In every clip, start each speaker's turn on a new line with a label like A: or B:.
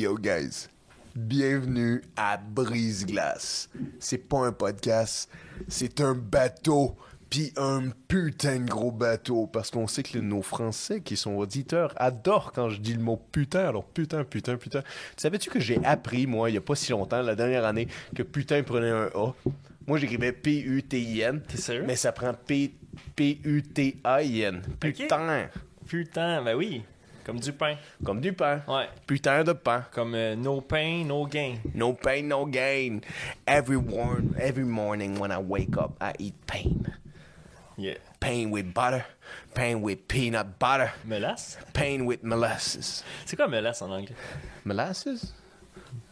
A: Yo guys, bienvenue à Brise Glace. C'est pas un podcast, c'est un bateau, puis un putain de gros bateau, parce qu'on sait que nos Français qui sont auditeurs adorent quand je dis le mot putain. Alors putain, putain, putain. Tu savais-tu que j'ai appris moi il y a pas si longtemps, la dernière année, que putain prenait un A. Moi j'écrivais P U T I N.
B: T'es sérieux?
A: Mais ça prend P P U T A I N. Putain,
B: Putain, ben oui. Comme du pain.
A: comme du pain.
B: Ouais.
A: Putain de pain.
B: Comme euh, no pain, no gain.
A: No pain, no gain. Every, war- every morning when I wake up, I eat pain.
B: Yeah.
A: Pain with butter, pain with peanut butter,
B: Melasse?
A: pain with molasses.
B: C'est quoi melasse en anglais?
A: Molasses?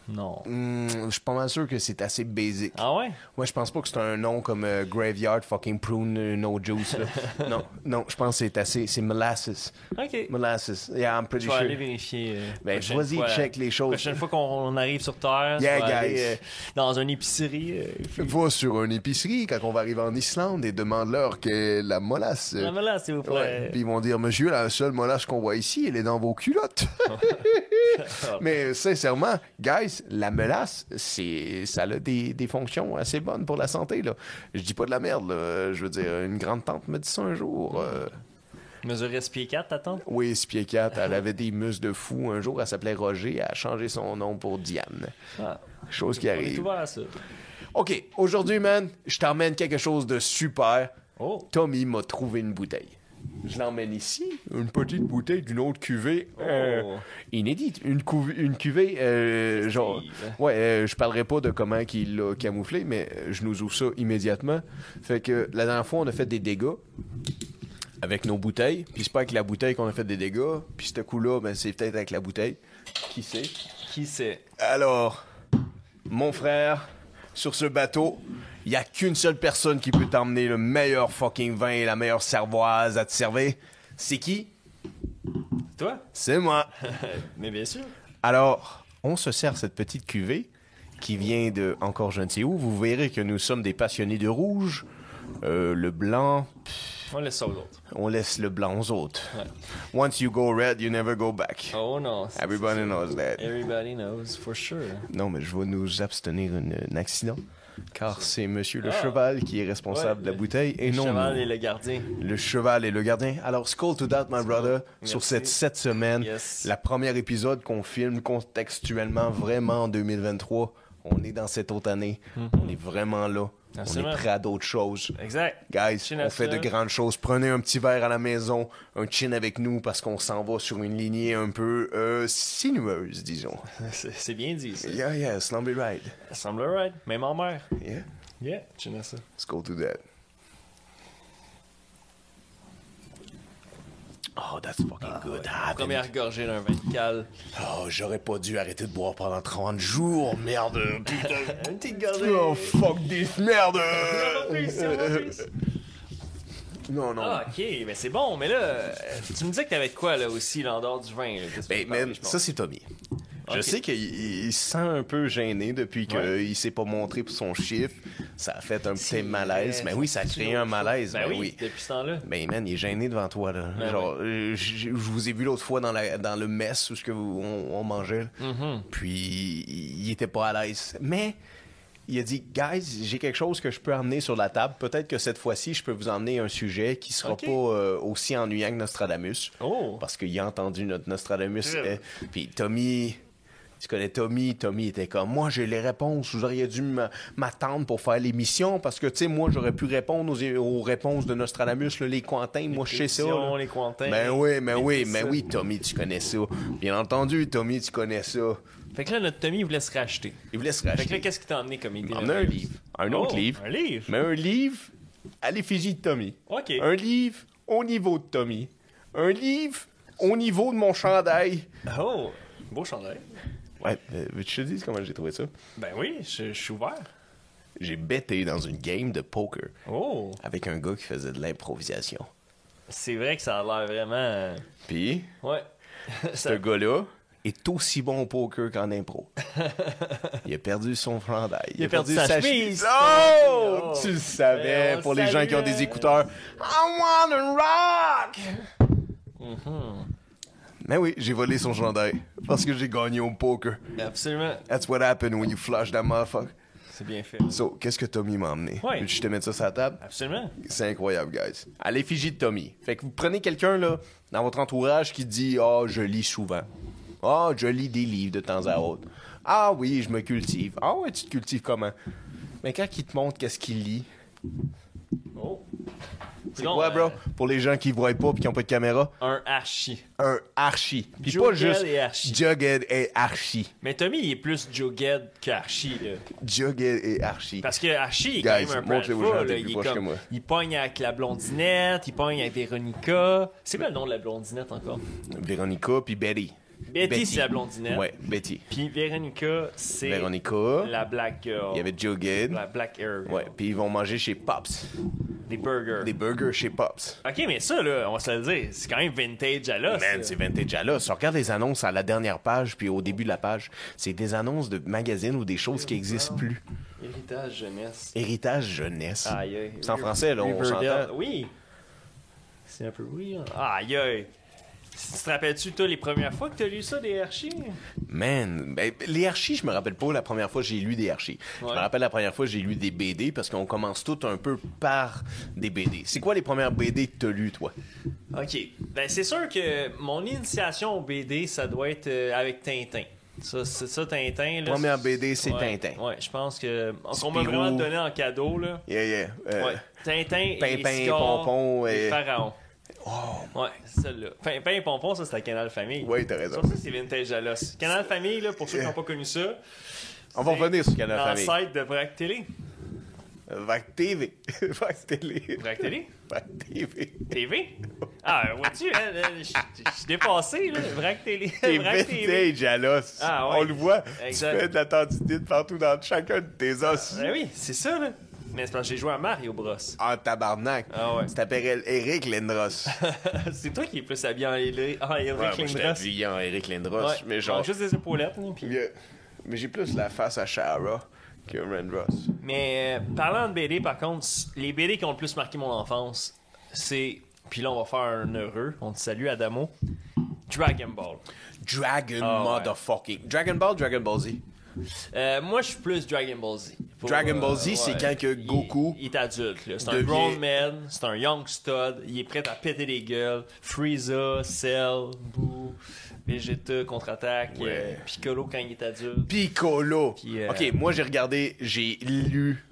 B: Non.
A: Hmm, je suis pas mal sûr que c'est assez basic.
B: Ah ouais?
A: Moi, je pense pas que c'est un nom comme euh, Graveyard, fucking prune, euh, no juice. là. non, non, je pense que c'est assez. C'est molasses.
B: Ok.
A: Molasses. Yeah, I'm pretty
B: Je vais aller
A: sure.
B: vérifier. euh,
A: Ben,
B: prochaine
A: vas-y,
B: fois.
A: check les choses.
B: La prochaine fois qu'on on arrive sur Terre,
A: Yeah,
B: je vais aller,
A: guys.
B: euh, dans une épicerie. euh, puis-
A: Va sur une épicerie quand on va arriver en Islande et demande-leur que la molasse. euh,
B: La melasse, s'il vous
A: Ouais.
B: plaît.
A: Puis ils vont dire, monsieur, la seule molasse qu'on voit ici, elle est dans vos culottes. Mais sincèrement, guys, la molasse, c'est, ça a des, des fonctions assez bonnes pour la santé. Là. Je dis pas de la merde. là. Je veux dire, une grande tante me dit ça un jour. euh,
B: Mesurer ce pied 4, t'attends?
A: oui, Spier 4, elle avait des muscles de fou. Un jour, elle s'appelait Roger. Elle a changé son nom pour Diane.
B: Ah.
A: Chose qui
B: On est
A: arrive.
B: ouvert à ça.
A: OK, aujourd'hui, man, je t'emmène quelque chose de super.
B: Oh.
A: Tommy m'a trouvé une bouteille. Je l'emmène ici. Une petite bouteille d'une autre cuvée euh,
B: Oh.
A: inédite. Une, couv- une cuvée, euh, genre... Ouais, euh, je parlerai pas de comment qu'il l'a camouflé, mais euh, je nous ouvre ça immédiatement. Fait que la dernière fois, on a fait des dégâts avec nos bouteilles. Puis c'est pas avec la bouteille qu'on a fait des dégâts. Puis ce coup-là, ben, c'est peut-être avec la bouteille. Qui sait?
B: Qui c'est?
A: Alors, mon frère, sur ce bateau, il n'y a qu'une seule personne qui peut t'emmener le meilleur fucking vin et la meilleure servoise à te servir. C'est qui
B: Toi?
A: C'est moi.
B: Mais bien sûr.
A: Alors, on se sert cette petite cuvée qui vient de encore je ne sais où. Vous verrez que nous sommes des passionnés de rouge. Euh, le blanc,
B: On laisse ça aux autres.
A: on laisse le blanc aux autres. Once you go red, you never go back.
B: Oh non. c'est-
A: Everybody knows that.
B: Everybody knows, for sure.
A: Non, mais je vais nous abstenir une- un accident, car c'est Monsieur le Cheval qui est responsable
B: Ah. Ouais,
A: de la
B: le-
A: bouteille et non
B: Cheval
A: nous.
B: et le gardien.
A: le cheval et le gardien. Alors, skull to that, my brother, sur
B: Merci.
A: cette sept semaines,
B: Yes.
A: la première épisode qu'on filme contextuellement vraiment en 2023. On est dans cette autre année,
B: Mhm.
A: on est vraiment là, on
B: Absolument.
A: est prêt à d'autres choses.
B: Exact.
A: Guys,
B: Chin
A: on
B: up,
A: fait de
B: sir.
A: grandes choses. Prenez un petit verre à la maison, un chin avec nous parce qu'on s'en va sur une lignée un peu euh, sinueuse, disons.
B: C'est c'est bien dit, ça.
A: Yeah, yeah, slumber ride.
B: Ça semble alright. Même en mer.
A: Yeah.
B: Yeah, tu n'as ça.
A: Let's go do that. Oh, that's fucking good. Ah,
B: Première gorgée d'un vin de cale.
A: Oh, j'aurais pas dû arrêter de boire pendant 30 jours, merde. Putain.
B: Une petite gorgée.
A: oh, fuck this, merde.
B: Vraiment plus, c'est vraiment plus.
A: non, non.
B: Ah, ok, mais c'est bon, mais là, euh, tu me disais que t'avais de quoi, là, aussi, là, en dehors du vin, là. Qu'est-ce que
A: Ben,
B: tu veux parler,
A: man,
B: Ah, je pense?
A: ça, c'est Tommy. Je
B: Ok.
A: sais qu'il il- il se sent un peu gêné depuis qu'il
B: Ouais.
A: s'est pas montré pour son chiffre. Ça a fait un petit
B: C'est
A: malaise.
B: vrai,
A: Mais oui, ça a
B: c'est
A: créé
B: une
A: un
B: autre
A: malaise.
B: Ben
A: Ben
B: oui, depuis ce temps-là.
A: Ben, man, il est gêné devant toi, là.
B: Ben
A: Genre, euh, j- j- je vous ai vu l'autre fois dans, la, dans le mess où ce que vous- on, on mangeait. là.
B: Mm-hmm.
A: Puis, il était pas à l'aise. Mais, il a dit, guys, j'ai quelque chose que je peux emmener sur la table. Peut-être que cette fois-ci, je peux vous emmener un sujet qui sera
B: Ok.
A: pas euh, aussi ennuyant que Nostradamus.
B: Oh.
A: Parce qu'il a entendu notre Nostradamus.
B: Yeah.
A: euh, puis, Tommy. Tu connais Tommy, Tommy était comme moi j'ai les réponses, vous auriez dû m- m'attendre pour faire l'émission parce que tu sais moi j'aurais pu répondre aux, aux réponses de Nostradamus là, les Quantins, moi je sais ça.
B: prédictions,
A: là.
B: les Quantins,
A: Ben oui, ben
B: les
A: oui,
B: Tessins.
A: ben oui Tommy, tu connais ça. Bien entendu, Tommy, tu connais ça.
B: Fait que là, notre Tommy, il voulait se racheter.
A: Il vous laisse
B: Fait que là,
A: racheter.
B: qu'est-ce qui t'a emmené comme idée?
A: On a
B: là?
A: un livre, un
B: Oh,
A: autre livre,
B: Un livre?
A: mais un livre à l'effigie de Tommy.
B: Ok.
A: Un livre au niveau de Tommy. Un livre au niveau de mon chandail.
B: Oh, beau chandail.
A: Ouais, euh, veux-tu que je te dis comment j'ai trouvé ça
B: Ben oui, je, je suis ouvert.
A: J'ai bêté dans une game de poker.
B: Oh,
A: avec un gars qui faisait de l'improvisation.
B: c'est vrai que ça a l'air vraiment... euh,
A: Puis,
B: Ouais.
A: ce
B: ça...
A: gars-là est aussi bon au poker qu'en impro. Il a perdu son chandail. Il,
B: a perdu sa chemise.
A: Oh!
B: Oh!
A: Tu le
B: Mais
A: savais,
B: on
A: pour
B: le
A: les gens qui ont
B: salue,
A: des
B: hein. Mm-hmm.
A: écouteurs. I wanna rock! Mais oui, j'ai volé son gendarme parce que j'ai gagné au poker.
B: Absolument.
A: That's what happened when you flush that motherfucker.
B: C'est bien fait.
A: So, qu'est-ce que Tommy m'a emmené?
B: Ouais.
A: Veux-tu que Je te mettre ça sur la table.
B: Absolument.
A: C'est incroyable, guys. À l'effigie de Tommy. Fait que vous prenez quelqu'un, là, dans votre entourage qui dit Ah, je lis souvent. Ah, je lis des livres de temps à autre. Ah oui, je me cultive. Ah ouais, tu te cultives comment Mais quand il te montre qu'est-ce qu'il lit,
B: Oh.
A: c'est quoi,
B: euh,
A: bro Pour les gens qui voient pas et qui ont pas de caméra,
B: Un archi.
A: un archi. Puis pas
B: Jughead
A: juste.
B: et Archie.
A: Jughead et archi.
B: Mais Tommy, il est plus Jughead qu'Archie, là.
A: Jughead et archi.
B: Parce que Archie, il est
A: Guys,
B: quand même un peu
A: montrez-vous,
B: alpha,
A: j'en ai
B: là.
A: plus
B: Il, est
A: proche que
B: comme,
A: moi.
B: il pogne avec la blondinette, il pogne avec Véronica. C'est quoi le nom de la blondinette encore?
A: Véronica puis Betty.
B: Betty, c'est la blondinette.
A: Ouais, Betty.
B: Puis Véronica, c'est
A: Véronica.
B: la black girl.
A: Il y avait Jughead.
B: La black hair girl.
A: Ouais, puis ils vont manger chez Pops.
B: Des burgers.
A: Des burgers chez Pops.
B: Ok, mais ça, là, on va se le dire, c'est quand même vintage à l'os.
A: Man,
B: là.
A: c'est vintage à l'os. Regarde les annonces à la dernière page puis au début de la page. C'est des annonces de magazines ou des choses qui existent plus.
B: Héritage jeunesse.
A: Héritage jeunesse.
B: Aïe, aïe.
A: C'est en français, là, on
B: Riverdale.
A: s'entend.
B: Oui. C'est un peu oui. hein. Aïe, aïe. Tu te rappelles-tu, toi, les premières fois que t'as lu ça, des archives?
A: Man, ben, les archis, je me rappelle pas la première fois que j'ai lu des archis. Je
B: Ouais.
A: me rappelle la première fois que j'ai lu des BD parce qu'on commence tout un peu par des BD. C'est quoi les premières BD que t'as lues, toi?
B: Ok. Ben, c'est sûr que mon initiation au BD, ça doit être euh, avec Tintin. Ça, c'est ça, Tintin. Là,
A: Première BD, c'est
B: Ouais,
A: Tintin.
B: Ouais, je pense que. On m'a
A: Spirou.
B: vraiment donné en cadeau, là.
A: Yeah, yeah. Euh,
B: Ouais. Tintin,
A: Pimpin,
B: et Scar,
A: Pompon et-
B: et Pharaon. Ouais, celle-là. Pimpin et Pompon, ça, c'est la Canal Famille.
A: oh, Ouais, t'as raison.
B: Ça, ça, c'est vintage à l'os. Canal Famille, là, pour ceux qui n'ont pas connu ça,
A: On va
B: c'est
A: revenir sur Canal Famille.
B: l'ancêtre de Vrac Télé.
A: Vac TV. Vac Télé.
B: Vrac Télé?
A: Vac TV.
B: TV? Ah, vois-tu, hein, là, je je- je suis dépassé, là. Vrac Télé.
A: T'es
B: Vrac TV.
A: vintage à l'os.
B: Ah, ouais.
A: On le voit.
B: Exact.
A: Tu fais de la tendinite partout dans chacun de tes os.
B: Ben oui, c'est ça, là. Mais c'est parce que j'ai joué à Mario Bros.
A: En tabarnak.
B: Ah ouais.
A: Tu t'appellerais Eric Lindros.
B: c'est toi qui es plus habillé en Henry
A: moi, j'étais
B: Klingros.
A: habillé en Eric Lindros.
B: Ouais,
A: Mais genre.
B: Juste des épaulettes, là, puis-
A: Yeah. Mais j'ai plus la face à Shara que Lindros.
B: Mais euh, parlant de BD, par contre, les BD qui ont le plus marqué mon enfance, c'est. Puis là, on va faire un heureux. On te salue, Adamo. Dragon Ball.
A: Dragon
B: Ah, ouais.
A: motherfucking. Dragon Ball, Dragon Ball Z.
B: Euh, moi, je suis plus Dragon Ball Z. Pour, euh,
A: Dragon Ball Z, c'est quand que
B: il-
A: Goku
B: Il, est adulte, là. C'est un
A: devient-
B: grown man, c'est un young stud. Il est prêt à péter des gueules. Frieza, Cell, Boo, Vegeta, contre-attaque.
A: Ouais.
B: euh, Piccolo quand il est adulte.
A: Piccolo.
B: Puis, euh,
A: Ok, moi j'ai regardé, j'ai lu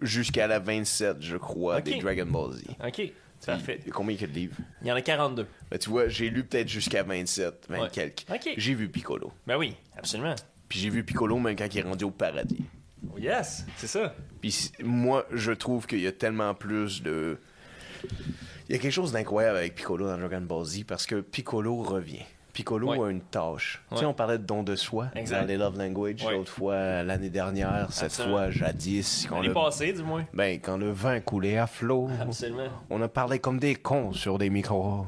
A: jusqu'à la 27, je crois,
B: Ok.
A: des Dragon Ball Z.
B: Ok, parfait.
A: Il y a Combien il y a de livres?
B: Il y en a 42.
A: Ben, tu vois, j'ai lu peut-être jusqu'à 27, 20
B: Ouais.
A: quelques.
B: Ok.
A: J'ai vu Piccolo.
B: Ben oui, absolument. Oh,
A: Puis j'ai vu Piccolo même quand il est rendu au paradis.
B: Yes, c'est ça.
A: Puis c- moi, je trouve qu'il y a tellement plus de... Il y a quelque chose d'incroyable avec Piccolo dans Dragon Ball Z parce que Piccolo revient. Piccolo
B: Ouais.
A: a une tâche. Tu
B: Ouais.
A: sais, on parlait de don de soi
B: Exact.
A: dans les Love Language
B: Ouais.
A: l'autre fois, l'année dernière, cette
B: Absolument.
A: fois, jadis. Quand
B: On est
A: le...
B: passé, du moins.
A: Ben, quand le vin coulait à flot,
B: Absolument.
A: on a parlé comme des cons sur des micros.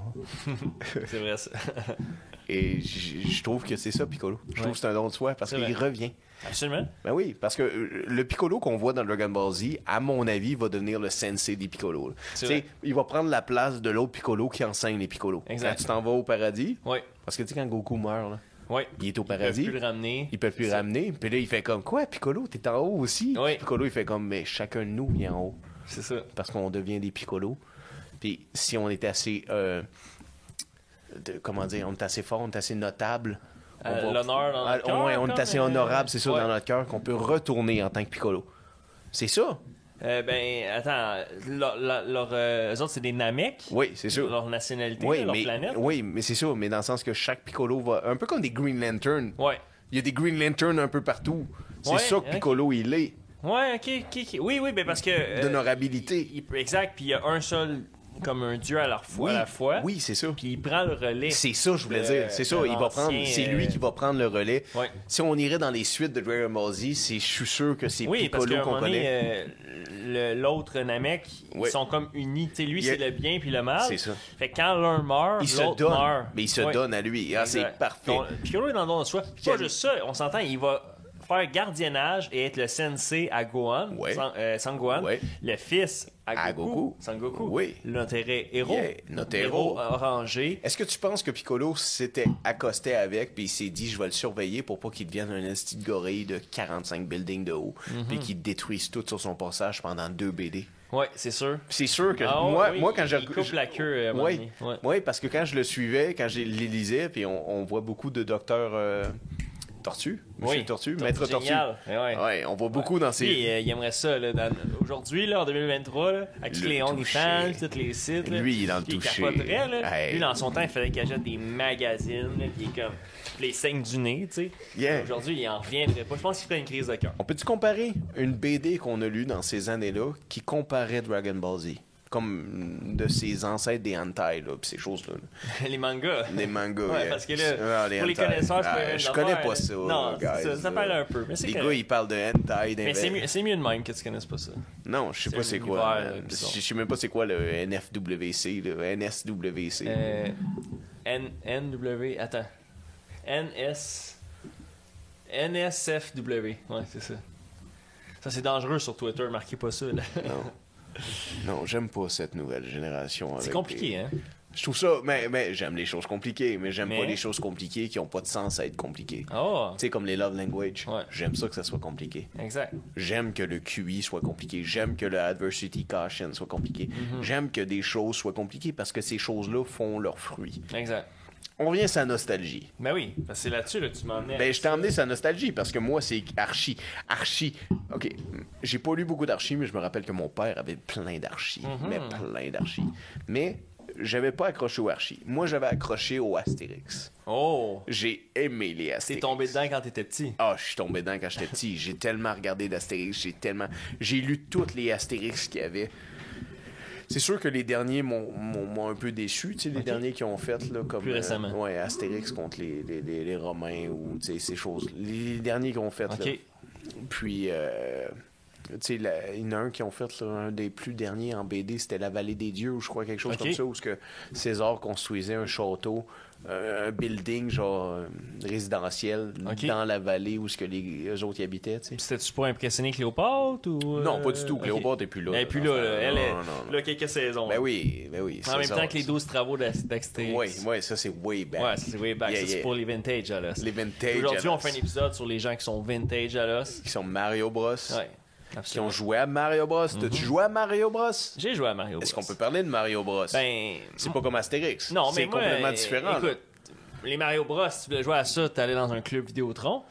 B: C'est vrai ça.
A: Et j- je trouve que c'est ça, Piccolo. Je trouve
B: Ouais.
A: que c'est un don de soi parce
B: C'est
A: qu'il
B: vrai.
A: revient.
B: Absolument.
A: Ben oui, parce que euh, le Piccolo qu'on voit dans Dragon Ball Z, à mon avis, va devenir le sensei des Piccolo. là.
B: C'est
A: Tu sais,
B: vrai.
A: Il va prendre la place de l'autre Piccolo qui enseigne les Piccolo.
B: Exact.
A: Quand tu t'en vas au paradis,
B: Oui.
A: parce que tu sais, quand Goku meurt, là,
B: Oui.
A: il est au
B: Ils peuvent
A: paradis.
B: plus le ramener.
A: Ils peuvent plus le ramener. Puis là, il fait comme quoi, Piccolo, t'es en haut aussi.
B: Oui.
A: Puis Piccolo, il fait comme mais chacun de nous vient en haut
B: C'est ça.
A: parce qu'on devient des Piccolo. Puis si on est assez, euh, de- comment dire, on est assez fort, on est assez notable. on
B: Euh,
A: va-
B: l'honneur dans
A: Ah,
B: notre
A: au
B: cœur,
A: moins, on est
B: comme,
A: assez
B: euh,
A: honorable, c'est ça,
B: ouais.
A: dans notre cœur, qu'on peut retourner en tant que Piccolo. C'est ça?
B: Euh, ben, attends. Leur, leur- leur, euh, eux autres, c'est des Namek.
A: Oui, c'est sûr.
B: Leur nationalité,
A: Oui
B: leur
A: mais,
B: planète.
A: oui, mais c'est sûr, mais dans le sens que chaque Piccolo va. Un peu comme des Green Lanterns.
B: Ouais.
A: Il y a des Green Lanterns un peu partout. C'est
B: Ouais, hein?
A: ça que
B: ouais.
A: Piccolo, il est.
B: Ouais, ok, ok, ok. Oui, oui, ben parce que. euh,
A: D'honorabilité.
B: il- il- exact. Puis il y a un seul, comme un dieu à, leur foi,
A: Oui,
B: à la fois.
A: oui, c'est ça.
B: Puis il prend le relais.
A: C'est ça, je voulais
B: de-
A: dire. C'est ça,
B: de
A: il va prendre.
B: l'ancien,
A: C'est lui
B: euh,
A: qui va prendre le relais.
B: Ouais.
A: Si on irait dans les suites de Dragon Ball Z, c'est, je suis sûr que c'est
B: Oui, parce
A: Piccolo
B: que
A: qu'on connaît.
B: euh, l'autre Namek,
A: Ouais.
B: ils sont comme unis. Tu sais, lui,
A: Il y a-
B: c'est le bien puis le mal.
A: C'est ça.
B: Fait que quand l'un meurt,
A: il se
B: euh, l'autre
A: donne,
B: meurt.
A: mais il se
B: Ouais.
A: donne à lui. Ah, c'est
B: Exact.
A: parfait.
B: Donc, Piccolo est dans le don de soi. Puis Pas
A: Quel-
B: juste ça, on s'entend, il va faire gardiennage et être le sensei à Gohan,
A: Ouais.
B: San- euh, Sangohan,
A: Ouais.
B: le fils à,
A: À
B: Goku,
A: Goku.
B: Sangoku,
A: Oui.
B: l'intérêt héros,
A: Yeah, notre héros.
B: orangé.
A: Est-ce que tu penses que Piccolo s'était accosté avec puis il s'est dit je vais le surveiller pour pas qu'il devienne un institut de gorille de 45 buildings de haut
B: Mhm.
A: puis qu'il détruise tout sur son passage pendant deux BD?
B: Ouais, c'est sûr.
A: C'est sûr que
B: Ah ouais,
A: moi,
B: oui,
A: moi quand
B: il-
A: j'ai
B: il coupe la queue, euh, à un moment
A: Oui,
B: donné. Ouais.
A: parce que quand je le suivais, quand je les lisais, puis on, on voit beaucoup de docteurs euh, Tortue, Monsieur
B: oui.
A: Tortue,
B: Tor-
A: Maître Tortue.
B: génial. Eh Ouais.
A: Ouais, on voit beaucoup dans ces
B: Lui, euh, il aimerait ça, là, dans- aujourd'hui, là, en 2023, là, avec tous
A: Le
B: les OnlyFans,
A: toucher.
B: tous les sites. là.
A: Lui, il est dans le
B: Puis
A: toucher.
B: capoterait, là.
A: Hey.
B: Lui, dans son temps, il fallait qu'il achète des magazines, là, puis il est comme les signes du nez, tu sais.
A: Yeah.
B: Aujourd'hui, il en reviendrait pas. Je pense qu'il ferait une crise de cœur.
A: On peut-tu comparer une BD qu'on a lue dans ces années-là qui comparait Dragon Ball Z? Comme de ses ancêtres des hentai, là, pis ces choses-là. là.
B: les mangas.
A: Les mangas.
B: Ouais,
A: yeah.
B: parce que là,
A: Ah,
B: pour les
A: hentai.
B: connaisseurs, c'est
A: Ah,
B: pas la même
A: Je
B: affaire,
A: connais
B: là.
A: pas ça,
B: Non,
A: guys,
B: c'est ça, ça
A: là.
B: parle un peu, mais c'est
A: Les
B: correct.
A: gars, ils parlent de hentai,
B: Mais c'est mieux,
A: d'invest.
B: c'est mieux de même que tu connaisses pas ça.
A: Non, je sais
B: c'est
A: pas
B: un
A: c'est quoi.
B: univers,
A: man.
B: euh,
A: Je
B: bizarre.
A: je sais même pas c'est quoi le NFWC, le NSWC.
B: Euh, N, NW, attends. NS. NSFW. Ouais, c'est ça. Ça, c'est dangereux sur Twitter, marquez pas ça. là.
A: Non. Non, j'aime pas cette nouvelle génération.
B: C'est
A: avec
B: compliqué,
A: les-
B: hein?
A: Je trouve ça, mais, mais j'aime les choses compliquées, mais j'aime
B: Mais-
A: pas les choses compliquées qui ont pas de sens à être compliquées.
B: Oh,
A: Tu sais, comme les love language.
B: Ouais.
A: J'aime ça que ça soit compliqué.
B: exact.
A: J'aime que le QI soit compliqué. J'aime que le adversity caution soit compliqué.
B: Mm-hmm.
A: J'aime que des choses soient compliquées parce que ces choses-là font leurs fruits.
B: Exact.
A: On revient à sa nostalgie.
B: Ben oui, parce que c'est là-dessus là, que tu m'emmenais.
A: Ben, je t'ai emmené sa nostalgie parce que moi, c'est archi. Archi. OK. J'ai pas lu beaucoup d'archi, mais je me rappelle que mon père avait plein d'archi. Mais plein d'archi. Mais j'avais pas accroché au archi. Moi, j'avais accroché au Astérix.
B: Oh!
A: J'ai aimé les
B: T'es
A: Astérix.
B: tombé dedans quand t'étais petit.
A: Ah, je suis tombé dedans quand j'étais petit. J'ai tellement regardé d'Astérix, j'ai tellement. J'ai lu toutes les Astérix qu'il y avait. C'est sûr que les derniers m'ont- m'ont m'ont un peu déçu, tu sais, les derniers qui ont fait, là, comme. euh,
B: Plus récemment.
A: ouais, Astérix contre les, les, les- les Romains ou, tu sais, ces choses. Les, les derniers qui ont fait, là.
B: Ok.
A: Puis, euh, tu sais, la- il y en a un qui ont fait, là, un des plus derniers en BD, c'était La Vallée des Dieux, ou je crois, quelque chose
B: Ok.
A: comme ça, où ce que César construisait un château, euh, un building, genre, euh, résidentiel,
B: Ok.
A: dans la vallée où ce que les eux autres y habitaient, tu sais.
B: C'était-tu pour impressionner Cléopâtre ou. euh,
A: Non, pas du tout.
B: ok.
A: Cléopâtre est plus là.
B: Elle est plus là, là. Elle est
A: Non, non, non.
B: là quelques saisons.
A: Ben oui, ben oui.
B: En même
A: César,
B: temps que les
A: ça.
B: 12 travaux d'Ast- d'Astérix.
A: Oui, oui, ça, c'est way back.
B: Ouais, ça, c'est way back.
A: Yeah,
B: ça, c'est
A: yeah.
B: pour les vintage à l'os.
A: Les vintage
B: Aujourd'hui,
A: à
B: on
A: l'os.
B: fait un épisode sur les gens qui sont vintage à l'os.
A: Qui sont Mario Bros.
B: Ouais, Mhm.
A: Qui ont
B: absolument.
A: joué à Mario Bros. T'as-tu joué à Mario Bros?
B: J'ai joué à Mario
A: Est-ce
B: Bros.
A: qu'on peut parler de Mario Bros?
B: Ben,
A: c'est pas comme Astérix.
B: non, mais
A: C'est
B: moi,
A: complètement
B: euh,
A: différent. là.
B: Écoute, les Mario Bros, si tu voulais jouer à ça, t'allais dans un club Vidéotron.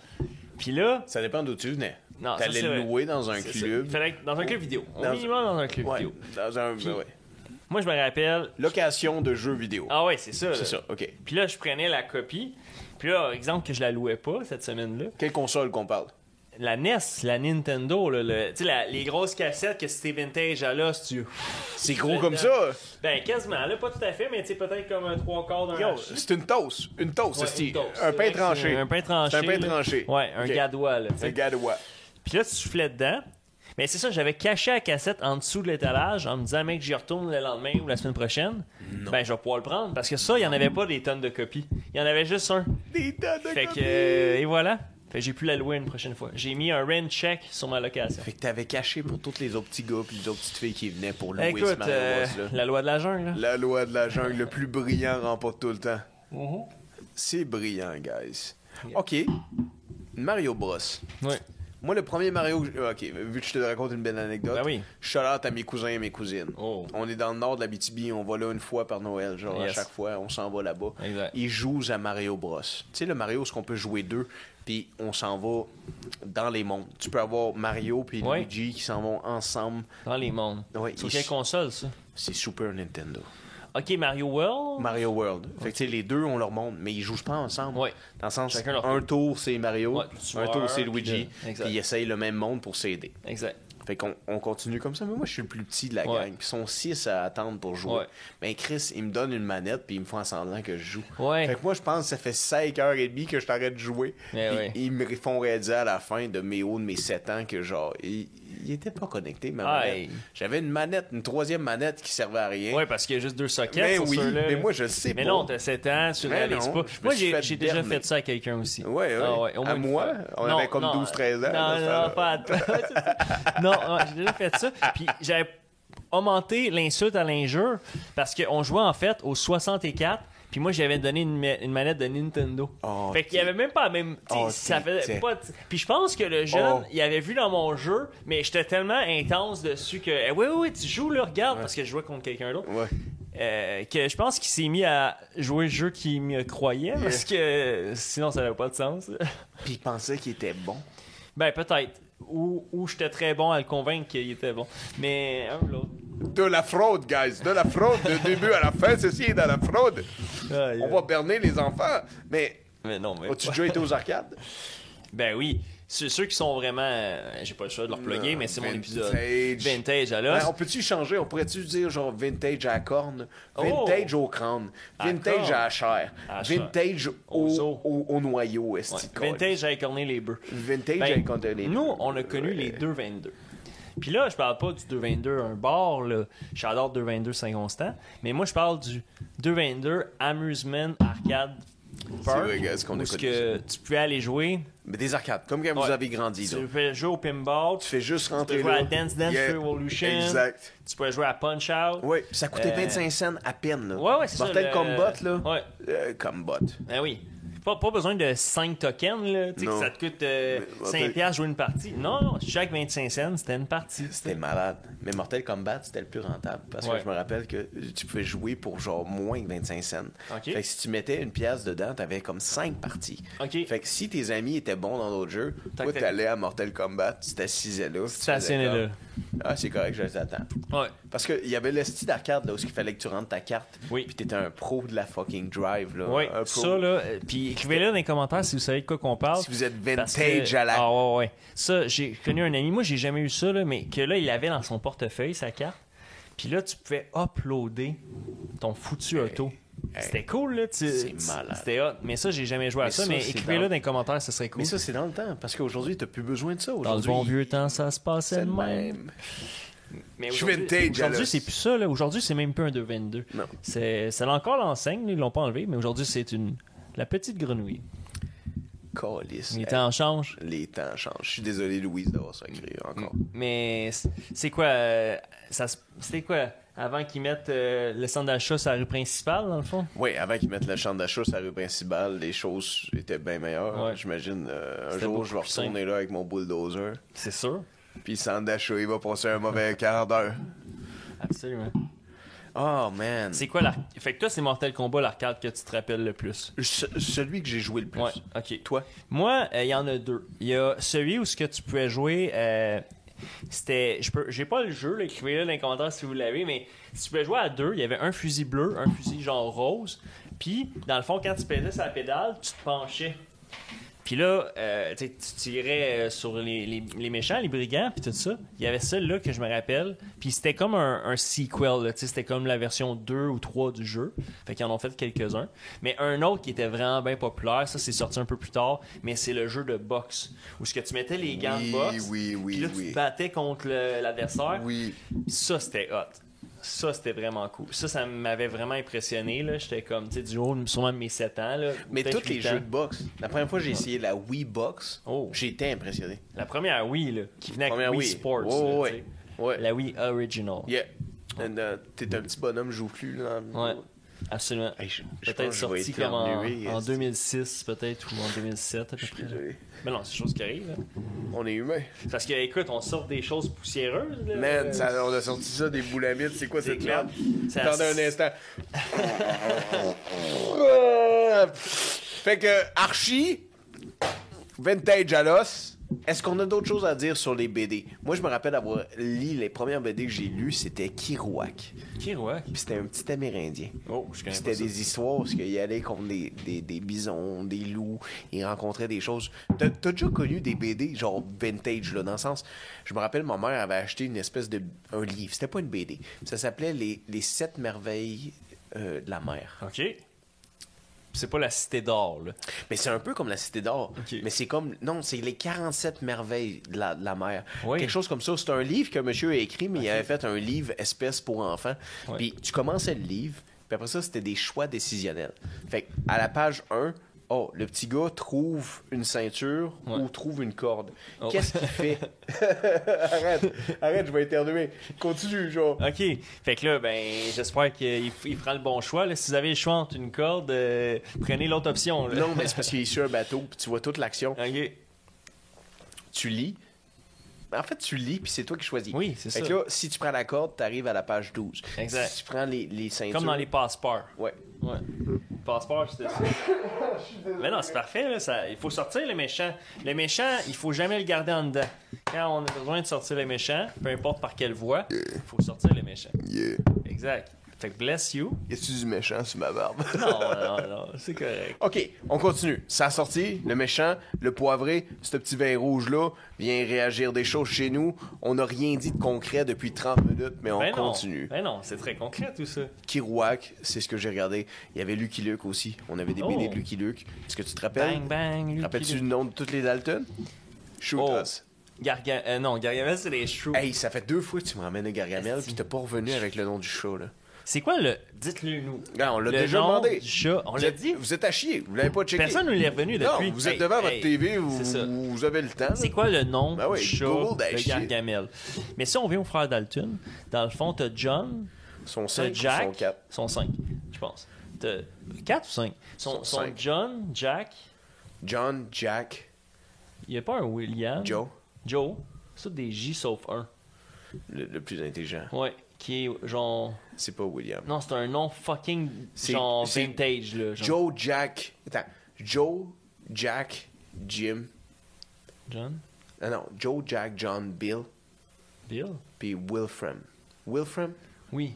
B: Puis là,
A: Ça dépend d'où tu venais.
B: non, ça,
A: T'allais
B: c'est vrai.
A: louer dans un
B: C'est ça.
A: club.
B: Il fallait être dans un club vidéo. Au
A: Dans-
B: minimum dans un club
A: Ouais,
B: vidéo.
A: dans un. ben ouais.
B: Moi, je me rappelle.
A: Location de jeux vidéo.
B: Ah ouais, c'est ça. là.
A: C'est ça, ok.
B: Puis là, je prenais la copie. Puis là, exemple que je la louais pas cette semaine-là.
A: Quelle console qu'on parle?
B: La NES, la Nintendo, là, le- tu sais, la- les grosses cassettes que c'était vintage à l'os, tu.
A: C'est gros comme ça!
B: Là. Ben, quasiment, là, pas tout à fait, mais tu sais, peut-être comme un trois quarts d'un.
A: Yo,
B: hachis.
A: c'est une toast. Une toast,
B: Ouais,
A: c'est
B: une toast.
A: Un
B: C'est
A: pain
B: vrai que c'est
A: tranché.
B: Un pain tranché.
A: C'est un pain
B: là.
A: tranché.
B: Ouais, un
A: Ok.
B: gadois, là. tu sais.
A: Un gadois.
B: Puis là, tu soufflais dedans. Mais c'est ça, j'avais caché la cassette en dessous de l'étalage en me disant, mec, j'y retourne le lendemain ou la semaine prochaine. Ben, je vais pouvoir le prendre. Parce que ça, il n'y en avait pas des tonnes de copies. Il y en avait juste un.
A: Des tas de
B: Fait que.
A: copies.
B: euh, et voilà. Fait que j'ai pu la louer une prochaine fois. J'ai mis un rent check sur ma location.
A: Fait que t'avais caché pour tous les autres petits gars puis les autres petites filles qui venaient pour louer ce
B: Écoute,
A: Mario
B: euh,
A: Bros, là.
B: la loi de la jungle, là.
A: La loi de la jungle, le plus brillant remporte tout le temps. Mm-hmm. C'est brillant, guys. OK. Mario Bros.
B: Ouais.
A: Moi, le premier Mario. que j'ai- Ok, vu que je te raconte une belle anecdote.
B: Ben oui.
A: Shout out à mes cousins et mes cousines.
B: Oh.
A: On est dans le nord de la BTB, on va là une fois par Noël, genre
B: Yes.
A: à chaque fois, on s'en va là-bas.
B: Exact.
A: Ils jouent à Mario Bros. Tu sais, le Mario, ce qu'on peut jouer deux, puis on s'en va dans les mondes. Tu peux avoir Mario puis
B: Ouais.
A: Luigi qui s'en vont ensemble.
B: Dans les mondes.
A: Ouais,
B: Sur
A: il-
B: quelle console, ça?
A: C'est Super Nintendo.
B: Ok, Mario World.
A: Mario World. Fait que tu sais, les deux ont leur monde, mais ils jouent pas ensemble.
B: Ouais.
A: Dans le sens,
B: Chacun leur
A: un tour c'est Mario,
B: Ouais, tu
A: un
B: vois,
A: tour c'est
B: puis
A: Luigi,
B: le-
A: puis
B: exact.
A: ils essayent le même monde pour s'aider.
B: Exact.
A: Fait qu'on on continue comme ça, mais moi je suis le plus petit de la
B: Ouais.
A: gang. Ils sont six à attendre pour jouer.
B: Ouais.
A: Mais Chris, il me donne une manette puis il me fait en semblant que je joue.
B: Ouais.
A: Fait que moi je pense que ça fait 5h30 que je t'arrête de jouer.
B: Mais
A: Puis
B: ouais.
A: Ils me font réaliser à la fin de mes hauts de mes 7 ans que genre ils, il était pas connecté, ma
B: Ah,
A: manette.
B: hey.
A: J'avais une manette, une troisième manette qui servait à rien.
B: Ouais, parce qu'il y a juste deux sockets.
A: mais
B: sur
A: ben oui,
B: ceux-là.
A: mais moi, je sais
B: Mais
A: pas.
B: non, t'as 7 ans, tu
A: Mais
B: réalises
A: non,
B: pas.
A: je me
B: Moi,
A: suis
B: j'ai
A: fait
B: j'ai déjà
A: berner.
B: fait ça à quelqu'un aussi.
A: Ouais, ouais.
B: Ah ouais, au moins
A: À
B: une
A: moi?
B: fois.
A: On avait comme 12-13 ans,
B: Non,
A: dans ce temps-là.
B: non, pas à toi. non, non, j'ai déjà fait ça. Puis j'avais augmenté l'insulte à l'injure parce qu'on jouait en fait au 64. Puis moi, j'avais donné une, ma- une manette de Nintendo.
A: Oh,
B: fait qu'il y
A: t'es-
B: avait même pas la même. tu sais,
A: Oh,
B: ça
A: t'es-
B: faisait
A: t'es-
B: pas. de- Puis je pense que le jeune,
A: Oh.
B: il avait vu dans mon jeu, mais j'étais tellement intense dessus que. eh, oui, oui, oui, tu joues, là, regarde, parce que je jouais contre quelqu'un d'autre.
A: Ouais.
B: Euh, que je pense qu'il s'est mis à jouer le jeu qui me croyait parce que sinon ça n'avait pas de sens.
A: Puis il pensait qu'il était bon.
B: ben peut-être. Ou, ou j'étais très bon à le convaincre qu'il était bon. Mais un ou l'autre.
A: De la fraude, guys. De la fraude. De début à la fin, ceci est de la fraude.
B: Aïe,
A: On
B: aïe.
A: va berner les enfants. Mais
B: Mais non, mais.
A: as-tu déjà été aux arcades?
B: Ben oui. Ceux, ceux qui sont vraiment. euh, J'ai pas le choix de leur plugger, mais c'est mon épisode.
A: Vintage.
B: Vintage à
A: Ben,
B: l'os.
A: on peut-tu changer? On pourrait-tu dire genre vintage à la corne?
B: Oh!
A: Vintage au crâne?
B: À la
A: Vintage
B: corne.
A: à la chair?
B: À la chair.
A: Vintage au,
B: Aux os.
A: au, au noyau, est
B: Ouais. Vintage à écorner les bœufs.
A: Vintage
B: Ben,
A: avec contre les-
B: Nous, on a connu
A: Ouais.
B: les 2,22. Puis là, je parle pas du 2,22 un bar, là. J'adore 2,22 Saint-Constant. Mais moi, je parle du 2,22 Amusement Arcade Park.
A: vrai, gars, ce qu'on a
B: où ce
A: connu,
B: que tu pouvais aller jouer.
A: Mais des arcades, comme quand
B: Ouais.
A: vous avez grandi. Là.
B: Tu pouvais jouer au pinball.
A: Tu fais juste
B: Tu peux
A: rentrer
B: jouer
A: là.
B: à Dance Dance
A: Yeah.
B: Revolution.
A: Exact.
B: Tu pouvais jouer à Punch Out.
A: Oui, ça coûtait
B: Euh,
A: 25 cents à peine. Là.
B: Ouais, ouais, c'est ça.
A: Mortal
B: le-
A: Kombat, là.
B: Ouais.
A: Euh, Kombat.
B: Ben oui. Pas, pas besoin de 5 tokens, là. Tu sais, que
A: Non.
B: ça te coûte euh,
A: Mais- bah,
B: 5 piastres jouer une partie. Non, non, chaque 25 cents, c'était une partie.
A: C'était malade. Mais Mortal Kombat, c'était le plus rentable. Parce
B: Ouais.
A: que je me rappelle que tu pouvais jouer pour genre moins que 25 cents.
B: Ok.
A: Fait que si tu mettais une pièce dedans, t'avais comme 5 parties.
B: Ok.
A: Fait que si tes amis étaient bons dans d'autres jeux,
B: Tac,
A: toi
B: tac.
A: t'allais à Mortal Kombat, tu t'assisais là. puis tu faisais
B: Stationné
A: comme,
B: là.
A: Ah, c'est correct, je les attends.
B: Ouais.
A: Parce qu'il y avait le style d'arcade là où il fallait que tu rentres ta carte.
B: Oui.
A: Puis t'étais un pro de la fucking drive là.
B: Oui,
A: Un pro.
B: ça là, euh, puis écrivez-le dans les commentaires si vous savez de quoi qu'on parle.
A: Si vous êtes
B: Parce
A: vintage
B: que-
A: à la.
B: Ah ouais, ouais. Ça, j'ai connu un ami, moi j'ai jamais eu ça, là, mais que là, il avait dans son portefeuille sa carte. Puis là, tu pouvais uploader ton foutu auto. C'était cool, là. tu-
A: C'est
B: tu-
A: malade.
B: C'était hot. Mais ça, j'ai jamais joué à
A: Mais
B: ça,
A: ça,
B: mais
A: c'est
B: écrivez-le
A: dans-
B: dans les commentaires, ce serait cool.
A: Mais ça c'est dans le temps parce qu'aujourd'hui t'as plus besoin de ça.
B: dans le
A: Aujourd'hui,
B: bon vieux temps, ça se passait
A: c'est
B: de
A: le
B: même.
A: même.
B: Mais
A: Je suis
B: aujourd'hui-
A: vintage,
B: Aujourd'hui,
A: Alice.
B: c'est plus ça, là. Aujourd'hui, c'est même plus un 2,22.
A: Non.
B: C'est c'est encore l'enseigne, là, ils l'ont pas enlevé, mais aujourd'hui, c'est une. La petite grenouille.
A: Calisse.
B: Il était en change.
A: Les temps changent. Je suis désolé, Louise, d'avoir sacré
B: Mm.
A: encore.
B: Mais c- c'est quoi euh, ça se- C'était quoi avant qu'ils mettent euh, le centre d'achat sur la rue principale dans le fond
A: Oui, avant qu'ils mettent le champ d'achat sur la rue principale, les choses étaient bien meilleures.
B: Ouais.
A: J'imagine, euh, un
B: C'était
A: jour,
B: beaucoup
A: je vais
B: plus simple.
A: retourner là avec mon bulldozer.
B: C'est sûr.
A: Puis le centre d'achat, il va passer un mauvais quart d'heure.
B: Absolument.
A: Oh, man.
B: C'est quoi l'arc Fait que toi c'est Mortal Kombat l'arcade que tu te rappelles le plus.
A: Ce- celui que j'ai joué le plus.
B: Ouais, OK.
A: Toi?
B: Moi, euh, il y en a deux. Il y a celui où ce que tu pouvais jouer euh, c'était je peux j'ai pas le jeu là, écrivez-le dans les commentaires si vous l'avez mais si tu pouvais jouer à deux, il y avait un fusil bleu, un fusil genre rose, puis dans le fond quand tu pédais sur la pédale, tu te penchais. Puis là, euh, tu sais, tu tirais euh, sur les, les- les méchants, les brigands, puis tout ça. Il y avait celle-là que je me rappelle. Puis c'était comme un, un sequel, là, tu sais, c'était comme la version 2 ou 3 du jeu. Fait qu'ils en ont fait quelques-uns. Mais un autre qui était vraiment bien populaire, ça c'est sorti un peu plus tard, mais c'est le jeu de boxe. Où ce que tu mettais les gants
A: Oui,
B: de boxe,
A: oui, oui,
B: puis là
A: oui.
B: tu te battais contre le- l'adversaire.
A: Oui.
B: Ça, c'était hot. Ça, c'était vraiment cool. Ça, ça m'avait vraiment impressionné. là. J'étais comme, tu sais, du haut, de- sûrement de mes 7 ans. Là,
A: Mais
B: peut-être
A: tous les
B: huit ans.
A: jeux de boxe, la première fois que j'ai essayé la Wii Box,
B: Oh.
A: j'étais impressionné.
B: La première Wii, là, qui venait avec
A: Première
B: Wii,
A: Wii. Ouais,
B: Sports. là,
A: ouais,
B: tu sais.
A: ouais.
B: La Wii Original.
A: Yeah. And, euh, T'es un petit bonhomme, joue plus. Là.
B: Ouais, absolument.
A: Hey, je- je pense
B: peut-être
A: que je vais
B: sorti comme en,
A: éternuer,
B: en
A: est-ce que-
B: 2006, peut-être, ou en 2007, à peu
A: Je suis
B: près.
A: désolé.
B: Mais non, c'est des choses qui arrivent. là.
A: Euh, On est humain.
B: Parce que, écoute, on sort des choses poussiéreuses. là.
A: Man, ça- on a sorti ça des boulamites, c'est quoi
B: C'est
A: cette
B: clair.
A: merde?
B: Ça-
A: Attendez un instant. Ah! fait que, Archie, Vintage à l'os. Est-ce qu'on a d'autres choses à dire sur les BD? Moi, je me rappelle avoir lu les premières BD que j'ai lues, c'était Kirouac.
B: Kirouac.
A: Puis c'était un petit Amérindien.
B: Oh,
A: Puis
B: je connais pas
A: c'était
B: ça.
A: des histoires parce qu'il allait contre des, des, des bisons, des loups, il rencontrait des choses. T'as t'as déjà connu des BD genre vintage là dans le sens, je me rappelle ma mère avait acheté une espèce de un livre, c'était pas une BD, ça s'appelait les les sept merveilles euh, de la mer.
B: OK. c'est pas la cité d'or, là.
A: Mais c'est un peu comme la Cité d'Or.
B: Ok.
A: Mais c'est comme. Non, c'est les 47 merveilles de la, de la mer.
B: Oui.
A: Quelque chose comme ça. C'est un livre que monsieur a écrit, mais il avait fait un livre espèce pour enfants.
B: Ouais.
A: Puis tu commençais le livre, puis après ça, c'était des choix décisionnels. Fait que, à la page 1, oh, le petit gars trouve une ceinture
B: Ouais.
A: ou trouve une corde.
B: Oh.
A: Qu'est-ce qu'il fait Arrête, arrête, je vais éternuer. Continue, genre.
B: OK. Fait que là, ben, j'espère qu'il il prend le bon choix. Là. Si vous avez le choix entre une corde, euh, prenez l'autre option. Là.
A: Non, mais c'est parce qu'il est sur un bateau, puis tu vois toute l'action.
B: OK.
A: tu lis. Ben, En fait, tu lis, puis c'est toi qui choisis.
B: Oui, c'est
A: Fait
B: ça.
A: que là, si tu prends la corde, t'arrives à la page 12.
B: Exact.
A: Si tu prends les, les ceintures...
B: Comme dans les passeports.
A: Ouais.
B: Ouais. Passeport, c'était ça. mais non, c'est parfait. Là, ça... Il faut sortir le méchant. Le méchant, il faut jamais le garder en dedans. Quand on a besoin de sortir le méchant, peu importe par quelle voie, il faut sortir le méchant.
C: Yeah.
B: Exact. Fait que bless you.
C: Y a-tu du méchant sur ma barbe?
B: Non, non, non, c'est correct.
A: OK, on continue. Ça a sorti, le méchant, le poivré, ce petit vin rouge-là, vient réagir des choses chez nous. On n'a rien dit de concret depuis 30 minutes, mais on
B: Ben non.
A: continue.
B: Ben non, c'est très concret tout ça.
A: Kirouac, c'est ce que j'ai regardé. Il y avait Lucky Luke aussi. On avait des
B: Oh.
A: BD de Lucky Luke. Est-ce que tu te rappelles?
B: Bang, bang, Lucky
A: Ben, Rappelles-tu le
B: Luke.
A: nom de toutes les Dalton? Shoot
B: Oh.
A: us.
B: Garga... euh, non, Gargamel, c'est les choux.
A: Hey, ça fait deux fois que tu me ramènes à Gargamel,
B: Esti.
A: puis t'es pas revenu avec le nom du show, là.
B: C'est quoi le. Dites-le nous.
A: Là, Ben, on l'a
B: Le
A: déjà
B: nom
A: demandé.
B: du chat, on
A: Vous
B: l'a
A: êtes-
B: dit.
A: Vous êtes à chier, vous l'avez pas checké.
B: Personne ne l'est revenu
A: Non,
B: depuis.
A: vous êtes
B: Hey,
A: devant votre
B: hey,
A: TV,
B: c'est ça.
A: vous, vous avez le temps.
B: C'est
A: là.
B: quoi le nom
A: Ben oui,
B: du chat
A: Google that
B: de
A: shit.
B: Gargamel? Mais si on vient au frère Dalton, dans le fond, t'as John,
A: Son
B: t'as
A: 5
B: Jack,
A: son 4.
B: sont 5, je pense. T'as 4 ou 5? Sont,
A: Sont
B: sont
A: cinq.
B: John, Jack,
A: John, Jack,
B: il n'y a pas un William.
A: Joe,
B: Joe. C'est tous des J sauf un.
A: le, le plus intelligent.
B: Ouais. Qui est genre.
A: C'est pas William.
B: Non, c'est un nom fucking
A: C'est-
B: genre
A: c'est-
B: vintage, là. genre.
A: Joe, Jack. Attends. Joe, Jack, Jim.
B: John?
A: Ah non, Joe, Jack, John, Bill,
B: Bill?
A: puis Wilfram. Wilfram?
B: Oui.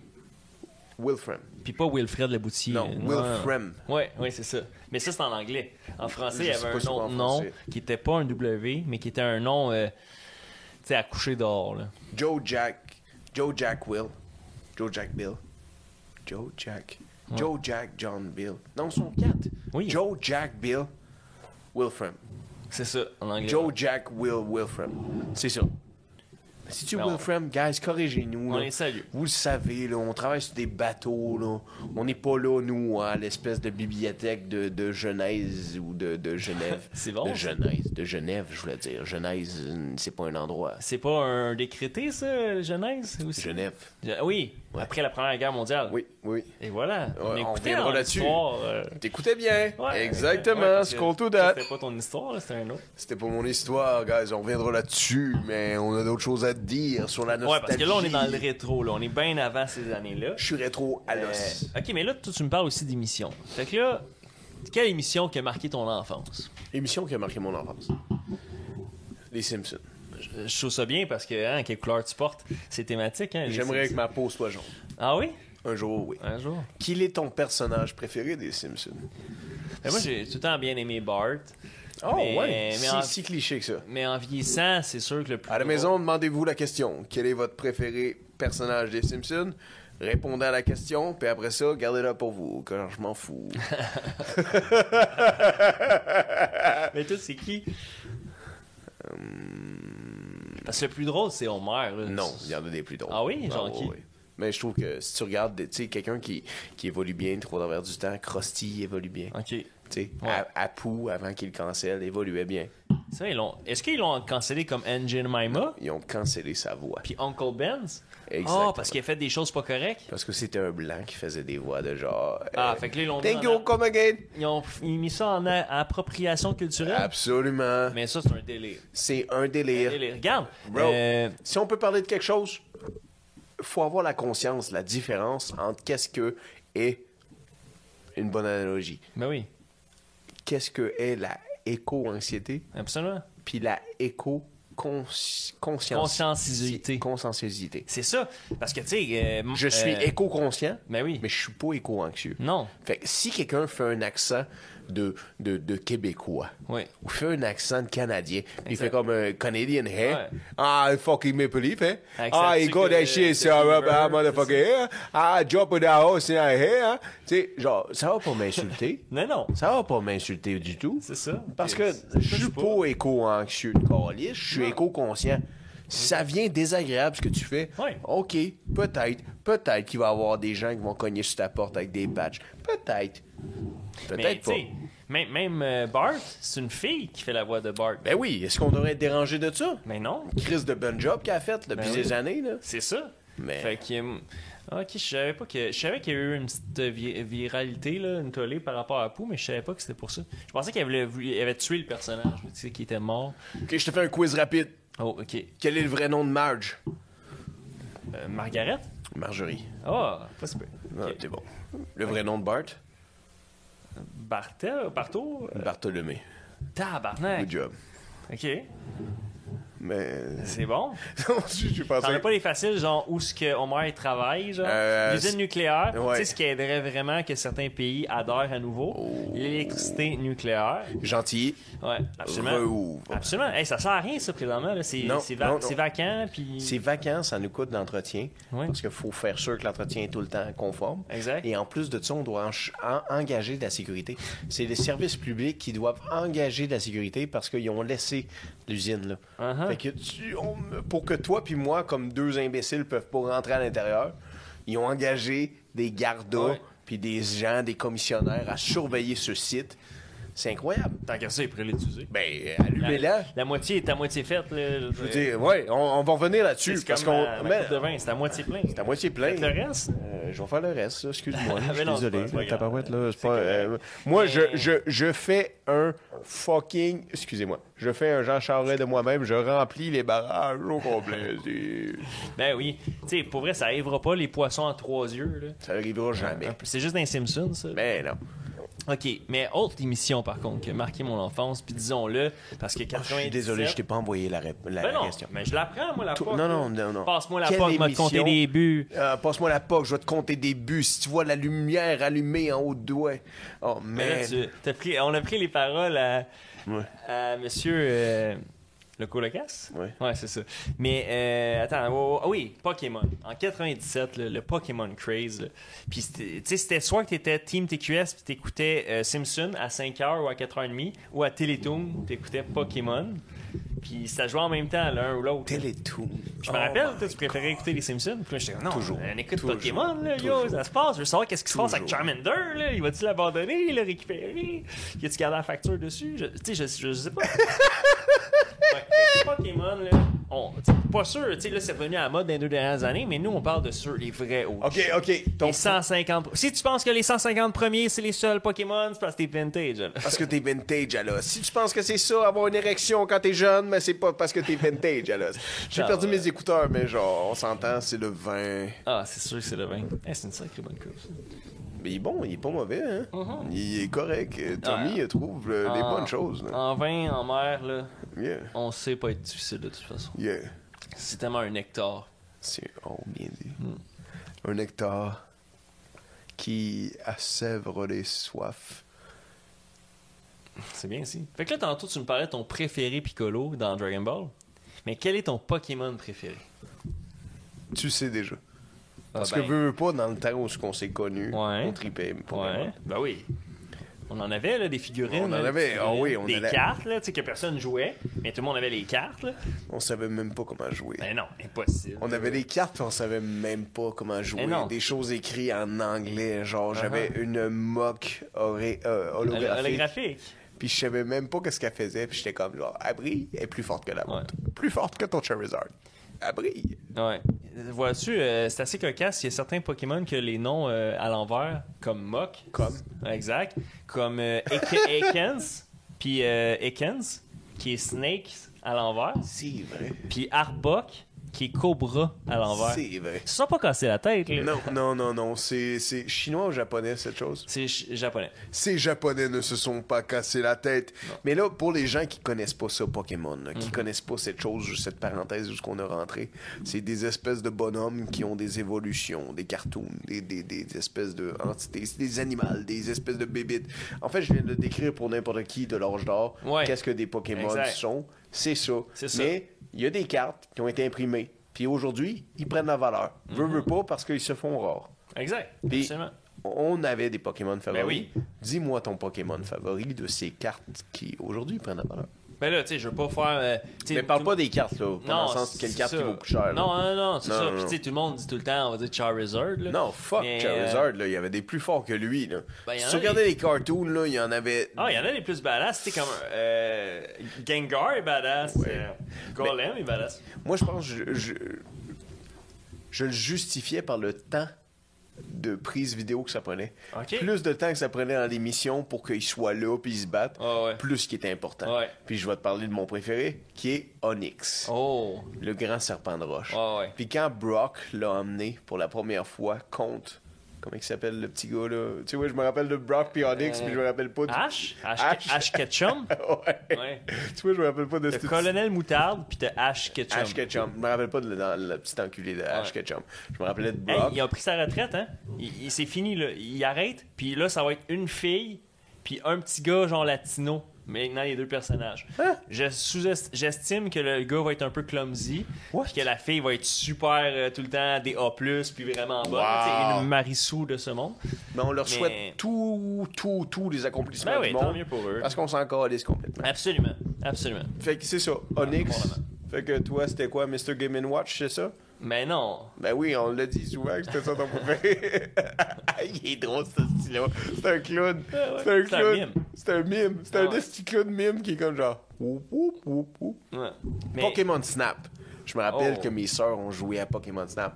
A: Wilfram.
B: Puis pas Wilfred le boutier.
A: Non,
B: euh,
A: Wilfram.
B: Ouais, ouais, c'est ça. Mais ça, c'est en anglais. En français, il y
A: Je sais
B: avait
A: pas
B: un
A: c'est quoi
B: autre
A: en
B: nom
A: français.
B: qui était pas un W, mais qui était un nom, euh, tu sais, à coucher dehors, là.
A: Joe Jack, Joe Jack Will, Joe Jack Bill, Joe Jack, Joe Jack John Bill. Non, ils sont quatre.
B: Oui.
A: Joe Jack Bill Wilfram.
B: C'est ça, en anglais.
A: Joe Jack Will Wilfram. C'est ça. Si tu
B: Non.
A: Wilfram, guys, corrigez-nous.
B: On
A: là.
B: les salue.
A: Vous le savez, là, on travaille sur des bateaux. Là. On n'est pas là, nous, à l'espèce de bibliothèque de, de Genèse ou de, de Genève.
B: C'est bon,
A: De
B: ça.
A: Genèse. De Genève, je voulais dire. Genèse, euh, c'est pas un endroit.
B: C'est pas un décrété, ça, le Genèse? Ou c'est-
A: Genève.
B: Je- Oui,
A: Ouais.
B: après la Première Guerre mondiale.
A: Oui, oui.
B: Et voilà, on
A: Ouais, on
B: écoutait
A: reviendra
B: dans
A: là-dessus.
B: l'histoire, euh,
A: T'écoutais bien.
B: ouais, ouais,
C: Exactement,
B: parce que
C: scroll to
B: ça,
C: that.
B: C'était pas ton histoire, là, c'était un autre.
C: C'était pas mon histoire, guys. On reviendra là-dessus, mais on a d'autres choses à te dire sur la
B: Ouais,
C: nostalgie.
B: parce que là, on est dans le rétro, là. On est bien avant ces années-là.
C: Je suis rétro à l'os.
B: Euh, ok, mais là, toi, tu me parles aussi d'émissions. Fait que là, quelle émission qui a marqué ton enfance?
A: Émission qui a marqué mon enfance. Les Simpsons.
B: Euh, Je, je trouve ça bien parce que, hein, quelle couleur tu portes, c'est thématique, hein? les
A: J'aimerais que
B: Simpsons.
A: ma peau soit jaune.
B: Ah oui?
A: Un jour, oui.
B: Un jour.
A: Quel est ton personnage préféré des Simpsons?
B: Mais Ben, moi, j'ai tout le temps bien aimé Bart.
A: Oh,
B: Mais-
A: ouais.
B: mais
A: Si,
B: en- Oh.
A: si cliché que ça.
B: Mais en vieillissant, c'est sûr que le plus.
A: À la
B: drôle-
A: maison, demandez-vous la question. Quel est votre préféré personnage des Simpsons? Répondez à la question, puis après ça, gardez-la pour vous, car je m'en fous.
B: Mais toi, c'est qui?
A: Euh,
B: Parce que le plus drôle, c'est Homer. là.
A: Non, il y en a des plus drôles.
B: Ah oui? Genre qui?
A: Mais je trouve que si tu regardes, des- tu sais, quelqu'un qui, qui évolue bien, trop d'envers du temps, Krusty évolue bien.
B: Ok.
A: Tu sais,
B: Ouais.
A: à Apu, avant qu'il le cancelle, évoluait bien.
B: Ça, ils l'ont. Est-ce qu'ils l'ont cancellé comme Nginima?
A: Ils ont cancellé sa voix.
B: Puis Uncle Ben's?
A: Exactement.
B: Ah, parce qu'il a fait des choses pas correctes?
A: Parce que c'était un blanc qui faisait des voix de genre. euh,
B: Ah, fait que là, ils l'ont mis
A: Thank
B: en
A: you,
B: a-
A: come again.
B: Ils ont ils ont mis ça en a- appropriation culturelle.
A: Absolument.
B: Mais ça, c'est un délire.
A: C'est un
B: Un
A: délire.
B: délire. Regarde.
A: Ah. Bro,
B: euh,
A: si on peut parler de quelque chose, faut avoir la conscience, la différence entre qu'est-ce que est une bonne analogie.
B: ben oui,
A: Qu'est-ce que est la éco-anxiété,
B: absolument.
A: puis la éco-conscience.
B: Conscientisité.
A: Conscientisité.
B: C'est ça. Parce que, tu sais. euh, m-
A: Je suis
B: euh,
A: éco-conscient,
B: Ben oui.
A: mais je suis pas éco-anxieux.
B: Non.
A: Fait que si quelqu'un fait un accent de, de, de Québécois.
B: Oui.
A: Ou fait un accent de Canadien. puis Il
B: Exact.
A: fait comme un Canadian, hey.
B: Ouais.
A: Ah, fucking Maple Leaf, hein.
B: Accent
A: Ah, il
B: de-
A: go
B: de-
A: that shit, c'est
B: de-
A: un
B: de-
A: ah, motherfucker, hein. Ah, drop it out, c'est un hey, hein. Tu sais, genre, ça va pas m'insulter.
B: Non, non.
A: Ça va pas m'insulter du tout.
B: C'est ça.
A: Parce que
B: C'est-
A: je suis pas éco-anxieux de calice, je suis éco-conscient. Ça vient désagréable ce que tu fais.
B: Ouais.
A: OK, peut-être, peut-être qu'il va y avoir des gens qui vont cogner sur ta porte avec des patchs. Peut-être.
B: Mais
A: Peut-être
B: tu
A: pas.
B: sais, même, même euh, Bart, c'est une fille qui fait la voix de Bart.
A: Ben oui, est-ce qu'on devrait être dérangé de ça?
B: Mais non,
A: Chris de bon job qu'elle a fait depuis
B: Ben oui.
A: des années, là.
B: c'est ça.
A: Mais-
B: Fait que, euh, ok, je savais pas que. Je savais qu'il y a eu une petite euh, vi- viralité, là, une tollée par rapport à Pou, mais je savais pas que c'était pour ça. Je pensais qu'elle voulait- voulu- elle avait tué le personnage, tu sais, qui était mort.
A: OK, je te fais un quiz rapide.
B: Oh, ok.
A: Quel est le vrai nom de Marge?
B: Euh, Margaret?
A: Marjorie.
B: Ah, pas si peu.
A: Ah, t'es bon. Le vrai nom de Bart?
B: Bartel, Barto? Euh,
A: Bartholomé.
B: Tabarnak.
A: Good job.
B: Ok,
A: Mais...
B: c'est bon.
A: je je pensais-
B: T'en as pas les faciles, genre où ce que Homer travaille, genre
A: Euh,
B: l'usine
A: c'est-
B: nucléaire.
A: Ouais.
B: Tu sais ce qui aiderait vraiment que certains pays adhèrent à nouveau
A: Oh.
B: l'électricité nucléaire.
A: Gentil.
B: Ouais, absolument.
A: Rouvre.
B: Absolument. Hey, ça sert à rien ça présentement. là. C'est
A: Non,
B: c'est va-
A: non, non.
B: c'est vacant puis.
A: Ces vacances, ça nous coûte d'entretien.
B: Ouais.
A: Parce qu'il faut faire sûr que l'entretien est tout le temps conforme.
B: Exact.
A: Et en plus de ça, on doit ench- en- engager de la sécurité. C'est les services publics qui doivent engager de la sécurité parce qu'ils ont laissé l'usine. là.
B: Uh-huh.
A: Fait que tu- on- pour que toi puis moi, comme deux imbéciles, peuvent pas rentrer à l'intérieur, ils ont engagé des gardas
B: Ouais.
A: puis des gens, des commissionnaires à surveiller ce site. C'est incroyable.
B: Tant qu'à ça, il pourrait l'utiliser.
A: Ben,
B: La,
A: allumez-la.
B: la moitié est à moitié faite. là.
A: Je veux dire, ouais, on, on va revenir là-dessus
B: c'est
A: parce
B: comme
A: qu'on.
B: la- la
A: mais-
B: coupe de vin, c'est à moitié plein.
A: C'est à moitié plein.
B: Le reste,
A: Euh, je vais faire le reste, là, excuse-moi.
B: Ah,
A: je
B: mais
A: suis
B: non, c'est
A: désolé.
B: pas- c'est pas grave.
A: Tabarouette, là, c'est pas,
B: correct.
A: euh, moi,
B: Mais-
A: je, je- je fais un fucking. Excusez-moi. Je fais un Jean Charest de moi-même. Je remplis les barrages au complet. C'est-
B: ben oui. Tu sais, pour vrai, ça arrivera pas les poissons en trois yeux. là. Ben,
A: Ça n'arrivera jamais.
B: C'est juste dans les Simpsons, ça.
A: Mais non.
B: OK, mais autre émission par contre qui a marqué mon enfance, puis disons-le, parce
A: Oh,
B: que
A: Je suis
B: 97...
A: désolé, je t'ai pas envoyé la, rép- la
B: Ben non,
A: question.
B: mais je la prends, moi, la
A: Tout-
B: POC.
A: non,
B: là.
A: non, non, non.
B: Passe-moi la
A: Quelle
B: POC, m'a te compter
A: émission?
B: des buts.
A: Euh, Passe-moi la POC, je vais te compter des buts. Si tu vois la lumière allumée en haut de doigt. Oh,
B: Mais Ben là,
A: man.
B: tu- t'as pris- on a pris les paroles à,
A: Ouais.
B: à monsieur euh, le colocasse.
A: Ouais.
B: c'est ça. Mais euh, attends, ouais, ouais, ah oui, Pokémon. En 97, le, le Pokémon craze. là. Puis c'était- tu sais, c'était soit que t'étais Team TQS puis t'écoutais euh, Simpson à 5h ou à 4h30, ou à Télétoon, t'écoutais Pokémon. Puis ça jouait en même temps l'un ou l'autre.
A: Télétoon.
B: Je me rappelle, toi, tu préférais écouter les Simpsons. Puis là, j'étais comme, non,
A: Oh Toujours.
B: on écoute
A: Toujours.
B: Pokémon, là, yo,
A: Toujours.
B: ça se passe. Je veux savoir qu'est-ce qui se passe avec
A: Toujours.
B: Charmander, là. Il va-tu l'abandonner, le récupérer? Y a-tu gardé la facture dessus? Je- Tu sais, je, je sais pas. Ouais, fait que Pokémon, là, on, tu sais, pas sûr, tu sais, là, c'est revenu à la mode dans les deux dernières années, mais nous, on parle de ceux, les vrais hauts.
A: OK, OK. Ton
B: Les 150. Si tu penses que les 150 premiers, c'est les seuls Pokémon, c'est parce que t'es vintage, là.
A: Parce que t'es vintage, alors. Si tu penses que c'est ça, avoir une érection quand t'es jeune, mais c'est pas parce que t'es vintage, alors. J'ai
B: Ah,
A: perdu
B: ouais.
A: mes écouteurs, mais genre, on s'entend, c'est le vin.
B: Ah, c'est sûr que c'est le vin. Eh, c'est une sacrée bonne coupe. ça.
A: Mais il est bon, il est pas mauvais, hein.
B: Mhm.
A: Il est correct. Euh, Tommy
B: Ouais.
A: il trouve euh, des
B: En-
A: bonnes choses. là.
B: En vin, en mer, là,
A: Yeah,
B: on sait pas être difficile de toute façon.
A: yeah.
B: C'est tellement un nectar.
A: C'est oh, bien dit.
B: Hmm.
A: Un hectare qui assèvre les soifs.
B: C'est bien si. Fait que là, tantôt, tu me parlais de ton préféré Piccolo dans Dragon Ball. Mais quel est ton Pokémon préféré?
A: Tu sais déjà. Parce
B: ben.
A: que veux, veux pas, dans le temps où on s'est connus,
B: Ouais.
A: on tripait. pour
B: Ouais.
A: vraiment.
B: Ben oui. On en avait, là, des figurines.
A: On en
B: là, des
A: avait, ah
B: figurines,
A: oui, on
B: Des
A: allait-
B: cartes, là, tu sais, que personne jouait. Mais tout le monde avait les cartes, là.
A: On savait même pas comment jouer.
B: Ben non, impossible.
A: On avait des cartes, on savait même pas comment jouer.
B: Eh non.
A: Des choses écrites en anglais, genre j'avais une moque horé- euh,
B: Holo-
A: holographique,
B: holographique.
A: puis je savais même pas qu'est-ce qu'elle faisait, puis j'étais comme genre Abri est plus forte que la montre, plus forte que ton Charizard. Abri.
B: Ouais. Vois-tu, euh, c'est assez cocasse. Il y a certains Pokémon que les noms euh, à l'envers, comme Mok.
A: Comme.
B: Ouais, Exact. Comme euh, Eke- Ekans. Puis euh, Ekans, qui est Snake à l'envers.
A: C'est vrai.
B: Puis Arbok, qui est Cobra à l'envers. Ils
A: C'est vrai.
B: se sont pas cassés la tête, là.
C: Non, non, non, non. C'est c'est chinois ou japonais, cette chose?
B: C'est ch- japonais.
C: Ces Japonais ne se sont pas cassés la tête. Mais là, pour les gens qui connaissent pas ça, Pokémon, là,
B: Mhm.
C: qui connaissent pas cette chose, cette parenthèse où ce qu'on a rentré, c'est des espèces de bonhommes qui ont des évolutions, des cartoons, des, des, des espèces de entités, c'est des animaux, des espèces de bébites. En fait, je viens de le décrire pour n'importe qui de l'âge d'or.
B: Ouais.
C: Qu'est-ce que des Pokémon
B: Exact.
C: sont C'est ça.
B: C'est ça.
A: Mais il y a des cartes qui ont été imprimées. Puis aujourd'hui, ils prennent la valeur. Veux,
B: Mhm.
A: veux pas parce qu'ils se font rares.
B: Exact.
A: Puis,
B: Absolument. Ben
A: on avait des Pokémon favoris.
B: oui.
A: Dis-moi ton Pokémon favori de ces cartes qui aujourd'hui prennent la valeur.
B: Mais là, tu sais, je veux pas faire. euh, tu sais,
A: Mais parle
B: tout-
A: pas des cartes, là. Pas dans le sens
B: c'est
A: quelle carte
B: ça.
A: qui vaut plus cher. là.
B: Non, non, non, c'est
A: Non,
B: ça.
A: non,
B: Puis,
A: non.
B: tu sais, tout le monde dit tout le temps, on va dire Charizard. Là.
A: Non, fuck
B: Mais, euh,
A: Charizard, là. Il y avait des plus forts que lui, là.
B: Ben, y en
A: si
B: a
A: tu
B: des-
A: regardais les cartoons, là, il y en avait.
B: Ah, il y en a des plus badass, tu sais, comme euh, Gengar est badass, euh, Golem est badass.
A: Moi, je pense que je, je, je le justifiais par le temps de prise vidéo que ça prenait.
B: Ok.
A: Plus de temps que ça prenait dans l'émission pour qu'ils soient là puis ils se battent,
B: Ah ouais. Ah
A: plus qui était important.
B: Ouais.
A: Puis je vais te parler de mon préféré, qui est Onyx,
B: Oh,
A: le grand serpent de roche.
B: Ah ouais.
A: Puis quand Brock l'a emmené pour la première fois contre... Comment il s'appelle le petit gars là Tu vois, je me rappelle de Brock puis Onyx,
B: Euh,
A: puis je me rappelle pas de...
B: Ash, Ash,
A: Ash.
B: Ash. Ketchum.
A: ouais.
B: ouais.
A: Tu vois, je me rappelle pas de
B: De
A: ce
B: Colonel Moutarde, puis de Ash Ketchum.
A: Ash Ketchum. Je me rappelle pas de la, la petite enculée de Ash
B: Ouais.
A: Ketchum. Je me rappelais de
B: Hey,
A: Brock.
B: il a pris sa retraite, hein? Il, il- c'est fini, là. Il arrête, puis là, ça va être une fille, puis un petit gars, genre latino. Maintenant, les deux personnages. Je sous-est- J'estime que le gars va être un peu clumsy,
A: What?
B: puis que la fille va être super euh, tout le temps des A, puis vraiment bonne.
A: Wow.
B: C'est une Marissou de ce monde.
A: Mais on leur
B: Mais-
A: souhaite tout, tout, tous les accomplissements
B: Ben oui,
A: du
B: tant
A: monde.
B: mieux pour eux.
A: Parce qu'on s'en calisse complètement.
B: Absolument, absolument.
A: Fait que c'est ça. Onyx.
B: probablement.
A: Fait que toi, c'était quoi, Mr. Game Watch, c'est ça?
B: Mais non,
A: Ben oui, on l'a dit souvent que c'était ça ton préféré. Il est drôle, ce style-là. C'est un clown.
B: Ah
A: C'est
B: ouais,
A: un
B: c'est un
A: clown.
B: mime.
A: C'est un mime. C'est
B: Ah
A: un
B: ouais.
A: petit clown mime qui est comme genre... oup, oup, oup, oup.
B: Ouais. Mais
A: Pokémon Snap. Je me rappelle
B: Oh.
A: que mes sœurs ont joué à Pokémon Snap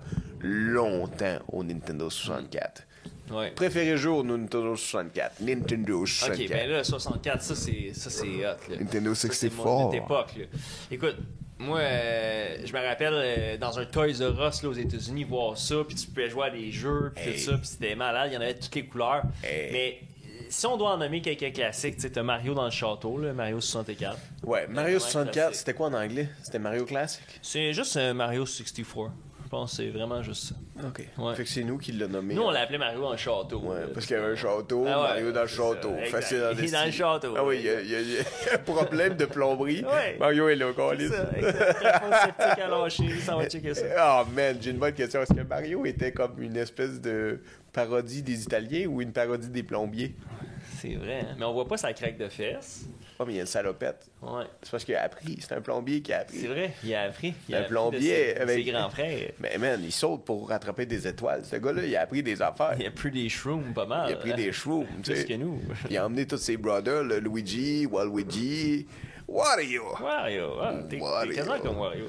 A: longtemps au Nintendo 64.
B: ouais.
A: Préféré jeu au Nintendo 64. Nintendo 64.
B: Ok, ben là, 64, ça c'est ça c'est hot. Là.
C: Nintendo
B: Ça,
C: 64.
B: c'est mon- notre époque. là. Écoute, moi, euh, je me rappelle euh, dans un Toys R Us là, aux États-Unis voir ça, puis tu pouvais jouer à des jeux, puis
A: Hey.
B: tout ça, puis c'était malade, il y en avait de toutes les couleurs.
A: Hey.
B: Mais euh, si on doit en nommer quelques classiques, tu sais, t'as Mario dans le château, là, Mario 64.
A: Ouais, Mario
B: Ouais,
A: 64,
B: classique.
A: c'était quoi en anglais? C'était Mario Classic?
B: C'est juste euh, Mario 64. Je pense que c'est vraiment juste ça.
A: Ok.
B: Ouais.
A: Fait que c'est nous qui l'a nommé.
B: Nous, on l'appelait Mario dans le château.
A: Ouais,
B: là.
A: parce qu'il y avait un château,
B: Euh, Ah ouais,
A: Mario dans le
B: c'est
A: château.
B: ça,
A: Facile à
B: exact. Il est dans le
A: dessiner.
B: château.
A: Ah oui, il y a- il y, a- il y a un problème de plomberie.
B: Ouais.
A: Mario est là,
B: C'est
A: câlisse.
B: ça, exact. Réponse sceptique à lâcher, ça on va checker ça.
A: Ah man, j'ai une bonne question. Est-ce que Mario était comme une espèce de parodie des Italiens ou une parodie des plombiers?
B: C'est vrai, hein. mais on voit pas sa craque de fesses.
A: Oh, mais il y a une salopette.
B: Ouais.
A: C'est parce qu'il a appris. C'est un plombier qui a appris.
B: C'est vrai, il a appris. Il a
A: Un
B: appris de
A: plombier
B: ses, de
A: avec-
B: ses grands frères.
A: Mais man, il saute pour rattraper des étoiles. Ce gars-là, il a appris des affaires.
B: Il a pris des shrooms pas mal.
A: Il a pris
B: hein.
A: des chevaux. tu
B: Plus
A: sais.
B: que nous.
A: Il a emmené tous ses brothers, le Luigi, Waluigi, Wario.
B: Wario, ah, t'es
A: Wario.
B: t'es quasiment comme Wario.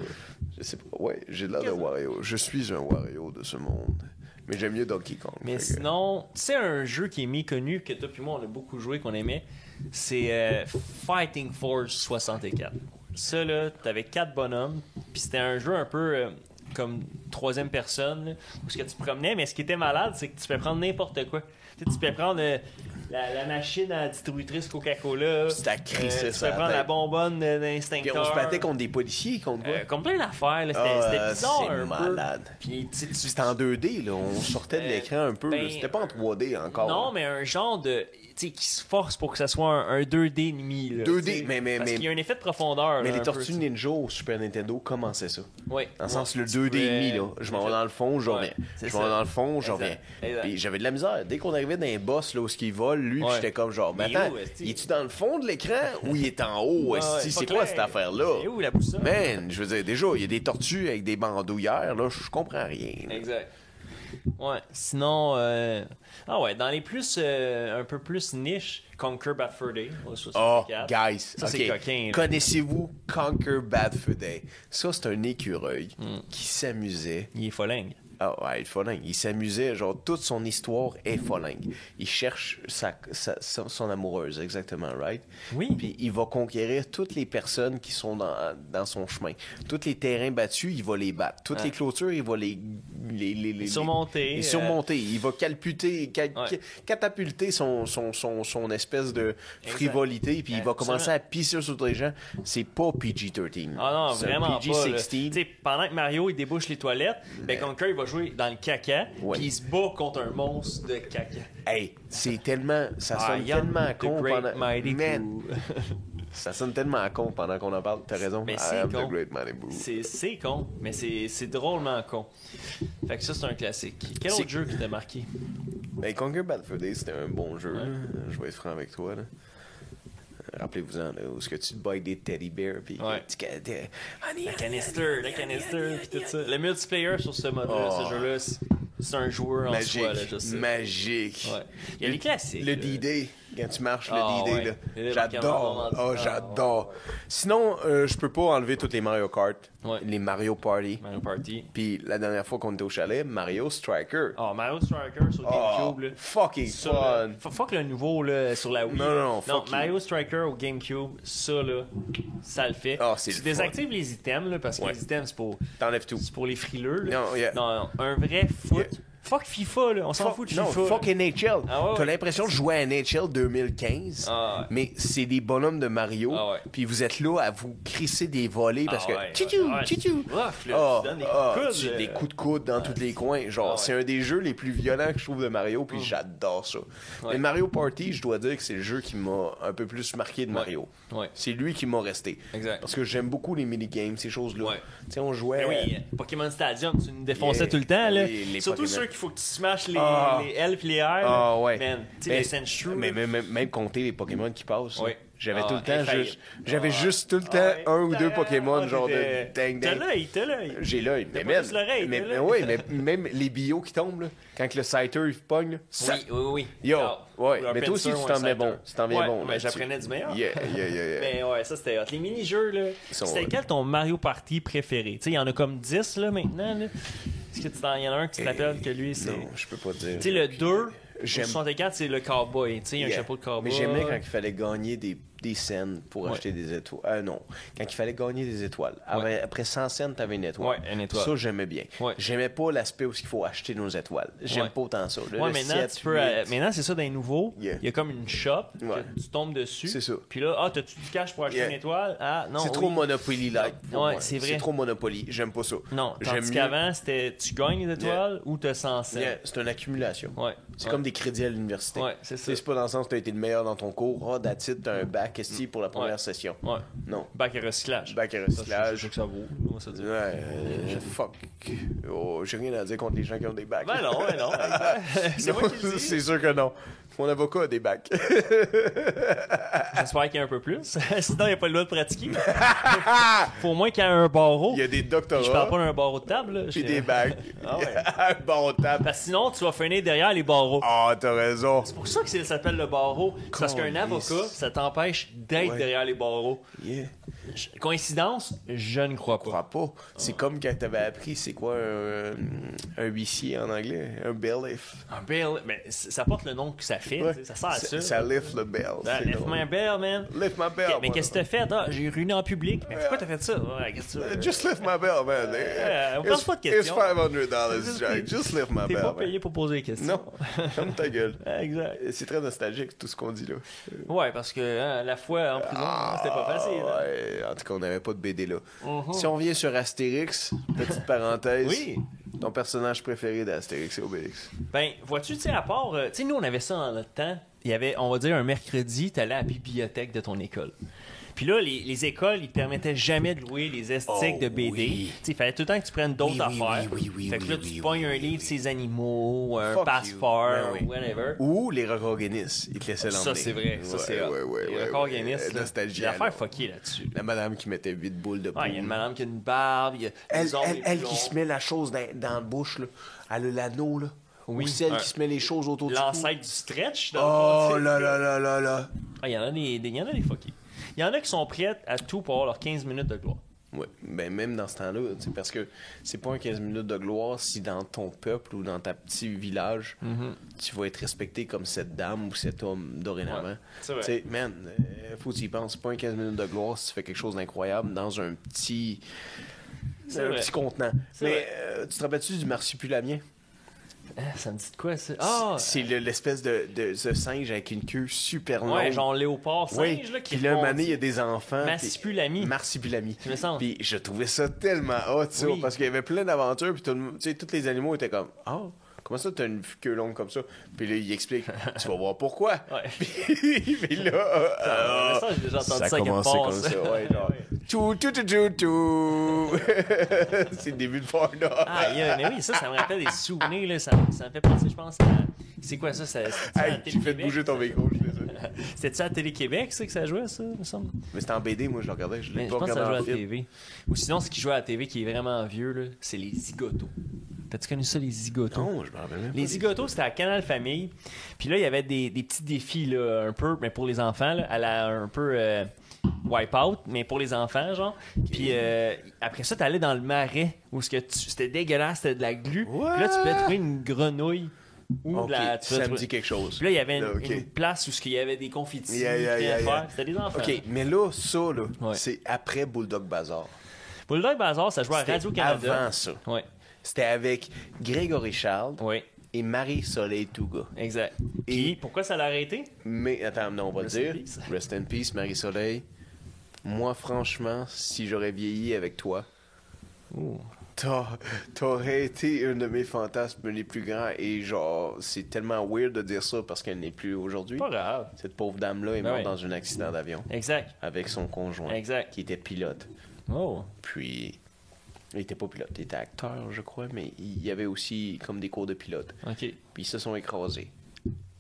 A: Je sais pas. Ouais, j'ai l'air de
B: Qu'est-ce-
A: Wario. Je suis un Wario de ce monde. Mais j'aime mieux Donkey Kong.
B: Mais
A: Fait que-
B: sinon, tu sais, un jeu qui est méconnu, que toi puis moi on a beaucoup joué, qu'on aimait, c'est euh, Fighting Force 64. Ça là, t'avais quatre bonhommes, puis c'était un jeu un peu euh, comme troisième personne, là, où ce que tu promenais, mais ce qui était malade, c'est que tu peux prendre n'importe quoi. Tu sais, tu peux prendre euh, la, la machine à distributrice Coca-Cola, euh,
A: Puis t'as crissé
B: tu peux
A: ça à la
B: prendre la
A: tête.
B: bonbonne euh,
A: Puis
B: d'instincteur.
A: on se battait contre des policiers, contre quoi?
B: Euh, comme plein d'affaires, là, c'était
A: Ah,
B: c'était bizarre
A: c'est
B: un
A: malade.
B: peu. Puis tu sais, tu-
A: C'était en 2D, là. On sortait de
B: Euh,
A: l'écran un peu. là.
B: ben,
A: C'était pas en 3D encore.
B: Non, mais un genre de. Tu sais, qui se force pour que ça soit un, un 2D et demi. Là,
A: 2D,
B: tu sais.
A: mais- mais-
B: Parce
A: mais-
B: qu'il y a un effet de profondeur.
A: Mais
B: là,
A: les
B: un peu,
A: Tortues
B: tu sais.
A: Ninja au Super Nintendo commençaient ça.
B: Ouais.
A: Dans le sens,
B: Ouais,
A: le
B: tu
A: 2D et demi, là.
B: pouvais-
A: Je m'en vais dans le fond, je
B: Ouais,
A: reviens.
B: c'est
A: Je m'en vais
B: ça.
A: dans le fond, je
B: Exact,
A: reviens.
B: exact.
A: Puis j'avais de la misère. Dès qu'on arrivait dans les boss, là, où ce qu'il vole, lui,
B: Ouais.
A: j'étais comme genre, mais
B: Il est
A: attends,
B: où, esti?
A: il est-tu dans le fond de l'écran ou il est en haut,
B: Ouais,
A: esti?
B: ouais,
A: C'est
B: pas
A: quoi
B: clair.
A: cette affaire-là?
B: C'est où la boussole?
A: Man, je veux dire, déjà, il y a des tortues avec des bandoulières, là, je comprends rien. là.
B: Exact. Ouais. Sinon, euh, ah ouais, dans les plus, euh, un peu plus niche, Conquer Bad Fur Day au
A: Oh,
B: 64.
A: guys,
B: Ça,
A: ok.
B: c'est coquin. là.
A: Connaissez-vous
B: Hmm.
A: Conquer Bad for Day? Ça, c'est un écureuil qui s'amusait
B: Il est folingue.
A: Ah ouais, il est folingue. Il s'amusait, genre, toute son histoire est folingue. Il cherche sa, sa- son- son amoureuse, exactement, right?
B: Oui.
A: Puis il va conquérir toutes les personnes qui sont dans, dans son chemin. Tous les terrains battus, il va les battre. Toutes
B: Ouais.
A: les clôtures, il va les... les, les, les-
B: Ah. Surmonter,
A: les
B: euh,
A: surmonter. Il va calputer, cal-
B: Ouais.
A: catapulter son, son, son, son espèce de frivolité, puis il va
B: Absolument.
A: commencer à pisser sur les gens. C'est pas PG-13.
B: Ah non,
A: C'est
B: vraiment pas. là.
A: PG-16.
B: Tu sais, pendant que Mario il débouche les toilettes, ben Conker il va jouer dans le caca,
A: Ouais.
B: puis il se bat contre un monstre de caca.
A: Hey, c'est tellement. Ça
B: Ah,
A: sonne
B: Yann,
A: tellement
B: the
A: con
B: great
A: pendant.
B: mighty
A: Man,
B: Boo.
A: ça sonne tellement con pendant qu'on en parle, t'as raison.
B: Mais
A: I
B: c'est
A: am
B: con.
A: the great mighty boo.
B: C'est c'est con, mais c'est c'est drôlement con. Fait que ça c'est un classique. Quel
A: C'est-
B: autre jeu qui t'a marqué
A: Mais Conquer Bad Fur Day, c'était un bon jeu. là. Je vais être franc avec toi. là. Rappelez-vous-en, là, où est-ce que tu te bailles des teddy bears, puis
B: Ouais.
A: tu ca- t'es- Honey,
B: La canister, la canister, puis tout ça. Le multiplayer sur ce mode-là,
A: Oh.
B: ce jeu-là, c'est- c'est un joueur en
A: Magique,
B: soi, là, je sais.
A: magique.
B: Ouais. Il y a les classiques,
A: Le
B: là.
A: D-Day, quand tu marches,
B: Ah,
A: le D-Day,
B: ouais. Il y a
A: là.
B: des
A: J'adore. Oh,
B: marqueurs momentaires.
A: j'adore. Sinon, euh, je peux pas enlever toutes les Mario Kart,
B: Ouais.
A: les Mario Party.
B: Mario Party.
A: Puis la dernière fois qu'on était au chalet, Mario Striker.
B: Oh, Mario Strikers sur
A: Oh,
B: GameCube, là.
A: fucking
B: Ah, Ça,
A: fun.
B: là, f- fuck le nouveau là, sur la Wii.
A: Non, non, fuck you.
B: Mario Striker au GameCube, ça là, ça le fait.
A: Ah, c'est
B: tu
A: le
B: désactives les items là, parce que
A: Ouais.
B: les items c'est pour,
A: T'enlèves tout.
B: c'est pour les frileux. là.
A: Non, yeah.
B: non, non, un vrai foot.
A: Yeah.
B: Fuck FIFA là, on s'en
A: Fuck-
B: fout de
A: non,
B: FIFA. là.
A: fuck NHL.
B: Ah ouais, ouais.
A: T'as l'impression de jouer à NHL 2015,
B: Ah ouais.
A: mais c'est des bonhommes de Mario.
B: Ah ouais.
A: Puis vous êtes là à vous crisser des volets parce
B: Ah ouais,
A: que tchou
B: ouais,
A: tchou
B: c'est rough, là,
A: Ah,
B: tu donnes des
A: ah,
B: coups de coude,
A: tu-
B: euh,
A: des coups de coude dans tous les coins. Genre,
B: Ah ouais. Ah.
A: c'est un des jeux les plus violents que je trouve de Mario, puis j'adore ça.
B: Ouais.
A: Mais Mario Party, je dois dire que c'est le jeu qui m'a un peu plus marqué de Mario.
B: Ouais.
A: C'est lui qui m'a resté.
B: Exact.
A: Parce que j'aime beaucoup les minigames, ces choses-là.
B: Ouais.
A: Tu sais, on jouait.
B: Ben oui, Pokémon Stadium, tu nous défonçais
A: Yeah.
B: tout le temps. Là.
A: Oui, les
B: Surtout
A: Pokémon.
B: ceux qu'il faut que tu smashes les,
A: Ah.
B: les L et les R.
A: Ah
B: là.
A: ouais.
B: Man, tu sais,
A: Mais-
B: les Sandshrew.
A: Mais même, même, même compter les Pokémon qui passent.
B: Oui.
A: là. J'avais
B: Ah,
A: tout le temps
B: infaillible.
A: juste, j'avais
B: Ah.
A: juste tout le temps
B: Ah ouais.
A: un ou deux Pokémon
B: Ah,
A: genre de
B: t'étais-
A: dang
B: T'as
A: dang.
B: l'œil, t'as l'œil.
A: J'ai l'œil, mais
B: pas
A: même,
B: juste l'oreille,
A: mais,
B: t'as
A: mais
B: l'œil.
A: ouais, mais même les bio qui tombent là, quand le Scyther il pogne, là, ça-
B: Oui, oui, oui.
A: Yo,
B: Ah,
A: ouais,
B: ou un
A: mais toi aussi,
B: pincer
A: tu
B: ou
A: t'en
B: un
A: venais
B: sceptre.
A: bon, tu t'en venais
B: Ouais,
A: bon
B: mais
A: là-dessus.
B: j'apprenais du meilleur.
A: Yeah, yeah, yeah, yeah.
B: Mais ouais, ça c'était hot. Les mini-jeux, là.
A: Euh, sont-
B: C'était quel ton Mario Party préféré? Tu sais, il y en a comme 10 là maintenant. là. Est-ce que tu t'en- il y en a un qui te rappelle que lui, c'est.
A: Euh, Non, je peux pas dire.
B: Tu sais, le 2,
A: J'aime-
B: 64, c'est le cowboy. Tu sais, il y a un
A: Yeah.
B: chapeau de cowboy.
A: Mais j'aimais quand il fallait gagner des, des scènes pour acheter des étoiles. Ah non, quand il fallait gagner des étoiles. Après, après 100 scènes, t'avais une étoile.
B: Ouais, une étoile.
A: Ça, j'aimais bien.
B: Ouais.
A: J'aimais pas l'aspect où il faut acheter nos étoiles. J'aime
B: Ouais.
A: pas autant ça. Là,
B: Ouais,
A: le
B: maintenant,
A: sept,
B: tu peux,
A: huit.
B: euh, maintenant, c'est ça dans les nouveaux. Il
A: Yeah.
B: y a comme une shop
A: Ouais.
B: que tu tombes dessus.
A: C'est ça.
B: Puis là, ah, t'as-tu du cash pour acheter
A: Yeah.
B: une étoile? Ah, non.
A: C'est trop
B: oui.
A: Monopoly-like. pour
B: Ouais,
A: moi.
B: c'est vrai.
A: C'est trop Monopoly. J'aime pas ça.
B: Non,
A: j'aime
B: tandis
A: mieux-
B: qu'avant, c'était tu gagnes les étoiles ou t'as 100 cents.
A: Yeah, c'est une accumulation.
B: Ouais.
A: C'est
B: Ouais.
A: comme des crédits à l'université.
B: Ouais, c'est ça.
A: C'est pas dans le sens que t'as été le meilleur dans ton cours. Ah, that's it, t'as un bac esti pour la première
B: Mm. Ouais.
A: session.
B: Ouais.
A: Non.
B: Bac et recyclage.
A: Bac à
B: Ça, je- je
A: recyclage.
B: sais que ça vaut. on va se
A: Ouais,
B: dire.
A: euh, fuck. Oh, j'ai rien à dire contre les gens qui ont des bacs.
B: Ben non, ben non. exact. c'est
A: Non,
B: moi qui le dis.
A: c'est sûr que non. Mon avocat a des bacs.
B: J'espère qu'il y a un peu plus. Sinon, il n'y a pas le droit de pratiquer. Faut au moins qu'il y ait un barreau.
A: Il y a des
B: Je parle pas
A: doctorats
B: d'un barreau de table. là.
A: puis
B: Je-
A: des bacs.
B: Ah ouais.
A: Un bon table.
B: Parce que sinon, tu vas finir derrière les barreaux.
A: Ah, t'as raison.
B: C'est pour ça que ça s'appelle le barreau. C'est parce qu'un
A: Calisse.
B: avocat, ça t'empêche d'être
A: Ouais.
B: derrière les barreaux.
A: Yeah.
B: Je- Coïncidence? Je ne crois
A: Je
B: pas.
A: crois pas.
B: Ah.
A: C'est comme quand t'avais appris c'est quoi un, un huissier en anglais. Un bailiff.
B: Un bail, mais c- ça porte le nom que ça fait.
A: Ouais.
B: tu sais, Ça sert à ça.
A: Ça lift le bell.
B: Ah,
A: c'est
B: Lift
A: drôle.
B: my bell, man.
A: Lift my bell.
B: Ok, mais
A: moi.
B: qu'est-ce que t'as fait? Ah, j'ai ruiné en public. Mais pourquoi t'as fait ça? Ouais, qu'est-ce que tu veux?
A: Just lift my bell, man.
B: Euh, on
A: It's-
B: pose pas de
A: It's
B: questions.
A: $500, Jack. Just lift my
B: T'es
A: bell.
B: pas
A: man.
B: payé pour poser des questions.
A: Non, ferme ta gueule.
B: Exact.
A: C'est très nostalgique tout ce qu'on dit là.
B: Ouais, parce que hein, la fois en prison, hein, c'était pas facile. hein.
A: Ah,
B: Mhm.
A: Ouais, en tout cas, on n'avait pas de BD là. Si on revient sur Astérix, petite parenthèse.
B: Oui.
A: Ton personnage préféré d'Astérix et Obélix.
B: Ben, vois-tu, tu sais, à part. euh, tu sais, nous, on avait ça dans notre temps. Il y avait, on va dire, un mercredi, t'allais à la bibliothèque de ton école. Puis là, les, les écoles, ils te permettaient jamais de louer les estiques
A: Oh,
B: de BD.
A: oui.
B: Tu sais, il fallait tout le temps que tu prennes d'autres
A: Oui, oui,
B: affaires.
A: oui, oui, oui,
B: fait que là,
A: oui,
B: tu
A: oui,
B: pognes un livre, ses animaux, un
A: Fuck
B: passeport,
A: you. Ben oui.
B: whatever.
A: Ou les records Guinness. Il te laissait l'emmener.
B: Ça, c'est vrai. Ça,
A: Ouais,
B: c'est hot.
A: ouais, ouais,
B: Il y a
A: ouais,
B: encore
A: ouais. Euh,
B: Guinness. là.
A: Nostalgie.
B: Il y a
A: alors.
B: l'affaire fuckée là-dessus.
A: La madame qui mettait 8 boules de
B: Ouais, il y a une madame qui a une barbe. il y a des
A: Elle,
B: ongles
A: elle,
B: plus
A: elle qui
B: longs.
A: se met la chose dans, dans la bouche, là. Elle a l'anneau, là.
B: Oui.
A: Ou celle
B: Ouais.
A: qui se met les choses autour du cou.
B: L'ancêtre du stretch. Dans
A: Oh
B: le fond,
A: là là là là là.
B: tu sais. Ah, il y en a des, des- il y en a des fuckés. Il y en a qui sont prêtes à tout pour avoir leurs 15 minutes de gloire.
A: Oui, ben même dans ce temps-là, tu sais, parce que c'est pas un 15 minutes de gloire si dans ton peuple ou dans ta petit village,
B: Mhm.
A: tu vas être respecté comme cette dame ou cet homme dorénavant.
B: Ouais, c'est vrai.
A: Tu sais, man, euh, faut que tu y penses. C'est pas un 15 minutes de gloire si tu fais quelque chose d'incroyable dans un petit.
B: C'est
A: un
B: vrai.
A: petit contenant.
B: C'est
A: Mais
B: vrai.
A: euh, tu te rappelles-tu du marsupilamien?
B: Ah, ça me dit de quoi, ça? Ah!
A: C'est le- l'espèce de, de ce singe avec une queue super longue.
B: Ouais, genre Léopard
A: Oui,
B: singe, là, qui
A: puis là,
B: rebondit.
A: Mané, il y a des enfants.
B: Marsupilami.
A: puis- Marsupilami.
B: Je me sens.
A: Puis je trouvais ça tellement hot, tu sais,
B: Oui.
A: parce qu'il y avait plein d'aventures, puis tout le monde- tu sais, tous les animaux étaient comme « Ah, comment ça t'as une queue longue comme ça? » Puis là, il explique « Tu vas voir pourquoi.
B: Ouais.
A: Puis puis là...
B: Ah,
A: euh,
B: ça, j'ai déjà entendu
A: ça a
B: ça quelque
A: commencé
B: part,
A: comme
B: ça.
A: ça, ouais, genre.
B: Ouais.
A: Tout, tout, tout, tout, tout. C'est le début de Pornhub.
B: Ah, il y a- mais oui, ça, ça me rappelle des souvenirs, là. Ça, ça me fait penser, je pense, à. C'est quoi ça? ça c'était-tu à
A: Hey, j'ai fait
B: Télé-Québec,
A: bouger ton
B: ça?
A: micro, je suis désolé.
B: C'était-tu à Télé-Québec, ça, que ça jouait, ça, il me semble?
A: Mais c'était en BD, moi, je le regardais. Je l'ai
B: Mais je
A: pas
B: pense que ça
A: regardé
B: joue
A: en
B: à la
A: film.
B: TV. Ou sinon, ce qui joue à la TV qui est vraiment vieux, là, c'est les zigotos. T'as-tu connu ça, les zigotos?
A: Non, Oh, je me rappelle même pas.
B: Les zigotos, c'était à Canal Famille. Puis là, il y avait des, des petits défis, là, un peu, mais pour les enfants, là, à la, un peu euh, wipe-out, mais pour les enfants, genre. Puis euh, après ça, t'allais dans le marais, où ce que tu- c'était dégueulasse, c'était de la glu. Puis là, tu pouvais trouver une grenouille. Ou
A: Ok,
B: de la, tu pouvais
A: ça me
B: trouver-
A: dit quelque chose.
B: Puis là, il y avait une,
A: Là, ok.
B: une place où ce qu'il y avait des confettis.
A: Yeah, yeah,
B: des
A: yeah,
B: affaires.
A: yeah.
B: C'était des enfants.
A: OK, mais là, ça, là,
B: Ouais.
A: c'est après Bulldog Bazaar.
B: Bulldog Bazar, ça jouait à
A: C'était
B: Radio-Canada.
A: avant ça.
B: Ouais.
A: C'était avec Grégory Charles
B: Oui,
A: et Marie-Soleil Touga.
B: exact. Puis, pourquoi ça l'a arrêté?
A: Mais, attends, non, on va le
B: Rest in
A: dire.
B: peace.
A: Rest in peace, Marie-Soleil. Moi, franchement, si j'aurais vieilli avec toi, t'a- t'aurais été un de mes fantasmes les plus grands. Et genre, c'est tellement weird de dire ça parce qu'elle n'est plus aujourd'hui.
B: Pas grave.
A: Cette pauvre dame-là est
B: Ben
A: morte
B: oui.
A: dans un accident d'avion
B: Exact.
A: avec son conjoint
B: Exact.
A: qui était pilote.
B: Oh.
A: Puis, il était pas pilote, il était acteur, je crois, mais il y avait aussi comme des cours de pilote.
B: OK.
A: Puis ils se sont écrasés.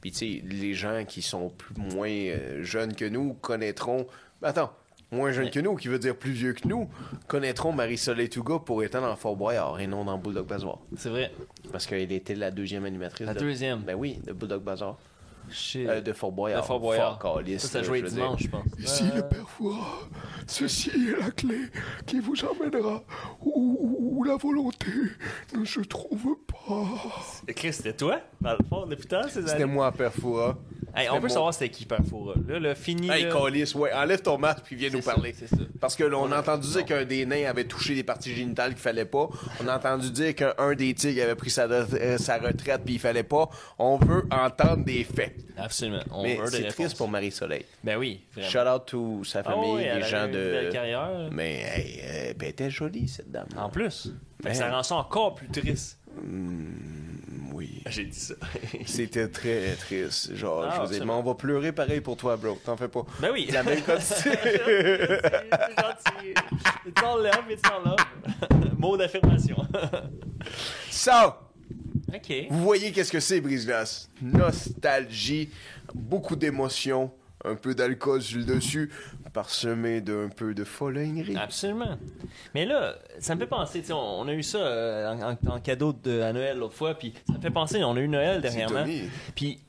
A: Puis, tu sais, les gens qui sont plus, moins euh, jeunes que nous connaîtront. Attends, moins jeunes que nous, qui veut dire plus vieux que nous, connaîtront Marie-Soleil Touga pour être dans Fort Boyard et non dans Bulldog Bazaar.
B: C'est vrai.
A: Parce qu'elle était la deuxième animatrice.
B: La
A: de-
B: deuxième.
A: Ben oui, de Bulldog Bazaar.
B: Shit.
A: Euh, de Fort Boyard.
B: De Fort Boyard.
A: Fort Callis,
B: ça, ça
A: là,
B: jouait
A: je veux
B: dimanche,
A: dire.
B: je pense.
C: Ici le père Fouras, ceci est la clé qui vous emmènera où, où la volonté ne se trouve pas.
B: Euh, Chris, c'était toi, dans le fond, depuis tard, ces
A: C'était
B: années?
A: moi, Père Fouras.
B: Hey, on
A: c'était
B: peut
A: moi.
B: savoir c'était qui, Parfoura. Là, là, fini.
A: Euh, Hey,
B: là.
A: Callis, ouais, enlève ton masque puis viens
B: C'est
A: nous
B: ça,
A: parler.
B: c'est ça.
A: Parce que là, on a entendu dire qu'un des nains avait touché des parties génitales qu'il fallait pas. On a entendu dire qu'un un des tigres avait pris sa, re- euh, sa retraite puis il fallait pas. On veut entendre des faits.
B: Absolument. On
A: Mais
B: veut des
A: c'est
B: réponses.
A: triste pour Marie-Soleil.
B: Ben oui, vraiment.
A: Shout out to sa
B: Ah
A: famille,
B: oui, elle
A: les
B: avait
A: gens
B: une belle
A: de.
B: carrière.
A: Mais hey, euh, ben, elle était jolie, cette dame.
B: En plus. Fait
A: Man.
B: que ça rend ça encore plus triste.
A: Oui.
B: J'ai dit ça.
A: C'était très triste. Genre, je
B: Ah,
A: veux dire, mais
B: absolument.
A: on va pleurer pareil pour toi, bro. T'en fais pas.
B: Ben oui.
A: La même quantité.
B: C'est gentil. It's all love, it's all love. Mot d'affirmation.
A: Ça!
B: OK.
A: Vous voyez qu'est-ce que c'est, Brise-Glace? Nostalgie, beaucoup d'émotions, un peu d'alcool sur le dessus, parsemé d'un peu de folignerie.
B: Ah, Absolument. Mais là, ça me fait penser, tu sais, on, on a eu ça euh, en, en- en cadeau de, à Noël l'autre fois, puis ça me fait penser, on a eu Noël dernièrement.
A: Tommy.
B: Puis,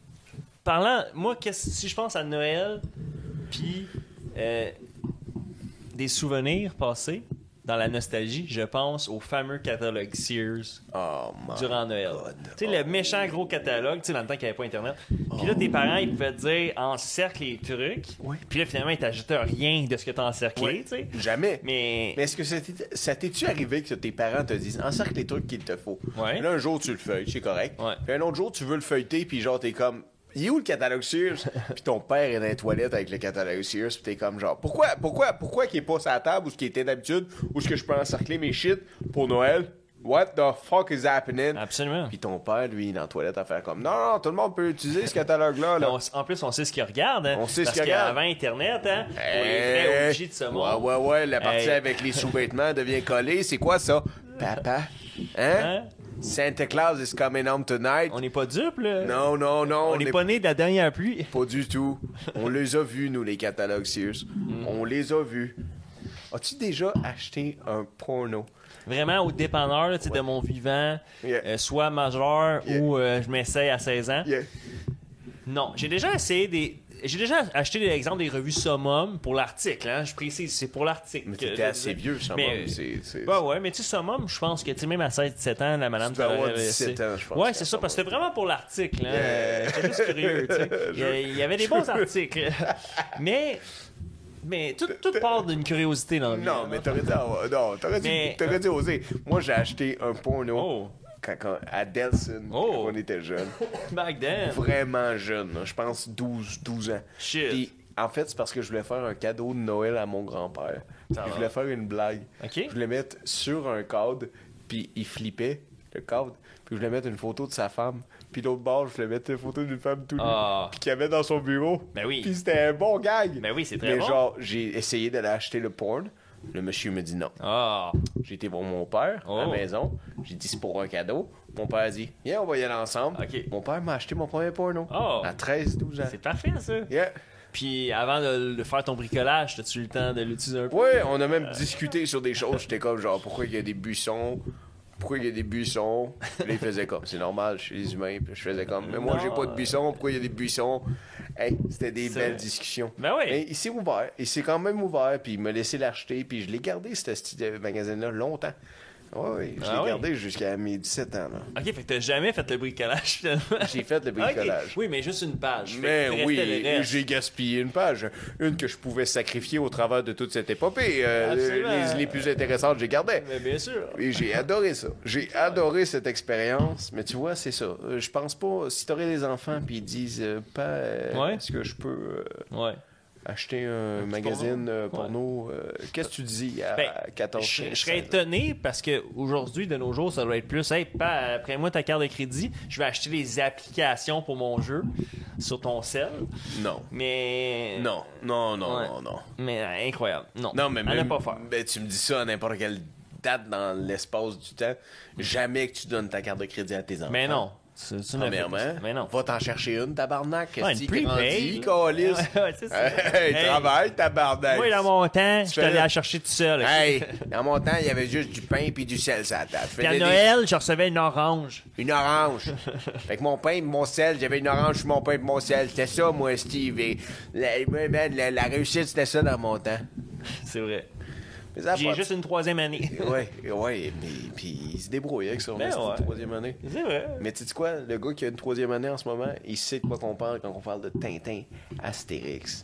B: parlant, moi, qu'est-ce- si je pense à Noël, puis euh, des souvenirs passés dans la nostalgie, je pense au fameux catalogue Sears
A: Oh, man.
B: durant Noël.
A: God.
B: Tu sais, le méchant gros catalogue, tu sais, dans le temps qu'il n'y avait pas Internet. Puis là, tes
A: Oh.
B: parents, ils pouvaient te dire encercle les trucs.
A: Ouais.
B: Puis là, finalement, ils t'ajoutaient rien de ce que t'as encerclé,
A: Ouais.
B: tu sais.
A: Jamais.
B: Mais.
A: Mais est-ce que ça t'est- ça t'es-tu arrivé que tes parents te disent encercle les trucs qu'il te faut?
B: Ouais.
A: Là, un jour, tu le feuilles, c'est correct.
B: Ouais.
A: Puis un autre jour, tu veux le feuilleter, puis genre, t'es comme. Il est où le catalogue Sears? puis ton père est dans les toilettes avec le catalogue Sears, puis t'es comme genre, pourquoi, pourquoi, pourquoi qu'il est pas sur la table ou ce qui était d'habitude, ou ce que je peux encercler mes shit pour Noël? What the fuck is happening?
B: Absolument.
A: Puis ton père, lui, il est dans les toilettes à faire comme, non, non, tout le monde peut utiliser ce catalogue-là. Là.
B: On s- en plus, on sait ce qu'ils regardent. Hein,
A: On sait ce
B: parce
A: qu'ils regardent.
B: qu'avant Internet, hein, on
A: Hey.
B: est très obligé de ce monde.
A: Eh, Ouais, ouais, ouais, la partie
B: Hey.
A: avec les sous-vêtements devient collée. C'est quoi ça? Papa? Hein?
B: Hein?
A: Santa Claus is coming home tonight.
B: On n'est pas dupes, là.
A: Non, non, non,
B: On n'est pas né de la dernière pluie.
A: pas du tout. On les a vus, nous, les catalogues Sears.
B: Mm.
A: On les a vus. As-tu déjà acheté un porno?
B: Vraiment, au dépanneur là, tu sais, de mon vivant,
A: Yeah.
B: euh, soit majeur
A: Yeah.
B: ou euh, je m'essaye à 16 ans.
A: Yeah.
B: Non, j'ai déjà essayé des. J'ai déjà acheté des exemples des revues Summum pour l'article, hein, je précise, c'est pour l'article.
A: Mais
B: que-
A: t'étais assez vieux, ça.
B: Mais-
A: moi, c'est- c'est-
B: Bah ouais, mais tu sais, Summum, je pense que tu sais, même à 16-17 ans, la madame
A: Tu dois avoir
B: travaillait-
A: 17 ans, je pense,
B: Ouais,
A: quand
B: c'est ça,
A: Summum.
B: parce que c'était vraiment pour l'article. Hein. Euh, J'étais juste curieux, tu sais. Il y a- Il y avait des bons articles. mais, mais tout, tout part d'une curiosité dans le hein.
A: Non, mais t'aurais dû avoir- Non, t'aurais dû,
B: Mais-
A: t'aurais dû oser. Moi, j'ai acheté un porno
B: Oh.
A: quand- quand- à Delson
B: Oh.
A: quand on était jeune.
B: Back then.
A: Vraiment jeune, là, je pense 12, 12 ans.
B: Shit.
A: Puis, en fait, c'est parce que je voulais faire un cadeau de Noël à mon grand-père. Puis
B: va.
A: Je voulais faire une blague.
B: Ok.
A: Je voulais mettre sur un cadre, puis il flippait le cadre. Puis je voulais mettre une photo de sa femme. Puis l'autre bord, je voulais mettre une photo d'une femme tout nue.
B: Ah.
A: Puis qu'il y avait dans son bureau.
B: Ben oui.
A: Puis c'était un bon gag.
B: Ben oui, c'est très
A: Mais
B: bon.
A: genre, j'ai essayé d'aller acheter le porn. Le monsieur me dit non.
B: Ah,
A: J'ai été voir mon père à la
B: Oh.
A: maison. J'ai dit c'est pour un cadeau. Mon père a dit Viens, on va y aller ensemble.
B: Ok.
A: Mon père m'a acheté mon premier porno
B: Oh.
A: à 13-12 ans.
B: c'est parfait, ça.
A: Yeah.
B: Puis avant de, de faire ton bricolage, as-tu eu le temps de l'utiliser un peu?
A: Ouais, on a même discuté sur des choses. J'étais comme genre pourquoi il y a des buissons Pourquoi il y a des buissons Puis Là, il faisait comme c'est normal, je suis les humains. Puis je faisais comme mais moi,
B: Non,
A: j'ai pas de buissons. Pourquoi il y a des buissons Hey, c'était des
B: C'est-
A: belles discussions.
B: Ben oui.
A: Mais il s'est ouvert. Il s'est quand même ouvert. Puis il m'a laissé l'acheter. Puis je l'ai gardé, ce petit euh, magasin-là, longtemps. Ouais, ouais, je
B: Ah
A: l'ai
B: oui.
A: gardé jusqu'à mes 17 ans. Là.
B: Ok, fait que t'as jamais fait le bricolage, finalement.
A: J'ai fait le bricolage.
B: Ok. Oui, mais juste une page. Fait que
A: Mais
B: il
A: oui,
B: restait le reste.
A: j'ai gaspillé une page. Une que je pouvais sacrifier au travers de toute cette épopée. Euh,
B: Absolument.
A: les, les plus intéressantes, j'ai gardais.
B: Mais bien sûr.
A: Et j'ai adoré ça. J'ai adoré cette expérience. Mais tu vois, c'est ça. Euh, je pense pas. Si t'aurais des enfants puis ils disent euh, pas euh,
B: Ouais.
A: est-ce que je peux euh,
B: Ouais.
A: acheter un, magazine euh, porno, euh, qu'est-ce que tu dis à
B: Ben,
A: 14
B: je,
A: 15,
B: je serais
A: 16?
B: étonné parce que aujourd'hui, de nos jours, ça doit être plus. Hey, pa, après moi ta carte de crédit, je vais acheter des applications pour mon jeu sur ton cell.
A: Non.
B: Mais.
A: Non, non, non,
B: Ouais.
A: non, non.
B: Mais euh, incroyable. Non.
A: Non, mais
B: À ne
A: même-
B: pas faire.
A: ben, tu me dis ça à n'importe quelle date dans l'espace du temps. Jamais que tu donnes ta carte de crédit à tes enfants.
B: Mais non. C'est- c'est une
A: Premièrement,
B: affaire- Mais non.
A: va t'en chercher une, tabarnak.
B: Ouais,
A: si
B: une
A: grandit,
B: prepaid.
A: calice.
B: Ouais, ouais, c'est ça.
A: Hey,
B: Hey.
A: travaille, tabarnak.
B: Moi, dans mon temps, je suis
A: fais
B: allé
A: le-
B: la chercher tout seul.
A: Hey, dans mon temps, il y avait juste du pain puis du sel sur la table. Je
B: Puis à
A: faisais des-
B: Noël, je recevais une orange.
A: Une orange. fait que mon pain et mon sel, j'avais une orange sur mon pain et mon sel. C'était ça, moi, Steve. Et la, ouais, man, la- la réussite, c'était ça dans mon temps.
B: C'est vrai.
A: Mais ça a
B: J'ai
A: pas de
B: juste une troisième année.
A: Ouais, ouais, mais puis il se débrouille avec son
B: Ben
A: esti de
B: ouais.
A: troisième année.
B: C'est vrai.
A: Mais tu sais quoi, le gars qui a une troisième année en ce moment, il sait de quoi qu'on parle quand on parle de Tintin, Astérix,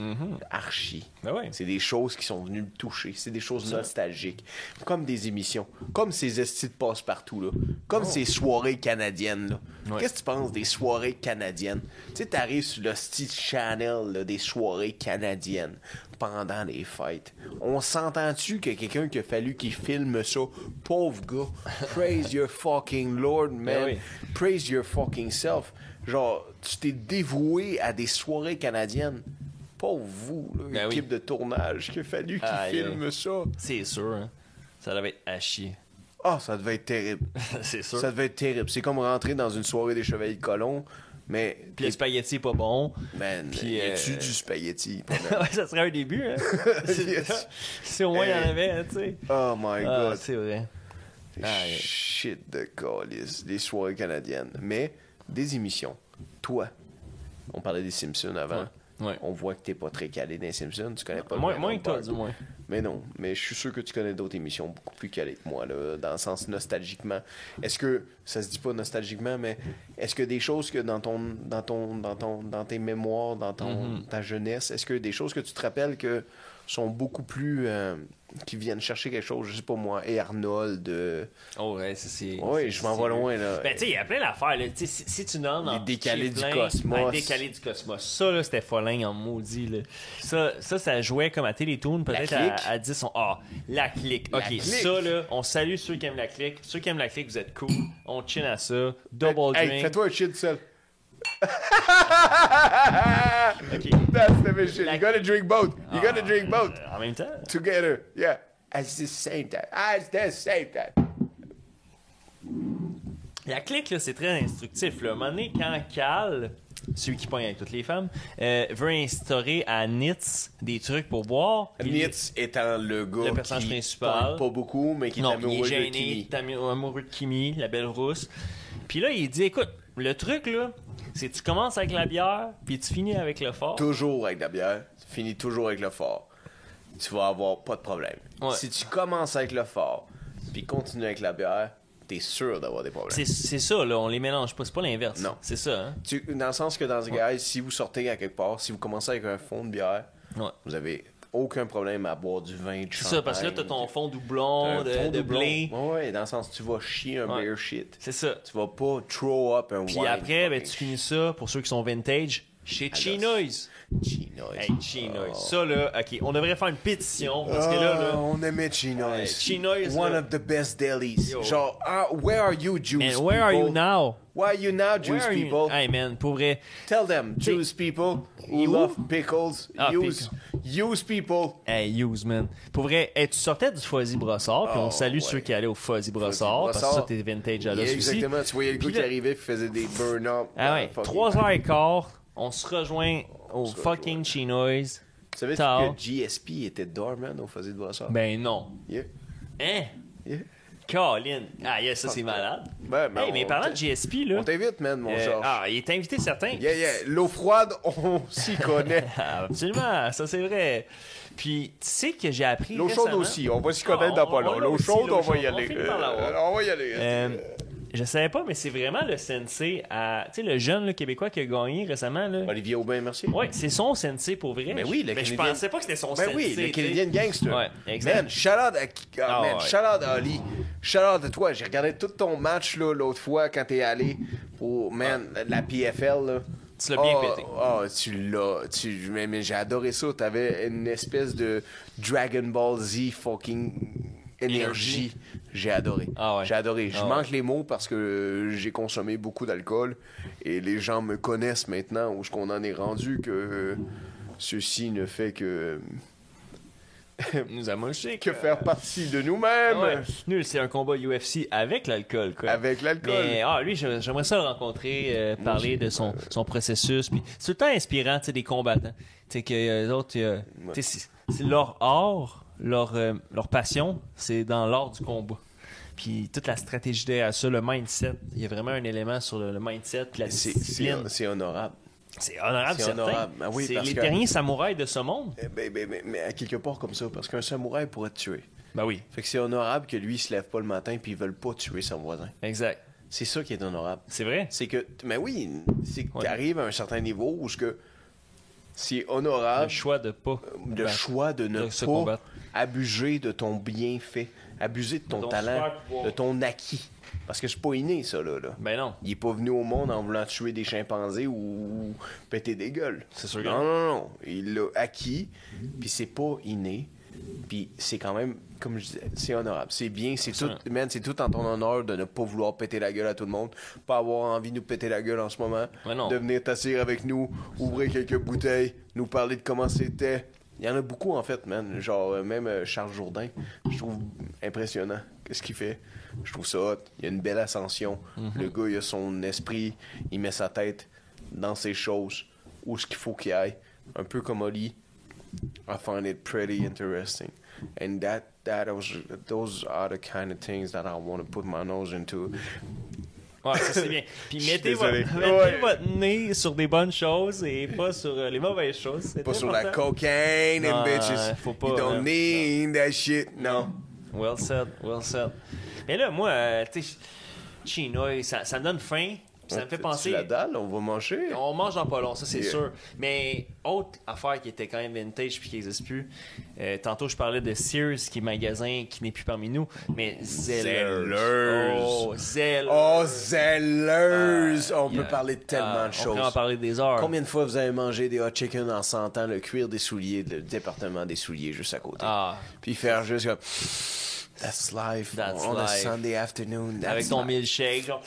A: Archie.
B: Mhm. Ben ouais.
A: C'est des choses qui sont venues me toucher. C'est des choses nostalgiques. Comme des émissions. Comme ces estis de passe-partout, là. Comme ces soirées canadiennes, là.
B: Oh. Ouais.
A: Qu'est-ce que tu penses des soirées canadiennes? Tu sais, t'arrives sur le style channel, là, des soirées canadiennes pendant les fêtes. On s'entend-tu que quelqu'un qui a fallu qu'il filme ça? Pauvre gars. Praise your fucking Lord, man.
B: Ben oui.
A: Praise your fucking self. Genre, tu t'es dévoué à des soirées canadiennes. Pauvre vous, là,
B: Ben oui.
A: équipe de tournage, qu'il a fallu qu'il
B: Aïe,
A: filme ça.
B: C'est sûr. hein. Ça devait être à chier.
A: Ah, ça devait être terrible.
B: C'est sûr.
A: ça devait être terrible. C'est comme rentrer dans une soirée des Chevaliers de Colomb, mais.
B: Puis le spaghetti est pas bon.
A: Man,
B: Puis,
A: y a-tu
B: euh,
A: du spaghetti?
B: Ouais, ça serait un début, hein?
A: Yes.
B: Si au moins il y en
A: Hey.
B: avait, hein, tu sais.
A: oh my
B: Ah,
A: god.
B: c'est vrai. Aïe.
A: Shit de calice, des soirées canadiennes. Mais des émissions. Toi, on parlait des Simpsons avant.
B: Ouais, ouais.
A: On voit que t'es pas très calé dans les Simpsons. Tu connais pas le
B: Moins-
A: vrai
B: moins
A: nombre
B: que toi,
A: d'heures.
B: du moins.
A: Mais non, mais je suis sûr que tu connais d'autres émissions beaucoup plus calées que moi, là, dans le sens nostalgiquement. Est-ce que, ça se dit pas nostalgiquement, mais est-ce que des choses que dans ton, dans ton, dans ton, dans tes mémoires, dans ton,
B: Mhm.
A: ta jeunesse, est-ce que des choses que tu te rappelles que sont beaucoup plus, euh, qui viennent chercher quelque chose, je sais pas moi, et Arnold, euh,
B: Oh, ouais, c'est- c'est.
A: oui,
B: c'est-
A: je m'en
B: c'est-
A: vais loin, là.
B: Ben, tu sais, il y a plein d'affaires, là. Tu sais, si, si tu nommes.
A: Les
B: en
A: décalés
B: pitcher
A: du
B: plein-
A: cosmos.
B: Ouais, décalés du cosmos. Ça, là, c'était follin en maudit, là. Ça, ça, ça jouait comme à Télétoon, peut-être à,
A: clique.
B: à 10. on- Ah, la clique.
A: La
B: ok,
A: clique.
B: ça, là, on salue ceux qui aiment la clique. Ceux qui aiment la clique, vous êtes cool. On chin à ça. Double
A: Hey,
B: drink.
A: fais-toi un shit seul.
B: Ok.
A: That's the mission.
B: La-
A: You gotta drink both. You gotta
B: Ah,
A: drink both.
B: euh, En même temps.
A: together. Yeah. At the same time. At the same time.
B: La clique, là, c'est très instructif. Là. À un moment donné, quand Cal, celui qui pogne avec toutes les femmes, euh, veut instaurer à Nitz des trucs pour boire, il-
A: Nitz étant le gars
B: Le personnage
A: qui
B: principal.
A: parle pas beaucoup, mais qui est
B: non, il
A: amoureux
B: est
A: de
B: gêné,
A: Kimi.
B: t'es ami- amoureux de Kimi, la belle rousse. Puis là, il dit, écoute, Le truc, là, c'est que tu commences avec la bière, puis tu finis avec le fort.
A: Toujours avec de la bière, tu finis toujours avec le fort. Tu vas avoir pas de problème.
B: Ouais.
A: Si tu commences avec le fort, puis continues avec la bière, t'es sûr d'avoir des problèmes.
B: C'est c'est ça, là, on les mélange pas, c'est pas l'inverse.
A: Non.
B: C'est ça, hein?
A: Tu- dans le sens que dans ce gars, si vous sortez à quelque part, si vous commencez avec un fond de bière,
B: Ouais.
A: vous avez aucun problème à boire du vin, du
B: C'est ça, parce que là, t'as ton fond doublon, de, de blé.
A: Ouais, ouais, dans le sens, tu vas chier un
B: Ouais.
A: beer shit.
B: C'est ça.
A: Tu vas pas throw up un
B: Puis
A: wine.
B: après, ben,
A: fucking
B: tu finis ça, pour ceux qui sont vintage, chez Chinoise.
A: Chinoise.
B: Hey, Chinoise.
A: Oh.
B: Ça, là, OK, on devrait faire une pétition, parce que là,
A: Ah,
B: là...
A: on aimait Chinoise.
B: Hey, Chinoise,
A: One
B: là.
A: of the best delis.
B: Yo.
A: Genre, ah, where are you, Jews
B: Man, where are you now?
A: Where are you now, Jews
B: Where are you-
A: people?
B: Hey, man, pour vrai...
A: Tell them, Jews people, who
B: You?
A: love pickles,
B: Ah,
A: use, use people.
B: Hey, use, man. Pour vrai, hey, tu sortais du Fuzzy Brossard, puis on
A: Oh,
B: salue
A: ouais.
B: ceux qui allaient au Fuzzy Brossard, parce que ça,
A: Brossard.
B: t'es vintage à l'os
A: Yeah,
B: aussi.
A: exactement, tu voyais le gars
B: Puis
A: qui
B: là-
A: arrivait qui faisait des burn-up.
B: Ah ouais, 3h15, on se rejoint au
A: se
B: fucking
A: rejoint.
B: Chinoise.
A: Tu savais
B: tard.
A: que GSP était dormant au faisait de brassard?
B: Ben non.
A: Yeah,
B: Hein?
A: yeah.
B: Colin. Ah, yeah, ça, c'est malade.
A: Ben, ben,
B: hey, mais
A: on
B: parlant
A: t'a-
B: de GSP, là.
A: On t'invite, man, mon
B: euh,
A: Georges.
B: ah, il est invité certain.
A: Yeah, yeah, l'eau froide, on s'y connaît.
B: Ah, absolument, ça c'est vrai. Puis, tu sais que j'ai appris.
A: L'eau chaude
B: récemment-
A: aussi, on va s'y
B: Ah,
A: connaître
B: on-
A: dans pas
B: on
A: long.
B: l'a
A: L'eau
B: aussi,
A: chaude, on va y
B: chaude.
A: aller.
B: finit par hein. l'avoir.
A: Euh, On va y aller.
B: Euh, je savais pas, mais c'est vraiment le sensei à. Tu sais, le jeune là, québécois qui a gagné récemment, là.
A: Olivier Aubin, merci.
B: Ouais, c'est son sensei pour vrai.
A: Ben oui, le
B: Mais je
A: Canadien-
B: pensais pas que c'était son
A: Ben
B: sensei.
A: oui, le
B: tu sais.
A: Canadian Gangster.
B: Ouais, exact.
A: Man, shout-out à, ah,
B: Ah,
A: man,
B: ouais.
A: shout-out à Ali. Shout-out à toi. J'ai regardé tout ton match là, l'autre fois quand t'es allé pour, man, la PFL. Là.
B: Ah. Tu l'as bien
A: Ah,
B: pété.
A: ah, tu l'as. Tu, mais, mais j'ai adoré ça. T'avais une espèce de Dragon Ball Z fucking énergie.
B: Énergie.
A: J'ai adoré.
B: Ah ouais.
A: J'ai adoré. Je
B: Ah
A: manque les mots parce que euh, j'ai consommé beaucoup d'alcool et les gens me connaissent maintenant où ce qu'on en est rendu que euh, ceci ne fait que
B: nous a moché.
A: que faire partie de
B: Ah
A: nous-mêmes
B: ouais. Nul, c'est un combat UFC avec l'alcool, quoi.
A: avec l'alcool.
B: Mais ah, lui, je- j'aimerais ça le rencontrer, euh, parler de son, son processus. Puis c'est tout le temps inspirant, tu sais, des combattants. Tu sais, que euh, les autres, euh, tu sais, c'est- c'est leur art, leur, euh, leur passion, c'est dans l'art du combat. Puis toute la stratégie derrière ça, le mindset. Il y a vraiment un élément sur le, le mindset, puis la
A: C'est- C'est
B: discipline.
A: c'est honorable.
B: C'est honorable,
A: c'est
B: certain.
A: honorable. Ah oui,
B: c'est
A: parce
B: les
A: que-
B: derniers samouraïs de ce monde.
A: Eh ben, ben, ben, mais à quelque part comme ça, parce qu'un samouraï pourrait te tuer.
B: Ben oui,
A: Fait que c'est honorable que lui il se lève pas le matin puis ils veulent pas tuer son voisin.
B: exact.
A: C'est ça qui est honorable.
B: C'est vrai.
A: C'est que mais oui, c'est que
B: Ouais.
A: t'arrives à un certain niveau où ce que c'est
B: Le
A: honorable
B: choix de pas.
A: le
B: Ben,
A: choix Ah. de ne
B: de se
A: pas
B: combattre.
A: abuser de ton bienfait, abuser de ton,
B: ton
A: talent,
B: super pouvoir.
A: de ton acquis. Parce que c'est pas inné ça là. là.
B: Ben non.
A: Il est pas venu au monde en voulant tuer des chimpanzés ou péter des gueules.
B: C'est sûr que
A: Non, non, non. Il l'a acquis, puis c'est pas inné. Puis c'est quand même, comme je disais, c'est honorable. C'est bien, c'est tout,
B: Absolument.
A: man, c'est tout en ton honneur de ne pas vouloir péter la gueule à tout le monde, pas avoir envie de nous péter la gueule en ce moment,
B: Ouais, non.
A: de venir t'asseoir avec nous, ouvrir quelques bouteilles, nous parler de comment c'était. Il y en a beaucoup, en fait, man. Genre, euh, même euh, Charles Jourdain, je trouve impressionnant. Qu'est-ce qu'il fait? Je trouve ça hot. Il y a une belle ascension.
B: Mhm.
A: Le gars, il a son esprit. Il met sa tête dans ses choses. Où ce qu'il faut qu'il aille. Un peu comme Oli. I find it pretty interesting. And that, that was, those are the kind of things that I want to put my nose into.
B: Ouais, ça c'est bien. Puis
A: Je suis
B: mettez, votre,
A: désolé.
B: mettez
A: Ouais.
B: votre nez sur des bonnes choses et pas sur euh, les mauvaises choses. C'est
A: Pas sur la
B: important.
A: cocaine
B: Non,
A: and bitches.
B: faut pas,
A: you don't
B: man.
A: need that shit. Non.
B: Well said, well said. Mais là, moi, euh, tu sais, Chinois, ça, ça me donne faim. Ça me fait
A: Tu
B: penser.
A: la dalle, on va manger.
B: On mange dans pas long, ça c'est
A: Yeah.
B: sûr. Mais autre affaire qui était quand même vintage puis qui n'existe plus. euh, tantôt je parlais de Sears qui est magasin qui n'est plus parmi nous, mais Zellers.
A: Zellers.
B: Oh, Zellers.
A: Oh, zelleuse! on
B: Yeah.
A: peut parler de tellement
B: Ah,
A: de
B: On
A: choses.
B: pourrait en parler des heures.
A: Combien de fois vous avez mangé des hot chicken en sentant le cuir des souliers, le département des souliers juste à côté?
B: Ah.
A: Puis faire juste comme. That's life.
B: That's
A: on a
B: life.
A: Sunday afternoon. that's
B: Avec ton
A: life.
B: milkshake, genre.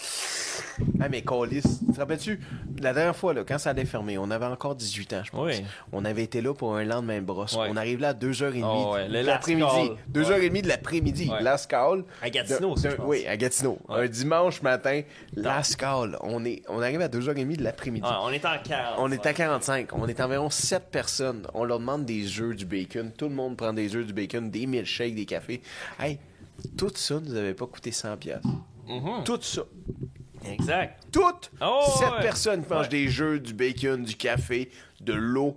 A: Ah, mais Colis, te rappelles-tu? La dernière fois, là, quand ça allait fermer, on avait encore 18 ans, je pense.
B: Oui.
A: On avait été là pour un lendemain de brosse.
B: Ouais.
A: On arrive là à 2h30
B: Oh, ouais, le
A: de
B: last
A: l'après-midi.
B: call.
A: 2h30 de l'après-midi.
B: Ouais.
A: Last call.
B: À Gatineau,
A: D'un-
B: ça,
A: d'un-
B: je pense.
A: Oui, à Gatineau.
B: Ouais.
A: Un dimanche matin, last call. On, est, on arrive à 2h30 de l'après-midi.
B: Ah, on est en quart.
A: On est à 45. On est environ 7 personnes. On leur demande des œufs, du bacon. Tout le monde prend des œufs, du bacon, des milkshakes,
B: Mm-hmm.
A: des cafés. Hey, tout ça nous avait pas coûté 100$. piastres. Tout ça.
B: Exact.
A: Toutes
B: Oh,
A: cette
B: ouais.
A: personne qui mange
B: Ouais.
A: des jeux, du bacon, du café, de l'eau,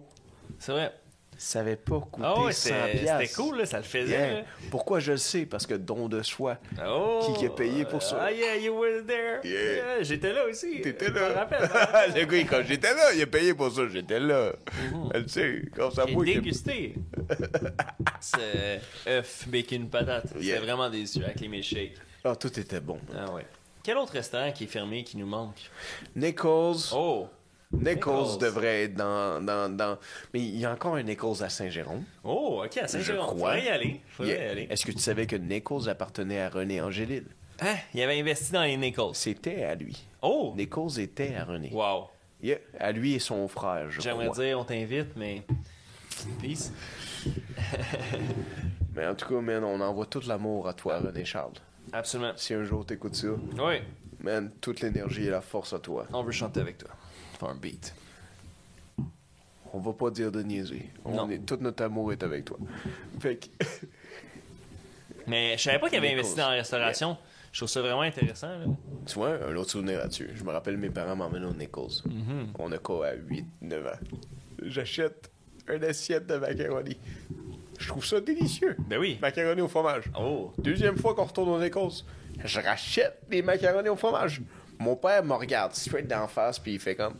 B: C'est vrai.
A: savait pas coûter
B: Oh, ouais,
A: 100
B: c'était c'était
A: piastres.
B: cool, là, ça le faisait.
A: Yeah. Pourquoi je le sais? Parce que don de soi.
B: là. Oh,
A: Qui qui a payé pour ça?
B: Ah, yeah, you were there.
A: Yeah.
B: J'étais là aussi.
A: T'étais
B: Je me
A: là.
B: rappelle, je me rappelle.
A: le gars, il- quand j'étais là, il a payé pour ça, j'étais là. Elle sait, quand ça
B: J'ai
A: bouge. il a-
B: dégusté. C'est euh, œuf, bacon, patate.
A: Yeah.
B: C'est vraiment délicieux avec les milkshakes.
A: Ah, tout était bon.
B: Ah ouais. Quel autre restaurant qui est fermé qui nous manque?
A: Nichols.
B: Oh!
A: Nichols,
B: Nichols.
A: devrait être dans, dans, dans- Mais il y a encore un Nichols à Saint-Jérôme.
B: Oh, ok, à Saint-Jérôme.
A: Je crois.
B: Faudrait y aller. Faudrait
A: Yeah.
B: y aller.
A: Est-ce que tu savais que Nichols appartenait à René Angélil?
B: Hein? Il avait investi dans les Nichols.
A: C'était à lui.
B: Oh!
A: Nichols était à René.
B: Wow.
A: Yeah. À lui et son frère, je
B: J'aimerais
A: crois.
B: dire, on t'invite, mais. Peace.
A: Mais en tout cas, man, on envoie tout l'amour à toi, René Charles.
B: Absolument.
A: Si un jour t'écoutes ça,
B: Oui,
A: man, toute l'énergie et la force à toi.
B: on veut chanter avec toi. Faire un beat.
A: On va pas dire de niaiser. On
B: Non.
A: est, tout notre amour est avec toi. Fait que,
B: Mais je savais pas qu'il avait
A: Nichols.
B: investi dans la restauration. Je trouve ça vraiment intéressant. Là.
A: tu vois, un autre souvenir là-dessus. Je me rappelle, mes parents m'emmènent au Nichols. On a quoi à 8, 9 ans? Mm-hmm. J'achète une assiette de macaroni. Je trouve ça délicieux.
B: Ben oui.
A: Macaroni au fromage.
B: Oh!
A: Deuxième fois qu'on retourne au Nichols, je rachète des macaronis au fromage. Mon père me regarde straight d'en face, puis il fait comme...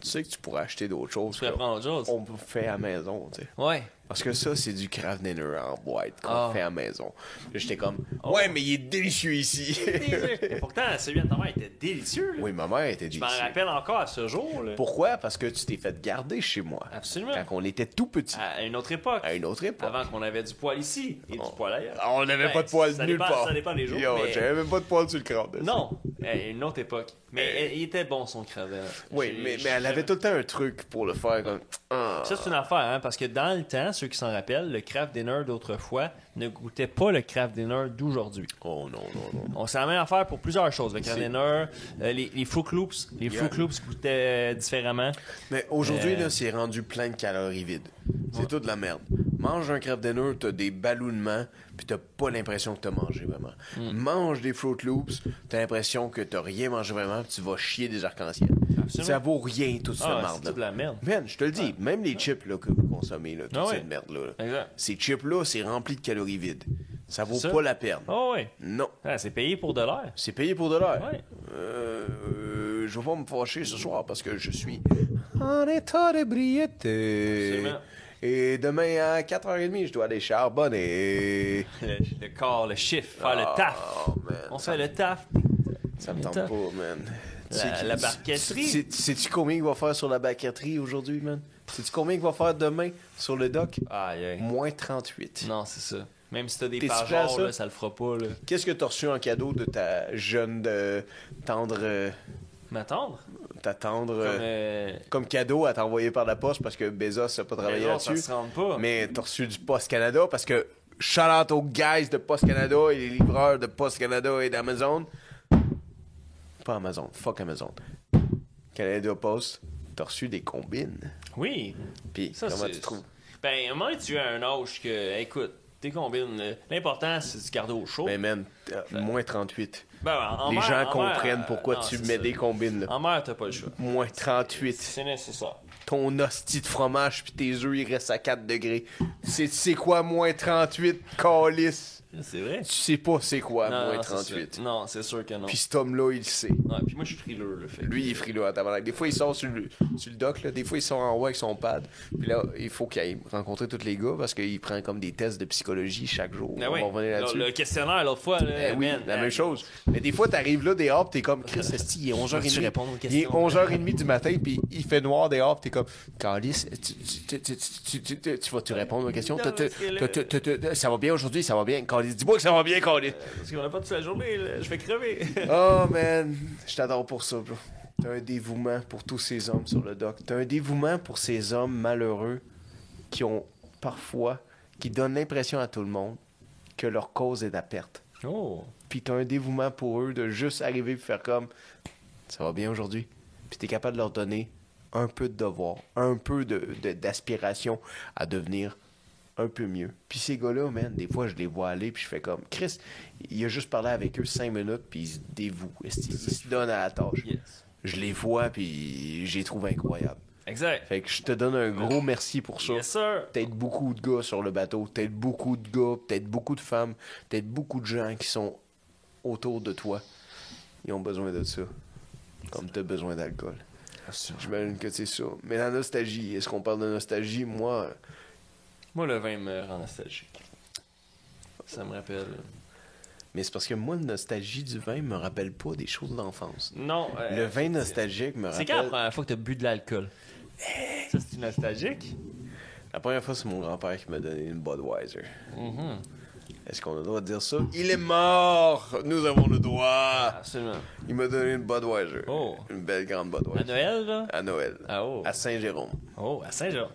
A: Tu sais que tu pourrais acheter d'autres choses.
B: pourrais
A: que
B: prendre autre chose.
A: On fait à la maison, tu sais.
B: Ouais.
A: Parce que ça, c'est du Kravener en boîte qu'on
B: Ah.
A: fait à la maison. Puis J'étais comme, ouais, mais il est délicieux ici.
B: Et Pourtant, celui à ta mère était délicieux. là.
A: oui, ma mère était
B: Je m'en
A: délicieux.
B: rappelle encore à ce jour. Là.
A: Pourquoi? Parce que tu t'es fait garder chez moi.
B: Absolument.
A: Quand on était tout petit,
B: À une autre époque.
A: à une autre époque. Oh. Ah,
B: Avant qu'on avait du poil ici et du poil ailleurs.
A: On n'avait
B: Ben,
A: pas de poils
B: ça
A: nulle
B: dépend-
A: part.
B: ça dépend des jours,
A: Yo,
B: mais-
A: j'avais même pas de poils sur le crâne.
B: Non, à une autre époque. Mais il était bon son cravate.
A: Euh. Oui,
B: J'ai-
A: mais, mais
B: j'ai
A: elle avait
B: jamais-
A: tout le temps un truc pour le faire. Comme... Ah.
B: Ça, c'est une affaire, hein, parce que dans le temps, ceux qui s'en rappellent, le craft dinner d'autrefois ne goûtait pas le craft dinner d'aujourd'hui.
A: Oh non, non, non.
B: On s'est la même affaire pour plusieurs choses. Le craft
A: C'est-
B: dinner, euh, les, les Froot Loops, les
A: Yeah.
B: Froot Loops goûtaient euh, différemment.
A: Mais aujourd'hui,
B: Euh.
A: là, c'est rendu plein de calories vides. C'est toute la merde. Mange un crêpe dinner, t'as des ballonnements, puis t'as pas l'impression que t'as mangé vraiment.
B: Hmm.
A: Mange des Fruit Loops, t'as l'impression que t'as rien mangé vraiment, puis tu vas chier des arcs-en-ciel.
B: Absolument.
A: Ça vaut rien, toute cette
B: Ah, c'est
A: merde-là.
B: de la merde.
A: Man, je te le dis, même les chips là, que vous consommez, là, toute
B: Ah ouais.
A: cette merde-là, là,
B: Exact.
A: ces chips-là, c'est rempli de calories vides. Ça vaut
B: C'est ça.
A: pas la peine.
B: Oh oui.
A: Non.
B: Ah, c'est payé pour de l'air.
A: C'est payé pour de l'heure.
B: Ouais.
A: Euh, euh, je vais pas me fâcher ce soir parce que je suis en état d'ébriété.
B: Absolument.
A: Et demain à 4h30, je dois aller charbonner.
B: Le, le corps, le chiffre, faire le
A: Ah,
B: taf.
A: man,
B: On
A: ça-
B: fait le taf.
A: Ça me tente
B: Attends.
A: pas, man. Tu sais
B: La-
A: qui-
B: la
A: tu-
B: barquetterie.
A: tu- tu- Sais-tu combien il va faire sur la barquetterie aujourd'hui, man? Sais-tu combien il va faire demain sur le dock?
B: Aïe, aïe.
A: Moins 38.
B: Non, c'est ça. Même si t'as des
A: T'es prêt à
B: pageurs,
A: ça?
B: là, ça le fera pas. Là.
A: Qu'est-ce que t'as reçu en cadeau de ta jeune, de- tendre... euh,
B: M'attendre?
A: ta tendre...
B: Comme,
A: euh,
B: euh,
A: comme cadeau à t'envoyer par la poste parce que Bezos n'a pas travaillé
B: Bezos, ça
A: là-dessus.
B: se rende pas.
A: Mais t'as reçu du Post Canada parce que shout out aux guys de Post Canada et les livreurs de Post Canada et d'Amazon. Pas Amazon, fuck Amazon. Canada Post, t'as reçu des combines.
B: Oui.
A: Puis
B: Ça,
A: comment
B: c'est-
A: tu trouves
B: Ben, à un moment, tu as un âge que, écoute, t'es combines. là. L'important, c'est de se garder au chaud.
A: Mais man, t'as- moins 38.
B: Ben, en- en
A: Ben, les
B: mer-
A: gens
B: en mer,
A: comprennent
B: euh,
A: pourquoi
B: non,
A: tu
B: c'est
A: mets
B: ça.
A: des combines. là.
B: En mer, t'as pas le choix.
A: Moins 38.
B: C'est nécessaire.
A: ton hostie de fromage puis tes œufs ils restent à 4 degrés. C'est c'est quoi moins 38 calice?
B: C'est vrai?
A: Tu sais pas c'est quoi
B: Non,
A: moins
B: non, c'est
A: 38.
B: sûr. Non, c'est sûr que non.
A: Puis
B: Puis,
A: cet homme-là, il le sait.
B: puis moi, je suis frileux, le fait. que-
A: Lui, il est frileux à tabarnak. Des fois, ils sont sur le, sur le dock, là. des fois, ils sont en haut avec son pad. Puis là, il faut qu'il aille rencontrer tous les gars parce qu'il prend comme des tests de psychologie chaque jour.
B: Ben
A: On
B: oui.
A: va revenir
B: Le,
A: là-dessus.
B: le questionnaire, l'autre fois, là,
A: Eh oui,
B: man,
A: la
B: eh,
A: même chose. Mais des fois, t'arrives là dehors, pis t'es comme, Chris, esti, il est
B: Peux-tu
A: 11h30.
B: répondre aux
A: Il est
B: questions?
A: 11h30 du matin, puis il fait noir dehors, pis t'es comme, Calice, tu- tu- tu- tu- tu- tu- tu vas-tu répondre aux questions?
B: Non,
A: T'as- t'as-
B: parce que là-
A: t'as- t'as- t'as- t'as- Ça va bien aujourd'hui, ça va bien. Calice, dis-moi que ça va bien, Calice.
B: Parce qu'on a pas toute la journée, là, je vais crever.
A: Oh, man, je t'adore pour ça, bro. T'as un dévouement pour tous ces hommes sur le dock. T'as un dévouement pour ces hommes malheureux qui ont parfois, qui donnent l'impression à tout le monde que leur cause est à perte.
B: oh.
A: puis t'as un dévouement pour eux de juste arriver et faire comme ça va bien aujourd'hui. Puis t'es capable de leur donner un peu de devoir, un peu de- de- d'aspiration à devenir un peu mieux. Puis ces gars-là, man, des fois, je les vois aller, puis je fais comme, Chris, il a juste parlé avec eux cinq minutes, puis ils se dévouent. Ils se donnent à la tâche.
B: Yes.
A: Je les vois, puis je les trouve incroyables.
B: Exact.
A: Fait que je te donne un gros merci pour ça.
B: Yes, sir.
A: Peut-être beaucoup de gars sur le bateau, peut-être beaucoup de gars, peut-être beaucoup de femmes, peut-être beaucoup de gens qui sont autour de toi. Ils ont besoin de ça. Comme t'as besoin d'alcool. J'imagine que c'est ça. Mais la nostalgie, est-ce qu'on parle de nostalgie? Moi,
B: Moi, le vin me rend nostalgique. Ça me rappelle.
A: Mais c'est parce que moi, la nostalgie du vin me rappelle pas des choses d'enfance.
B: Non. euh,
A: Le vin nostalgique me
B: C'est
A: rappelle.
B: quand la première fois que t'as bu de l'alcool Ça, c'est nostalgique
A: La première fois, c'est mon grand-père qui m'a donné une Budweiser.
B: Mhm.
A: Est-ce qu'on a le droit de dire ça? Il est mort! Nous avons le droit!
B: Absolument.
A: Il m'a donné une Budweiser.
B: Ah. Oh.
A: Une belle grande
B: À
A: Budweiser.
B: Noël, là
A: À Noël.
B: Ah, oh.
A: À Saint-Jérôme.
B: Oh, à Saint-Jérôme.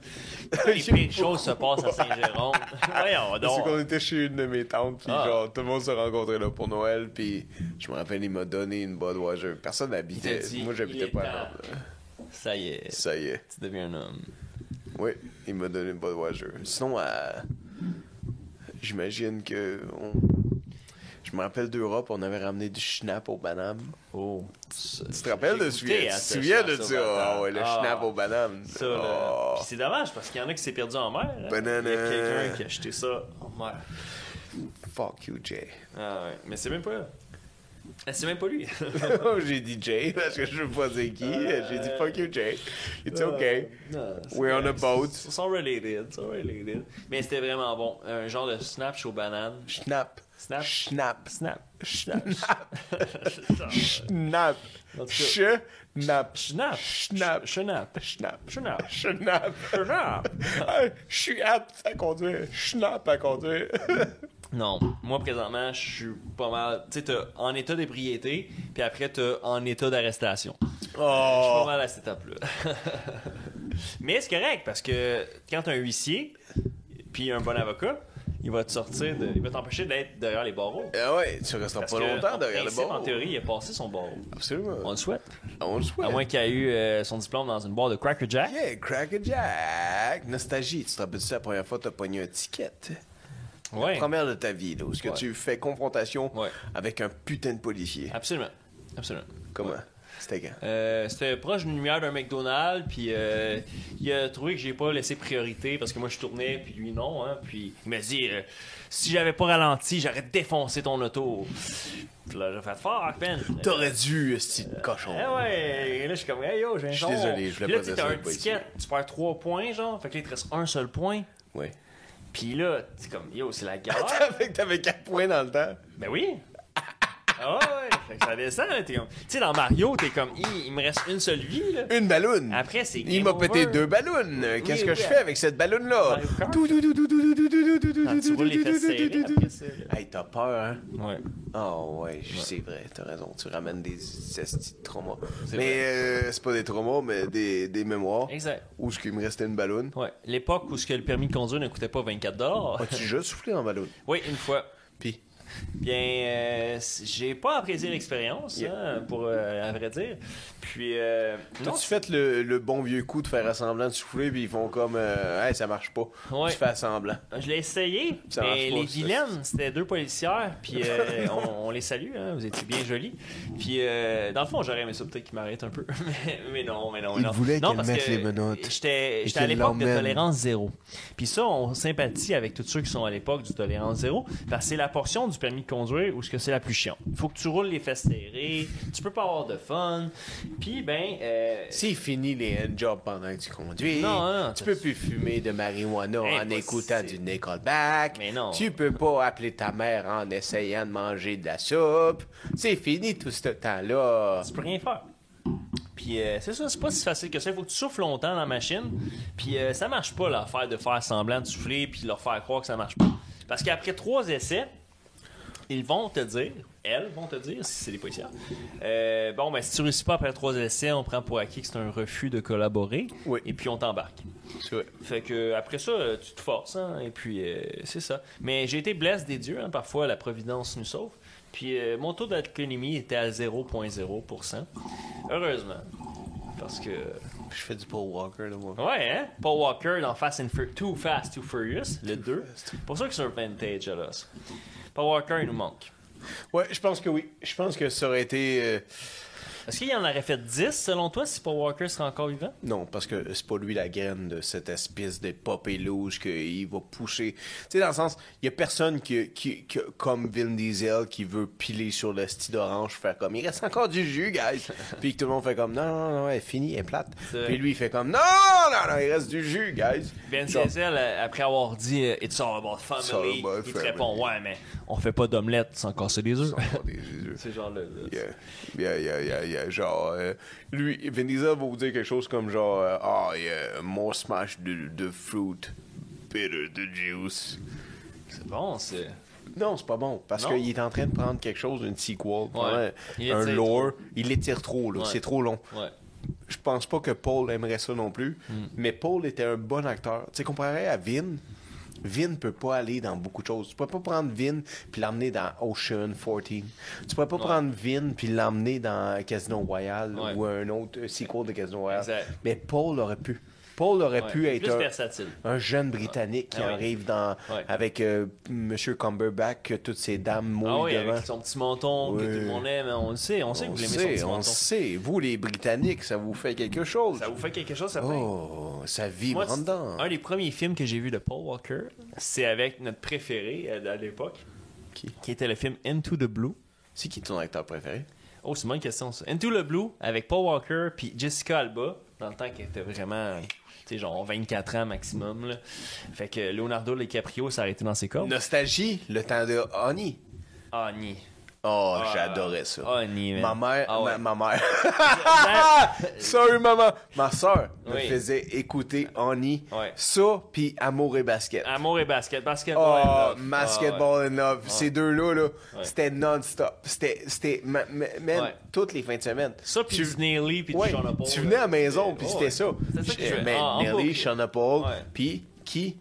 B: Les pires choses se passent à Saint-Jérôme. Voyons
A: Parce qu'on
B: donc.
A: était chez une de mes tantes, puis
B: Ah.
A: genre, tout le monde se rencontrait là pour Noël, puis je me rappelle, il m'a donné une Budweiser. Personne n'habitait.
B: dit,
A: Moi,
B: il
A: j'habitais
B: est
A: pas à
B: temps.
A: Londres.
B: Ça y est,
A: Ça y est.
B: tu deviens un homme.
A: Oui, il m'a donné une Budweiser. Sinon, à- j'imagine que. on- Je me rappelle d'Europe, on avait ramené du schnapp au banane.
B: Oh.
A: Tu te rappelles de
B: J'ai
A: ça?
B: goûté
A: Tu
B: à
A: te
B: ce
A: souviens de
B: schnapp
A: ça?
B: au banane.
A: Ah ouais, le
B: Ah.
A: schnapp au banane.
B: Ça, là.
A: Oh.
B: Puis c'est dommage parce qu'il y en a qui s'est perdu en mer. hein.
A: Banana.
B: Il y a quelqu'un qui a acheté ça en mer.
A: Fuck you, Jay.
B: Ah ouais, mais c'est même pas. Ah, C'est même pas lui.
A: J'ai dit Jay parce que je veux pas c'est qui. J'ai dit fuck you, Jay. It's
B: Euh.
A: okay.
B: Non, c'est
A: We're on a
B: correct.
A: boat.
B: Ils sont related, sont related. Mais c'était vraiment bon. Un genre de snap aux bananes.
A: Schnapp.
B: Snap.
A: Schnapp.
B: Snap.
A: Schnapp.
B: Snap.
A: Schnapp.
B: En tout
A: Schnapp.
B: Snap.
A: Schnapp.
B: Snap.
A: Schnapp.
B: Snap.
A: Schnapp.
B: Snap.
A: Ah, Je suis apte à conduire. Je suis apte à conduire.
B: Non, moi présentement, je suis pas mal. Tu sais, t'as en état d'ébriété, puis après, t'as en état d'arrestation. Je suis pas
A: oh.
B: mal à cette étape-là. Mais c'est correct, parce que quand t'as un huissier, puis un bon avocat, il va te sortir, de- il va t'empêcher d'être derrière les barreaux.
A: Ah ouais, tu resteras
B: Parce
A: pas
B: que,
A: longtemps
B: en
A: derrière le
B: principe,
A: bord.
B: En théorie, il a passé son barreau. On
A: Absolument.
B: le souhaite.
A: On, le
B: À
A: souhaite.
B: moins qu'il ait eu euh, son diplôme dans une boîte de Cracker Jack.
A: Yeah, Crackerjack. Nostalgie. Tu te rappelles-tu la première fois que t'as pogné un ticket?
B: Ouais.
A: Première de ta vie, là, où ce que
B: Ouais.
A: tu fais confrontation
B: Ouais. Ah,
A: avec un putain de policier.
B: Absolument. Absolument.
A: Comment? C'était quand?
B: Euh, c'était proche d'une lumière d'un McDonald's, puis euh, il a trouvé que j'ai pas laissé priorité parce que moi je tournais, puis lui non. Hein, puis il m'a dit euh, si j'avais pas ralenti, j'aurais défoncé ton auto. Puis là, j'ai fait fort, Ben.
A: T'aurais dû, ce cochon.
B: Eh ouais, et là je suis comme hey yo, j'ai un
A: Je suis
B: son.
A: désolé, je voulais
B: Puis là,
A: pas
B: tu sais,
A: dire ça,
B: t'as un
A: j'ai pas
B: ticket, tu perds 3 points, genre, fait que là, il te reste un seul point.
A: Ouais.
B: Puis là, c'est comme yo, c'est la galère.
A: Fait que t'avais 4 points dans le temps.
B: Ben oui! Ah ouais, fait que ça descend, là, t'es comme. Tu sais, dans Mario, t'es comme, il, il me reste une seule vie, là.
A: Une balloune.
B: Après, c'est.
A: Il
B: game
A: m'a
B: over.
A: pété deux ballons. Qu'est-ce
B: Oui,
A: que
B: oui.
A: je fais avec cette ballonne-là?
B: Mario Kart?
A: Tout, tout, tout, tout, tout, tout, tout, tout, tout, tout,
B: Quand Ah, tu
A: tout,
B: roules les
A: tout,
B: fesses
A: tout,
B: serrées,
A: tout, tout,
B: après
A: tout.
B: ça, là.
A: Hey, t'as peur, hein?
B: Ouais.
A: Oh, ouais, je- c'est vrai, t'as raison. Tu ramènes des estis de traumas.
B: C'est
A: Mais euh, c'est pas des traumas, mais des, des mémoires.
B: Exact.
A: Où ce qu'il me restait une ballonne.
B: Ouais. L'époque où ce que le permis de conduire ne coûtait pas 24
A: As-tu déjà soufflé en ballon?
B: Oui, une fois.
A: Puis,
B: Bien, euh, c- j'ai pas apprécié l'expérience, hein, pour, euh, à vrai dire. Puis, euh, non,
A: t'as-tu fait le, le bon vieux coup de faire à semblant de souffler, puis ils font comme, euh, hey, ça marche pas.
B: Ouais.
A: Tu fais à semblant.
B: Euh, Je l'ai essayé,
A: Ça
B: mais
A: marche pas,
B: les
A: ça.
B: vilaines, c'était deux policières, puis euh, on, on les salue, hein, vous étiez bien jolis. Puis euh, dans le fond, j'aurais aimé ça peut-être qu'ils m'arrêtent un peu, mais, mais non, mais non,
A: Il
B: non.
A: voulait
B: non,
A: qu'elle
B: parce
A: mette
B: que
A: les menottes
B: J'étais
A: et
B: j'étais à
A: qu'elle
B: l'époque de
A: l'emmène.
B: tolérance zéro. Puis ça, on sympathie avec tous ceux qui sont à l'époque du tolérance zéro, parce que c'est la portion du permis de conduire où ce que c'est la plus chiante. Il faut que tu roules les fesses serrées, tu peux pas avoir de fun, puis ben... euh,
A: C'est fini les handjobs pendant que tu conduis.
B: Non, non,
A: tu
B: t'as-
A: peux plus fumer de marijuana en
B: Impossible.
A: écoutant du Nickelback.
B: Mais non.
A: Tu peux pas appeler ta mère en essayant de manger de la soupe. C'est fini tout ce temps-là.
B: tu peux rien faire. Puis euh, c'est ça, c'est pas si facile que ça. Il faut que tu souffles longtemps dans la machine. Puis euh, ça marche pas l'affaire de faire semblant de souffler puis de leur faire croire que ça marche pas. Parce qu'après trois essais, ils vont te dire, elles vont te dire, si c'est des policières, euh, bon, ben si tu réussis pas après trois essais, on prend pour acquis que c'est un refus de collaborer.
A: Oui.
B: Et puis on t'embarque.
A: C'est vrai.
B: Fait que après ça, euh, tu te forces, hein, et puis euh, c'est ça. Mais j'ai été blessé des dieux, hein, parfois la providence nous sauve. Puis euh, mon taux d'alcoolémie était à 0.0%. Heureusement. Parce que
A: Je fais du Paul Walker, là, moi.
B: Ouais, hein? Paul Walker dans Fast and Fur Too Fast, Too Furious, le 2. Pour ça que c'est un vintage, là. ça. Paul Walker, il nous manque.
A: Ouais, je pense que oui. Je pense que ça aurait été. euh,
B: Est-ce qu'il y en aurait fait 10 selon toi si Paul Walker serait encore vivant?
A: Non, parce que c'est pas lui la graine de cette espèce de popé louche qu'il va pousser. Tu sais, dans le sens, il y a personne qui, qui, qui- comme Vin Diesel, qui veut piler sur le style d'orange, faire comme, il reste encore du jus, guys. Puis que tout le monde fait comme, non, non, non, elle est finie, elle est plate.
B: C'est vrai.
A: Puis lui, il fait comme, non, non, non, il reste du jus, guys.
B: Ben
A: Genre,
B: Diesel, euh, après avoir dit euh, It's all about
C: It's all
B: family,
C: about
B: il te
C: family.
B: répond Ouais, mais on fait pas d'omelette sans casser les œufs.
C: Oh, des yeux.
B: C'est genre le. le-
C: Yeah. Yeah, yeah, yeah, yeah.
A: Genre, euh, lui, Vin Diesel va vous dire quelque chose comme genre, euh, ah, il y a more smash de, de fruit, bitter de juice.
B: C'est bon, c'est.
A: Non, c'est pas bon. Parce
B: Non?
A: qu'il est en train de prendre quelque chose, une sequel, prendre
B: Il
A: un
B: étire
A: lore. Il l'étire trop, là.
B: Ouais.
A: C'est trop long.
B: Ouais.
A: Je pense pas que Paul aimerait ça non plus.
B: Hmm.
A: Mais Paul était un bon acteur. Tu sais, comparé à Vin, Vin peut pas aller dans beaucoup de choses. Tu pourrais pas prendre Vin puis l'emmener dans Ocean 14. Tu pourrais pas prendre Vin puis l'emmener dans Casino Royale
B: Ouais.
A: ou un autre euh, sequel de Casino Royale.
B: Exact.
A: Mais Paul aurait pu. Paul aurait
B: Ouais.
A: pu être
B: Plus
A: un-
B: versatile.
A: un jeune Britannique qui
B: Ah ouais.
A: arrive dans,
B: Ouais.
A: avec euh, Monsieur Cumberbatch, que toutes ces dames mouillent
B: Ah oui,
A: devant.
B: avec son petit menton que
A: Ouais.
B: tout le monde aime, on le sait, on sait que
A: On
B: vous l'aimez son petit
A: sait, on
B: menton.
A: sait. Vous, les Britanniques, ça vous fait quelque chose.
B: Ça vous fait quelque chose, ça fait.
A: Oh, ça vibre
B: Moi,
A: en
B: c'est-
A: dedans.
B: un des premiers films que j'ai vu de Paul Walker, c'est avec notre préféré euh, à l'époque,
A: Qui?
B: qui était le film Into the Blue.
A: C'est qui ton acteur préféré?
B: Oh, c'est une bonne question, ça. Into the Blue, avec Paul Walker puis Jessica Alba, dans le temps qu'elle était vraiment, tu sais, genre 24 ans maximum, là. Fait que Leonardo DiCaprio s'est arrêté dans ses cordes.
A: Nostalgie, le temps de Honey.
B: Ah, ni.
A: Oh,
B: Ah,
A: j'adorais ça.
B: Ah, ni,
A: Ma
B: man.
A: mère,
B: Ah, ouais.
A: ma, ma mère.
B: Ah!
A: Sorry, maman. Ma soeur me
B: Oui.
A: faisait écouter Honey.
B: Ouais.
A: Ça, puis Amour et Basket.
B: Amour et basket. Basketball.
A: Oh,
B: and love.
A: basketball and love. Ces deux-là, là,
B: Ouais.
A: c'était non-stop. C'était, c'était, ma- ma- man,
B: Ouais.
A: toutes les fins de semaine.
B: Ah. Ça, puis
A: tu,
B: du Nelly, puis
A: ouais,
B: du Sean Paul.
A: tu venais à la maison, puis
B: Oh,
A: c'était
B: ouais.
A: ça.
B: C'était ça qui
A: Je-
B: jouait.
A: man,
B: Ah, en boucle.
A: Nelly, Sean Paul,
B: Ouais.
A: puis qui?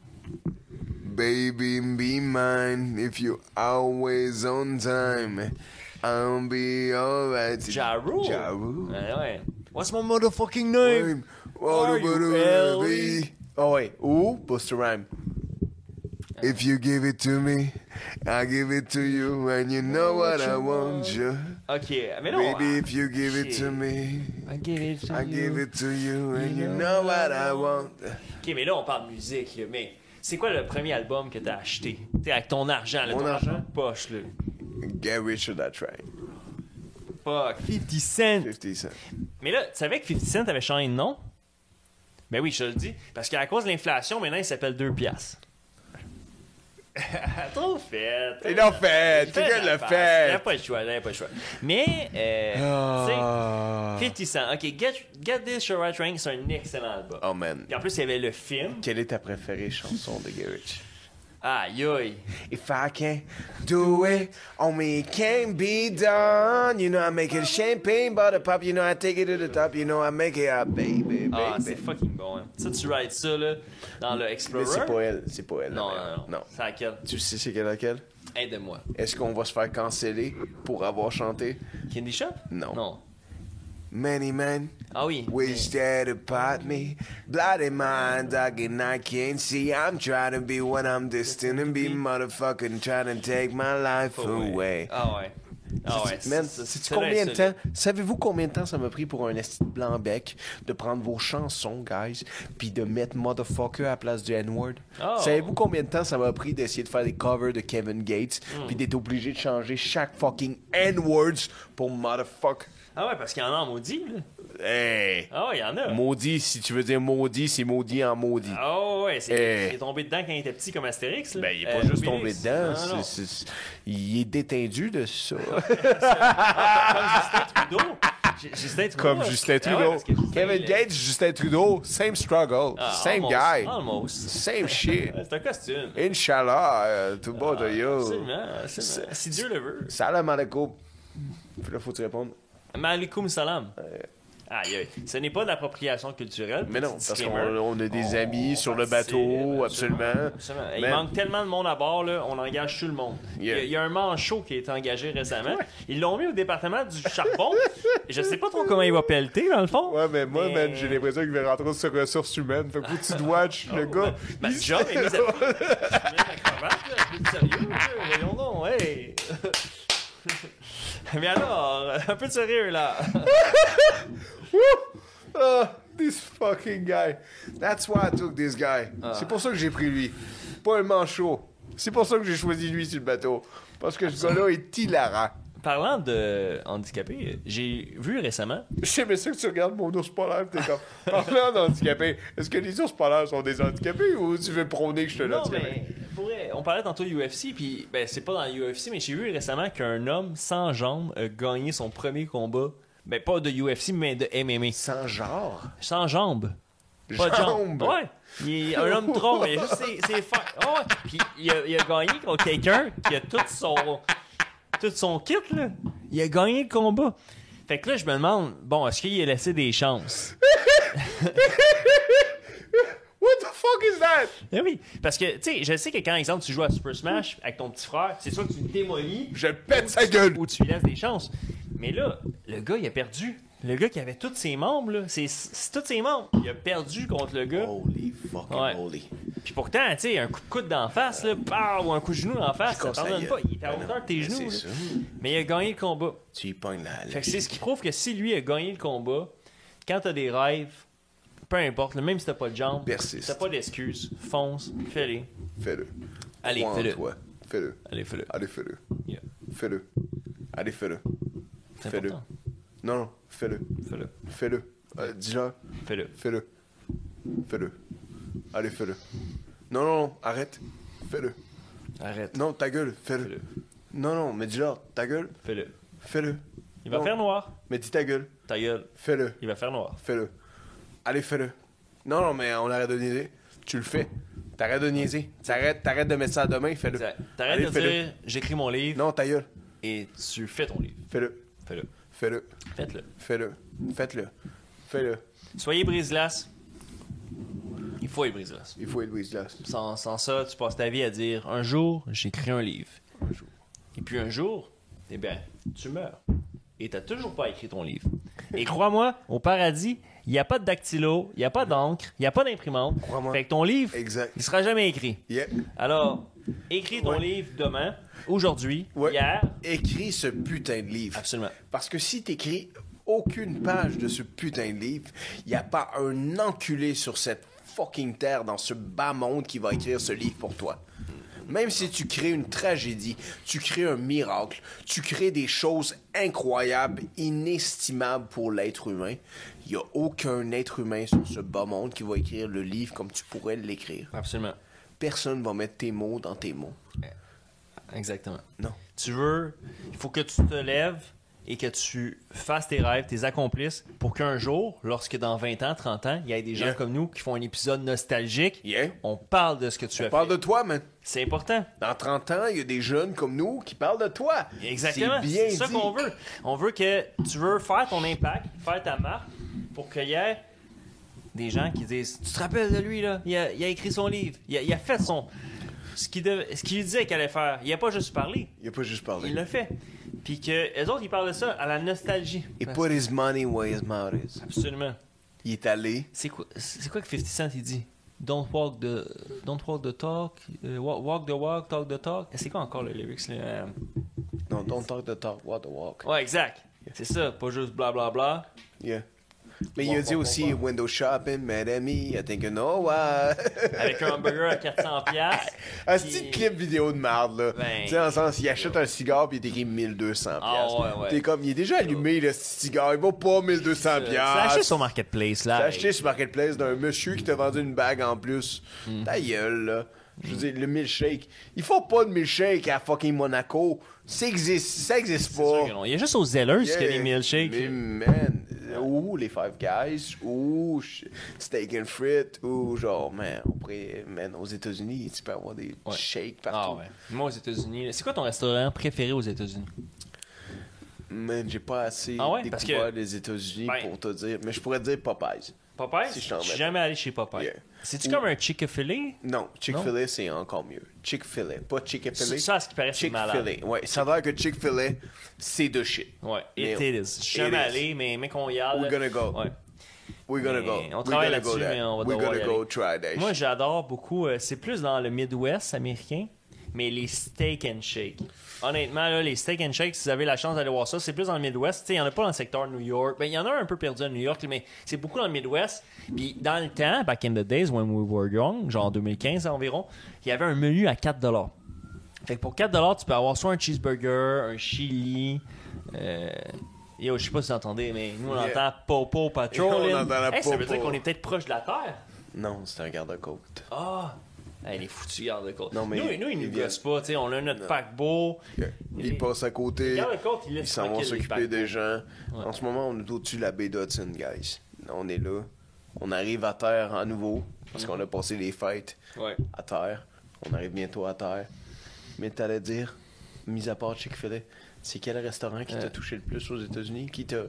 C: Baby, be mine if you always on time. I'll be alright.
B: Ja Rule.
C: Ja Rule.
B: Ouais, ouais. What's my motherfucking name?
C: What
B: Are
C: would
B: you
C: it
B: Ellie?
C: be
A: Oh, ouais. Ou Buster Rhyme.
C: If you give it to me, I give it to you, and you know what, I want you.
B: Ok, mais non.
C: Baby, if you give it to
B: shit.
C: me,
B: I give it to
C: I
B: you.
C: give it to you, and you know what I want.
B: Ok, mais là, on parle de musique, là, mais c'est quoi le premier album que t'as acheté? T'es avec ton argent, là,
A: Mon
B: ton
A: argent?
B: de poche, là.
C: Get rich or that train.
B: Fuck, 50 Cent.
C: 50 Cent.
B: Mais là, tu savais que 50 Cent avait changé de nom? Ben oui, je te le dis. Parce qu'à cause de l'inflation, maintenant, il s'appelle 2 piastres. Trop fait.
A: Il l'a fait.
B: Il fait
A: Quelqu'un
B: la
A: l'a
B: face.
A: fait.
B: Il avait pas le choix, il avait pas le choix. Mais, euh,
A: Ah.
B: tu sais, 50 Cent. Ok, Get, Get This Your Right Rank, c'est un excellent album.
A: Oh, man.
B: Puis en plus, il y avait le film.
A: Quelle est ta préférée chanson de Garage?
B: Aïe, aïe.
A: If I can do it, only it can be done. You know, I make it champagne, butter pop. You know, I take it to the top. You know, I make it out, baby, baby.
B: Ah, c'est fucking bon. hein. Ça, tu rides ça, là, dans le Explorer.
A: Mais c'est pas elle, c'est pas elle. la
B: Non, non,
A: merde.
B: non. C'est laquelle?
A: Tu sais c'est quelle laquelle?
B: Aide-moi.
A: Est-ce qu'on va se faire canceller pour avoir chanté?
B: Candy Shop?
A: Non.
B: Non.
C: Many men
B: Ah oui.
C: wish that upon me. Bloody mind, dog, and I can't see. I'm trying to be what I'm destined to be, motherfucking trying to take my life
B: Ah ouais.
C: away.
B: Ah ouais. Ah ouais.
A: Man,
B: c'est-
A: sais-tu
B: c'est-
A: combien de
B: c'est-
A: temps? Savez-vous combien de temps ça m'a pris pour un esti de blanc bec de prendre vos chansons, guys, puis de mettre motherfucker à la place du N-word?
B: Oh.
A: Savez-vous combien de temps ça m'a pris d'essayer de faire des covers de Kevin Gates,
B: Hmm.
A: puis d'être obligé de changer chaque fucking N-words pour motherfucker?
B: Ah ouais, parce qu'il y en a en maudit, là.
A: Hey!
B: Ah ouais, il y en a.
A: Maudit, si tu veux dire maudit, c'est maudit en maudit.
B: Ah ouais, c'est
A: Eh.
B: il est tombé dedans quand il était petit comme Astérix. Là.
A: Ben, il est pas
B: Euh,
A: juste
B: Obélix.
A: tombé dedans,
B: Non, Ah, non.
A: c'est- c'est- il est détendu de ça.
B: Trudeau. J- Justin Trudeau.
A: Comme
B: là.
A: Justin
B: Ah ouais,
A: Trudeau.
B: parce que Justin,
A: Kevin
B: il-
A: Gates, Justin Trudeau, same struggle,
B: Ah,
A: same
B: almost,
A: guy.
B: Almost.
A: Same shit.
B: Ouais, C'est un costume.
A: Inch'Allah, euh, tout bas de yo.
B: Ah, Absolument, absolument. Si Dieu le veut.
A: Salam alaikum. Puis là, faut-tu répondre?
B: Malikoum salam. Aïe, aïe. Ce n'est pas de l'appropriation culturelle.
C: Mais non,
B: petit
C: parce qu'on
B: disclaimer.
C: on a des
B: On-
C: amis
B: on
C: sur le
B: participe,
C: bateau, absolument.
B: Absolument. Il
C: Mais-
B: manque tellement de monde à bord, là, on engage tout le monde. Il y a-
C: Yeah.
B: Il y a un manchot qui a été engagé récemment. Ils l'ont mis au département du charbon. Je sais pas trop comment il va pelleter, dans le fond.
A: Ouais, mais moi,
B: Mais-
A: man, j'ai l'impression qu'il va rentrer sur ressources humaines. Fait que faut que tu te watch,
B: Ah,
A: le gars.
B: Ma
A: il-
B: job est mise à prix. Je mets ma cravate, là, je suis sérieux, là, voyons donc, hey! Mais alors, un peu de sérieux, là!
A: Ah, this fucking guy. That's why I took this guy.
B: Ah.
A: C'est pour ça que j'ai pris lui. Pas un manchot. C'est pour ça que j'ai choisi lui sur le bateau. Parce que ce gars-là est hilarant.
B: Parlant de handicapés, j'ai vu récemment...
A: J'aimais ça que tu regardes mon ours polaire pis t'es comme Parlant d'handicapés, est-ce que les ours polaires sont des handicapés ou tu ben. veux prôner que je te
B: Non,
A: handicapé?
B: mais pour vrai, on parlait tantôt UFC, puis ben, c'est pas dans le UFC, mais j'ai vu récemment qu'un homme sans jambes a gagné son premier combat. Ben, pas de UFC, mais de MMA.
A: Sans genre?
B: Sans jambes. Pas de jambes.
A: Jambes.
B: Ouais. Il est un homme tronc, il a juste ses, ses fa- Ah ouais. Puis il a, il a gagné contre quelqu'un qui a tout son, tout son kit, là. Il a gagné le combat. Fait que là, je me demande, bon, est-ce qu'il a laissé des chances?
A: What the fuck is that?
B: Eh oui, parce que, tu sais, je sais que quand, exemple, tu joues à Super Smash avec ton petit frère, c'est soit que tu le démolis
A: Je pète sa gueule!
B: ou tu lui laisses des chances. Mais là, le gars, il a perdu. Le gars qui avait tous ses membres, là, c'est, c'est tous ses membres. Il a perdu contre le gars.
C: Holy fucking
B: Ouais.
C: holy.
B: Puis pourtant, tu sais, un coup de coude d'en face, là, pow, ou un coup de genou d'en face, ça
C: Casse la
B: t'en donne
C: gueule.
B: pas. Il est à
C: Ben non,
B: hauteur de tes
C: mais
B: genoux.
C: C'est
B: là.
C: ça.
B: Mais il a gagné le combat.
C: Tu y pognes la
B: Fait que c'est ce qui prouve que si lui a gagné le combat, quand t'as des rêves, peu importe, là, même si t'as pas de jambes,
C: Persiste.
B: t'as pas d'excuses, fonce, fais-les.
A: Fais-le.
B: Allez,
A: Crois en
B: fais-le.
A: toi. Fais-le.
B: Allez, fais-le.
A: Allez, fais-le.
B: Yeah.
A: Fais-le. Allez, fais-le.
B: C'est
A: Fais-le.
B: important.
A: Non, non, fais-le.
B: Fais-le.
A: Fais-le. Euh, Dis-leur.
B: Fais-le.
A: Fais-le. Fais-le. Allez, fais-le. Non, non, non, arrête. Fais-le.
B: Arrête.
A: Non, ta gueule, fais-le.
B: Fais-le.
A: Non, non, mais dis-leur, ta gueule,
B: Fais-le.
A: fais-le.
B: Il va
A: Non,
B: faire noir.
A: Mais dis ta gueule,
B: Ta gueule.
A: fais-le.
B: Il va faire noir.
A: Fais-le. Allez, fais-le. Non, non, mais on arrête de niaiser. Tu le fais. T'arrêtes de niaiser. T'arrêtes, t'arrêtes de mettre ça à demain, fais-le.
B: Exact.
A: Allez,
B: T'arrêtes de
A: fais-le.
B: dire j'écris mon livre
A: Non, ta gueule.
B: et tu fais ton livre.
A: Fais-le.
B: Fais-le.
A: Fais-le.
B: Faites-le.
A: Fais-le. Faites-le. Fais-le.
B: Soyez brise-glace. Il faut être brise-glace.
A: Il faut être Louis Glass.
B: Sans, sans ça, tu passes ta vie à dire un jour, j'écris un livre.
A: Un jour.
B: Et puis un jour, eh bien, tu meurs. Et t'as toujours pas écrit ton livre. Et crois-moi, au paradis, il n'y a pas de dactylo, il n'y a pas d'encre, il n'y a pas d'imprimante.
A: Crois-moi.
B: Fait que ton livre,
A: Exact.
B: il sera jamais écrit.
A: Yeah.
B: Alors, écris ton
A: Ouais.
B: livre demain, aujourd'hui,
A: Ouais.
B: hier.
C: Écris ce putain de livre.
B: Absolument.
C: Parce que si t'écris aucune page de ce putain de livre, y a pas un enculé sur cette fucking terre dans ce bas monde qui va écrire ce livre pour toi. Même si tu crées une tragédie, tu crées un miracle, tu crées des choses incroyables, inestimables pour l'être humain, il a aucun être humain sur ce bas monde qui va écrire le livre comme tu pourrais l'écrire.
B: Absolument.
C: Personne va mettre tes mots dans tes mots.
B: Exactement.
C: Non.
B: Tu veux, il faut que tu te lèves et que tu fasses tes rêves, tes accomplisses, pour qu'un jour, lorsque dans 20 ans, 30 ans, il y ait des gens
C: Yeah.
B: comme nous qui font un épisode nostalgique,
C: Yeah.
B: on parle de ce que tu as
C: Parle
B: fait.
C: de toi, man.
B: C'est important.
C: Dans 30 ans, il y a des jeunes comme nous qui parlent de toi.
B: Exactement.
C: C'est bien
B: C'est ça
C: dit.
B: qu'on veut. On veut que tu veux faire ton impact, faire ta marque, pour qu'il y ait des gens qui disent Tu te rappelles de lui, là Il a, il a écrit son livre, il a, il a fait son. Ce qu'il dev- ce qu'il disait qu'il allait faire. Il a pas juste parlé.
C: Il a pas juste parlé.
B: Il l'a fait. Puis que les autres, ils parlent de ça à la nostalgie.
C: He put his money where his mouth is.
B: Absolument.
C: Il est allé.
B: C'est quoi, c'est quoi que 50 Cent il dit Don't walk the, don't walk the talk, euh, wa- walk the walk, talk the talk. C'est quoi encore le lyrics là? Euh,
C: Non, don't talk the talk, walk the walk.
B: Ouais, exact. C'est ça, pas juste blablabla. Bla,
C: Yeah. Mais il a dit aussi window shopping, mad at me, I think you know why.
B: bla, avec un hamburger à 400 pièces.
C: Un petit clip vidéo de merde, là.
B: Ben,
C: tu sais, dans le sens, il achète un cigare puis il est écrit 1200 pièces.
B: Ah, ouais, ouais.
C: T'es comme, il est déjà allumé, le cigare, il vaut pas 1200
B: Tu
C: pièces.
B: l'as acheté sur marketplace là.
C: T'as acheté sur Marketplace d'un monsieur qui t'a vendu une bague en plus.
B: Hmm.
C: Ta gueule, là. Je veux dire, le milkshake. Il faut pas de milkshake à fucking Monaco. Ça existe, ça existe
B: C'est sûr
C: pas.
B: que non. Il y a juste aux Zellers
C: Yeah.
B: qu'il y a des milkshakes.
C: Mais man, euh, ou les Five Guys, ou sh- Steak and Frit, ou genre, man, on pourrait- man, aux États-Unis, tu peux avoir des
B: Ouais.
C: shakes
B: Ah
C: partout.
B: ouais. Moi aux États-Unis, là, c'est quoi ton restaurant préféré aux États-Unis
C: Man, j'ai pas assez
B: Ah ouais? Parce
C: découvert
B: que-
C: les États-Unis
B: Ben.
C: pour te dire. Mais je pourrais te dire Popeyes.
B: Popeye?
C: Si je
B: je
C: t'en
B: suis
C: mets.
B: jamais allé chez Popeye.
C: Yeah.
B: C'est-tu
C: Ou-
B: comme un Chick-fil-A?
C: Non, Chick-fil-A, c'est encore mieux. Chick-fil-A, pas Chick-fil-A.
B: Ça, ça, à ce qui paraît, c'est malade.
C: Chick-fil-A, ouais. Ça a l'air que Chick-fil-A, c'est de shit.
B: Ouais, it,
C: Mais-
B: it is. Je suis jamais
C: It is.
B: allé, mais, mais qu'on y aille.
C: We're gonna go.
B: Ouais.
C: We're gonna
B: Mais
C: go.
B: on
C: We're
B: travaille
C: gonna go
B: là-dessus,
C: there.
B: mais on va
C: We're
B: devoir
C: gonna
B: y
C: go
B: aller.
C: try that
B: Moi,
C: shit.
B: j'adore beaucoup, euh, c'est plus dans le Midwest américain, mais les steak and shake. Honnêtement, là, les steak and shake, si vous avez la chance d'aller voir ça, c'est plus dans le Midwest. Tu sais, Il n'y en a pas dans le secteur de New York. Ben, Il y en a un peu perdu à New York, mais c'est beaucoup dans le Midwest. Puis dans le temps, back in the days when we were young, genre en 2015 environ, il y avait un menu à 4 Fait que pour 4 tu peux avoir soit un cheeseburger, un chili. Euh... Yo, je sais pas si vous entendez, mais nous on
C: Yeah.
B: entend Popo Patrol.
C: On entend la
B: Hey, ça veut dire
C: Popo.
B: qu'on est peut-être proche de la Terre.
C: Non, c'est un garde-côte.
B: Ah! Elle est foutue, garde-côte.
C: Non, mais
B: nous, nous, ils
C: ils
B: nous
C: viennent.
B: gossent pas, tu sais. On a notre paquebot.
C: Ils passent à côté.
B: Garde-côte, ils
C: Ils
B: laissent
C: s'en vont
B: tranquille, les
C: s'occuper
B: paquebots.
C: des gens. En ce moment, on est au-dessus de la baie d'Hudson, guys. On est là. On arrive à terre à nouveau. Parce qu'on a passé les fêtes
B: Ouais.
C: à terre. On arrive bientôt à terre. Mais t'allais dire, mis à part Chick-fil-A, c'est quel restaurant qui t'a touché le plus aux États-Unis? Qui t'a.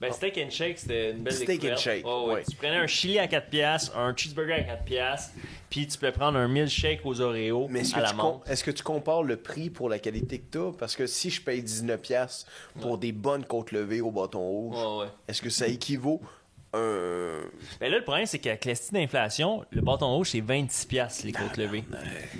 B: Ben, Steak and Shake, c'était une belle
C: Ah. Steak
B: découverte.
C: and Shake,
B: Oh, ouais.
C: ouais.
B: Tu prenais un chili à 4 piastres, un cheeseburger à 4 piastres, puis tu peux prendre un milkshake aux Oreos
C: Mais est-ce
B: à
C: que,
B: la
C: tu com-
B: menthe.
C: est-ce que tu compares le prix pour la qualité que t'as? Parce que si je paye 19$ pour des bonnes côtes levées au bâton rouge,
B: Ouais, ouais.
C: est-ce que ça équivaut à un.
B: Ben là, le problème, c'est qu'avec la petite inflation, le bâton rouge, c'est 26 piastres, les côtes levées.
C: Ah,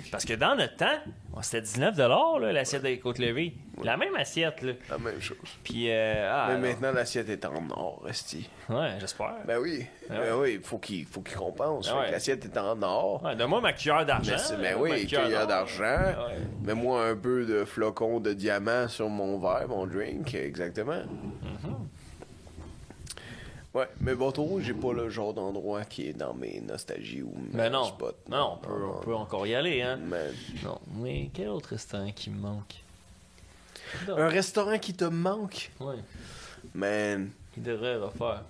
B: Parce que dans notre temps, on- c'était 19 là, l'assiette des côtes levées. La même assiette, là.
C: La même chose.
B: Puis, euh, ah,
C: Mais
B: non.
C: maintenant, l'assiette est en or, Esti.
B: Ouais, j'espère.
C: Ben oui, ben oui, faut qu'il faut qu'il compense. Fait que
B: Ah ouais. Ah,
C: L'assiette est en or.
B: Ouais, Donne-moi ma cuillère d'argent.
C: Mais, c'est- ben
B: Donne-moi ma
C: oui, qu'il y a d'argent.
B: Ah Ouais.
C: Mets-moi un peu de flocons de diamant sur mon verre, mon drink, exactement.
B: Mm-hmm.
C: Ouais, mais Bâton Rouge, j'ai pas le genre d'endroit qui est dans mes nostalgies ou mes
B: Ben non.
C: spots.
B: Non, on peut, on peut encore y aller, hein.
C: Man.
B: Non, mais quel autre restaurant qui me manque
C: Un restaurant qui te manque,
B: Ouais,
C: man.
B: il devrait refaire.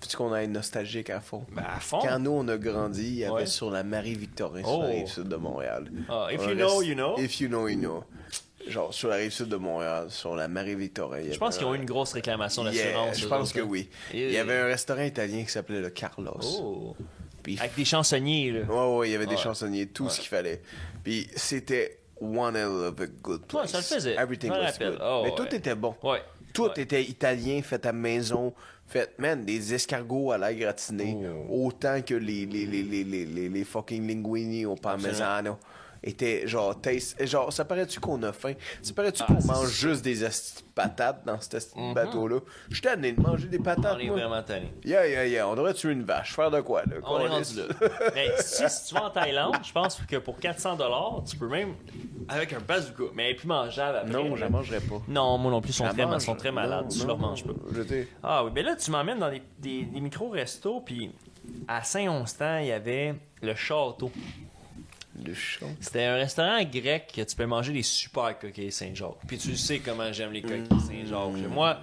C: Faut-tu qu'on aille nostalgique à fond?
B: Ben, à fond.
C: Quand nous, on a grandi, il y avait
B: Ouais.
C: sur la Marie-Victorin,
B: Oh.
C: sur la rive sud de Montréal.
B: Ah, if
C: Un
B: you know,
C: rest-
B: you know.
C: If you know, you know. Genre, sur la rive sud de Montréal, sur la Marie-Victorin. il y
B: Je pense
C: avait
B: qu'ils ont eu
C: un-
B: une grosse réclamation
C: Yeah,
B: d'assurance.
C: je
B: eux
C: pense
B: autres,
C: que
B: hein.
C: oui.
B: Et-
C: Il y avait un restaurant italien qui s'appelait le Carlos.
B: Oh.
C: Puis il
B: Avec des chansonniers, là.
C: Ouais, ouais, il y avait des
B: Ouais.
C: chansonniers, tout ce qu'il fallait. Puis c'était one hell of a good place.
B: Ouais, ça le faisait.
C: Everything
B: Je me
C: was
B: rappelle.
C: good.
B: Oh,
C: Mais
B: ouais.
C: tout était bon.
B: Ouais.
C: Tout
B: Ouais.
C: était italien, fait à maison, fait, man, des escargots à l'air gratiné,
B: Oh.
C: autant que les, les, les, les, les, les, les fucking linguini au parmesano. Était genre, taste, genre, ça paraît-tu qu'on a faim? Ça paraît-tu
B: Ah,
C: qu'on
B: c'est Mhm.
C: mange juste des esti de patates dans cet esti de bateau-là? Je suis tanné de manger des patates.
B: On est
C: moi.
B: vraiment tannés.
C: Yeah, yeah, yeah. On devrait tuer une vache. Faire de quoi, là?
B: On est
C: Calisse.
B: rendu là. Mais si, si tu vas en Thaïlande, je pense que pour 400 tu peux même. Avec un bazooka. Mais elle est plus mangeable après.
C: Non, je la
B: là.
C: mangerais pas.
B: Non, moi non plus, ils sont,
C: La
B: très,
C: mange.
B: sont très
C: Non,
B: malades. Je
C: non,
B: leur
C: non.
B: mange pas.
C: Je t'ai-
B: Ah oui, ben là, tu m'emmènes dans des, des- des micro-restos, puis à Saint-Onstant, il y avait le Château.
C: Le chant.
B: C'était un restaurant grec que tu peux manger des super coquilles Saint-Jacques. Puis tu sais comment j'aime les coquilles
C: Mm.
B: Saint-Jacques. Moi,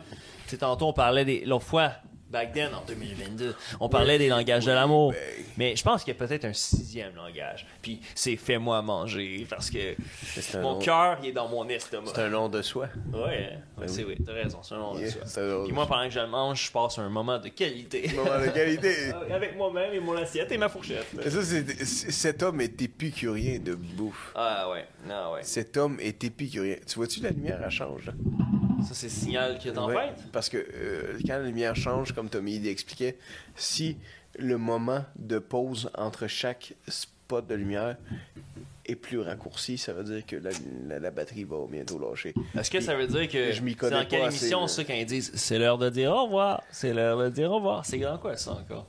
B: tu sais, tantôt, on parlait des. L'autre fois, back then, en 2022, on parlait des langages de l'amour.
C: ben.
B: Mais je pense qu'il y a peut-être un sixième langage. Puis c'est fais-moi manger, parce que
C: c'est un
B: mon
C: autre-
B: cœur, il est dans mon estomac.
C: C'est un nom de soi.
B: Ouais, ouais, hein. c'est vrai, t'as raison, c'est un nom de
C: Yeah,
B: soi.
C: c'est un nom de
B: Puis moi,
C: soi.
B: pendant que je le mange, je passe un moment de qualité.
C: Moment de qualité.
B: Avec moi-même et mon assiette et ma fourchette.
C: Et ça, c'est- c'est- cet homme est épicurien de bouffe.
B: Ah ouais, non ouais.
C: Cet homme est épicurien. Tu vois-tu, la lumière, elle change. là?
B: Ça, c'est signal qu'il y a
C: Ouais,
B: tempête.
C: parce que euh, quand la lumière change, comme Tommy il expliquait, si le moment de pause entre chaque spot de lumière est plus raccourci, ça veut dire que la, la- la batterie va bientôt lâcher.
B: Est-ce que
C: Puis-
B: ça veut dire que
C: je m'y
B: c'est
C: connais
B: dans quelle
C: pas assez,
B: émission
C: là.
B: ça quand ils disent c'est l'heure de dire au revoir, c'est l'heure de dire au revoir, c'est dans quoi ça encore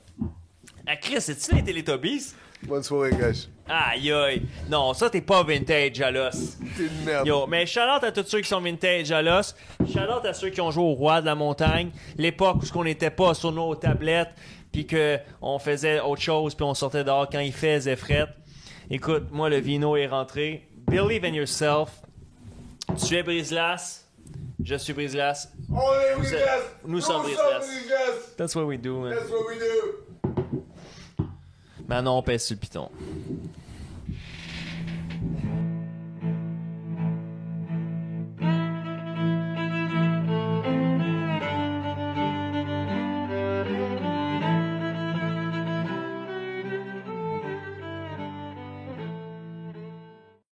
B: Ah Chris, c'est-tu les Teletubbies
A: Bonne soirée, guys.
B: Aïe aïe, non ça t'es pas vintage à l'os.
A: T'es une merde.
B: Yo, mais shout out à tous ceux qui sont vintage à l'os. Shout out à ceux qui ont joué au roi de la montagne, l'époque où ce qu'on n'était pas sur nos tablettes, puis que on faisait autre chose, puis on sortait dehors quand il faisait fret. Écoute, moi le vino est rentré. Believe in yourself. Tu es Brislas. Je suis Brislas.
A: On est
B: êtes-
A: Brigas.
B: nous sommes Brigas.
A: Brigas.
B: That's what we do, man.
A: That's what we do.
B: Manon, on pèse sur le piton.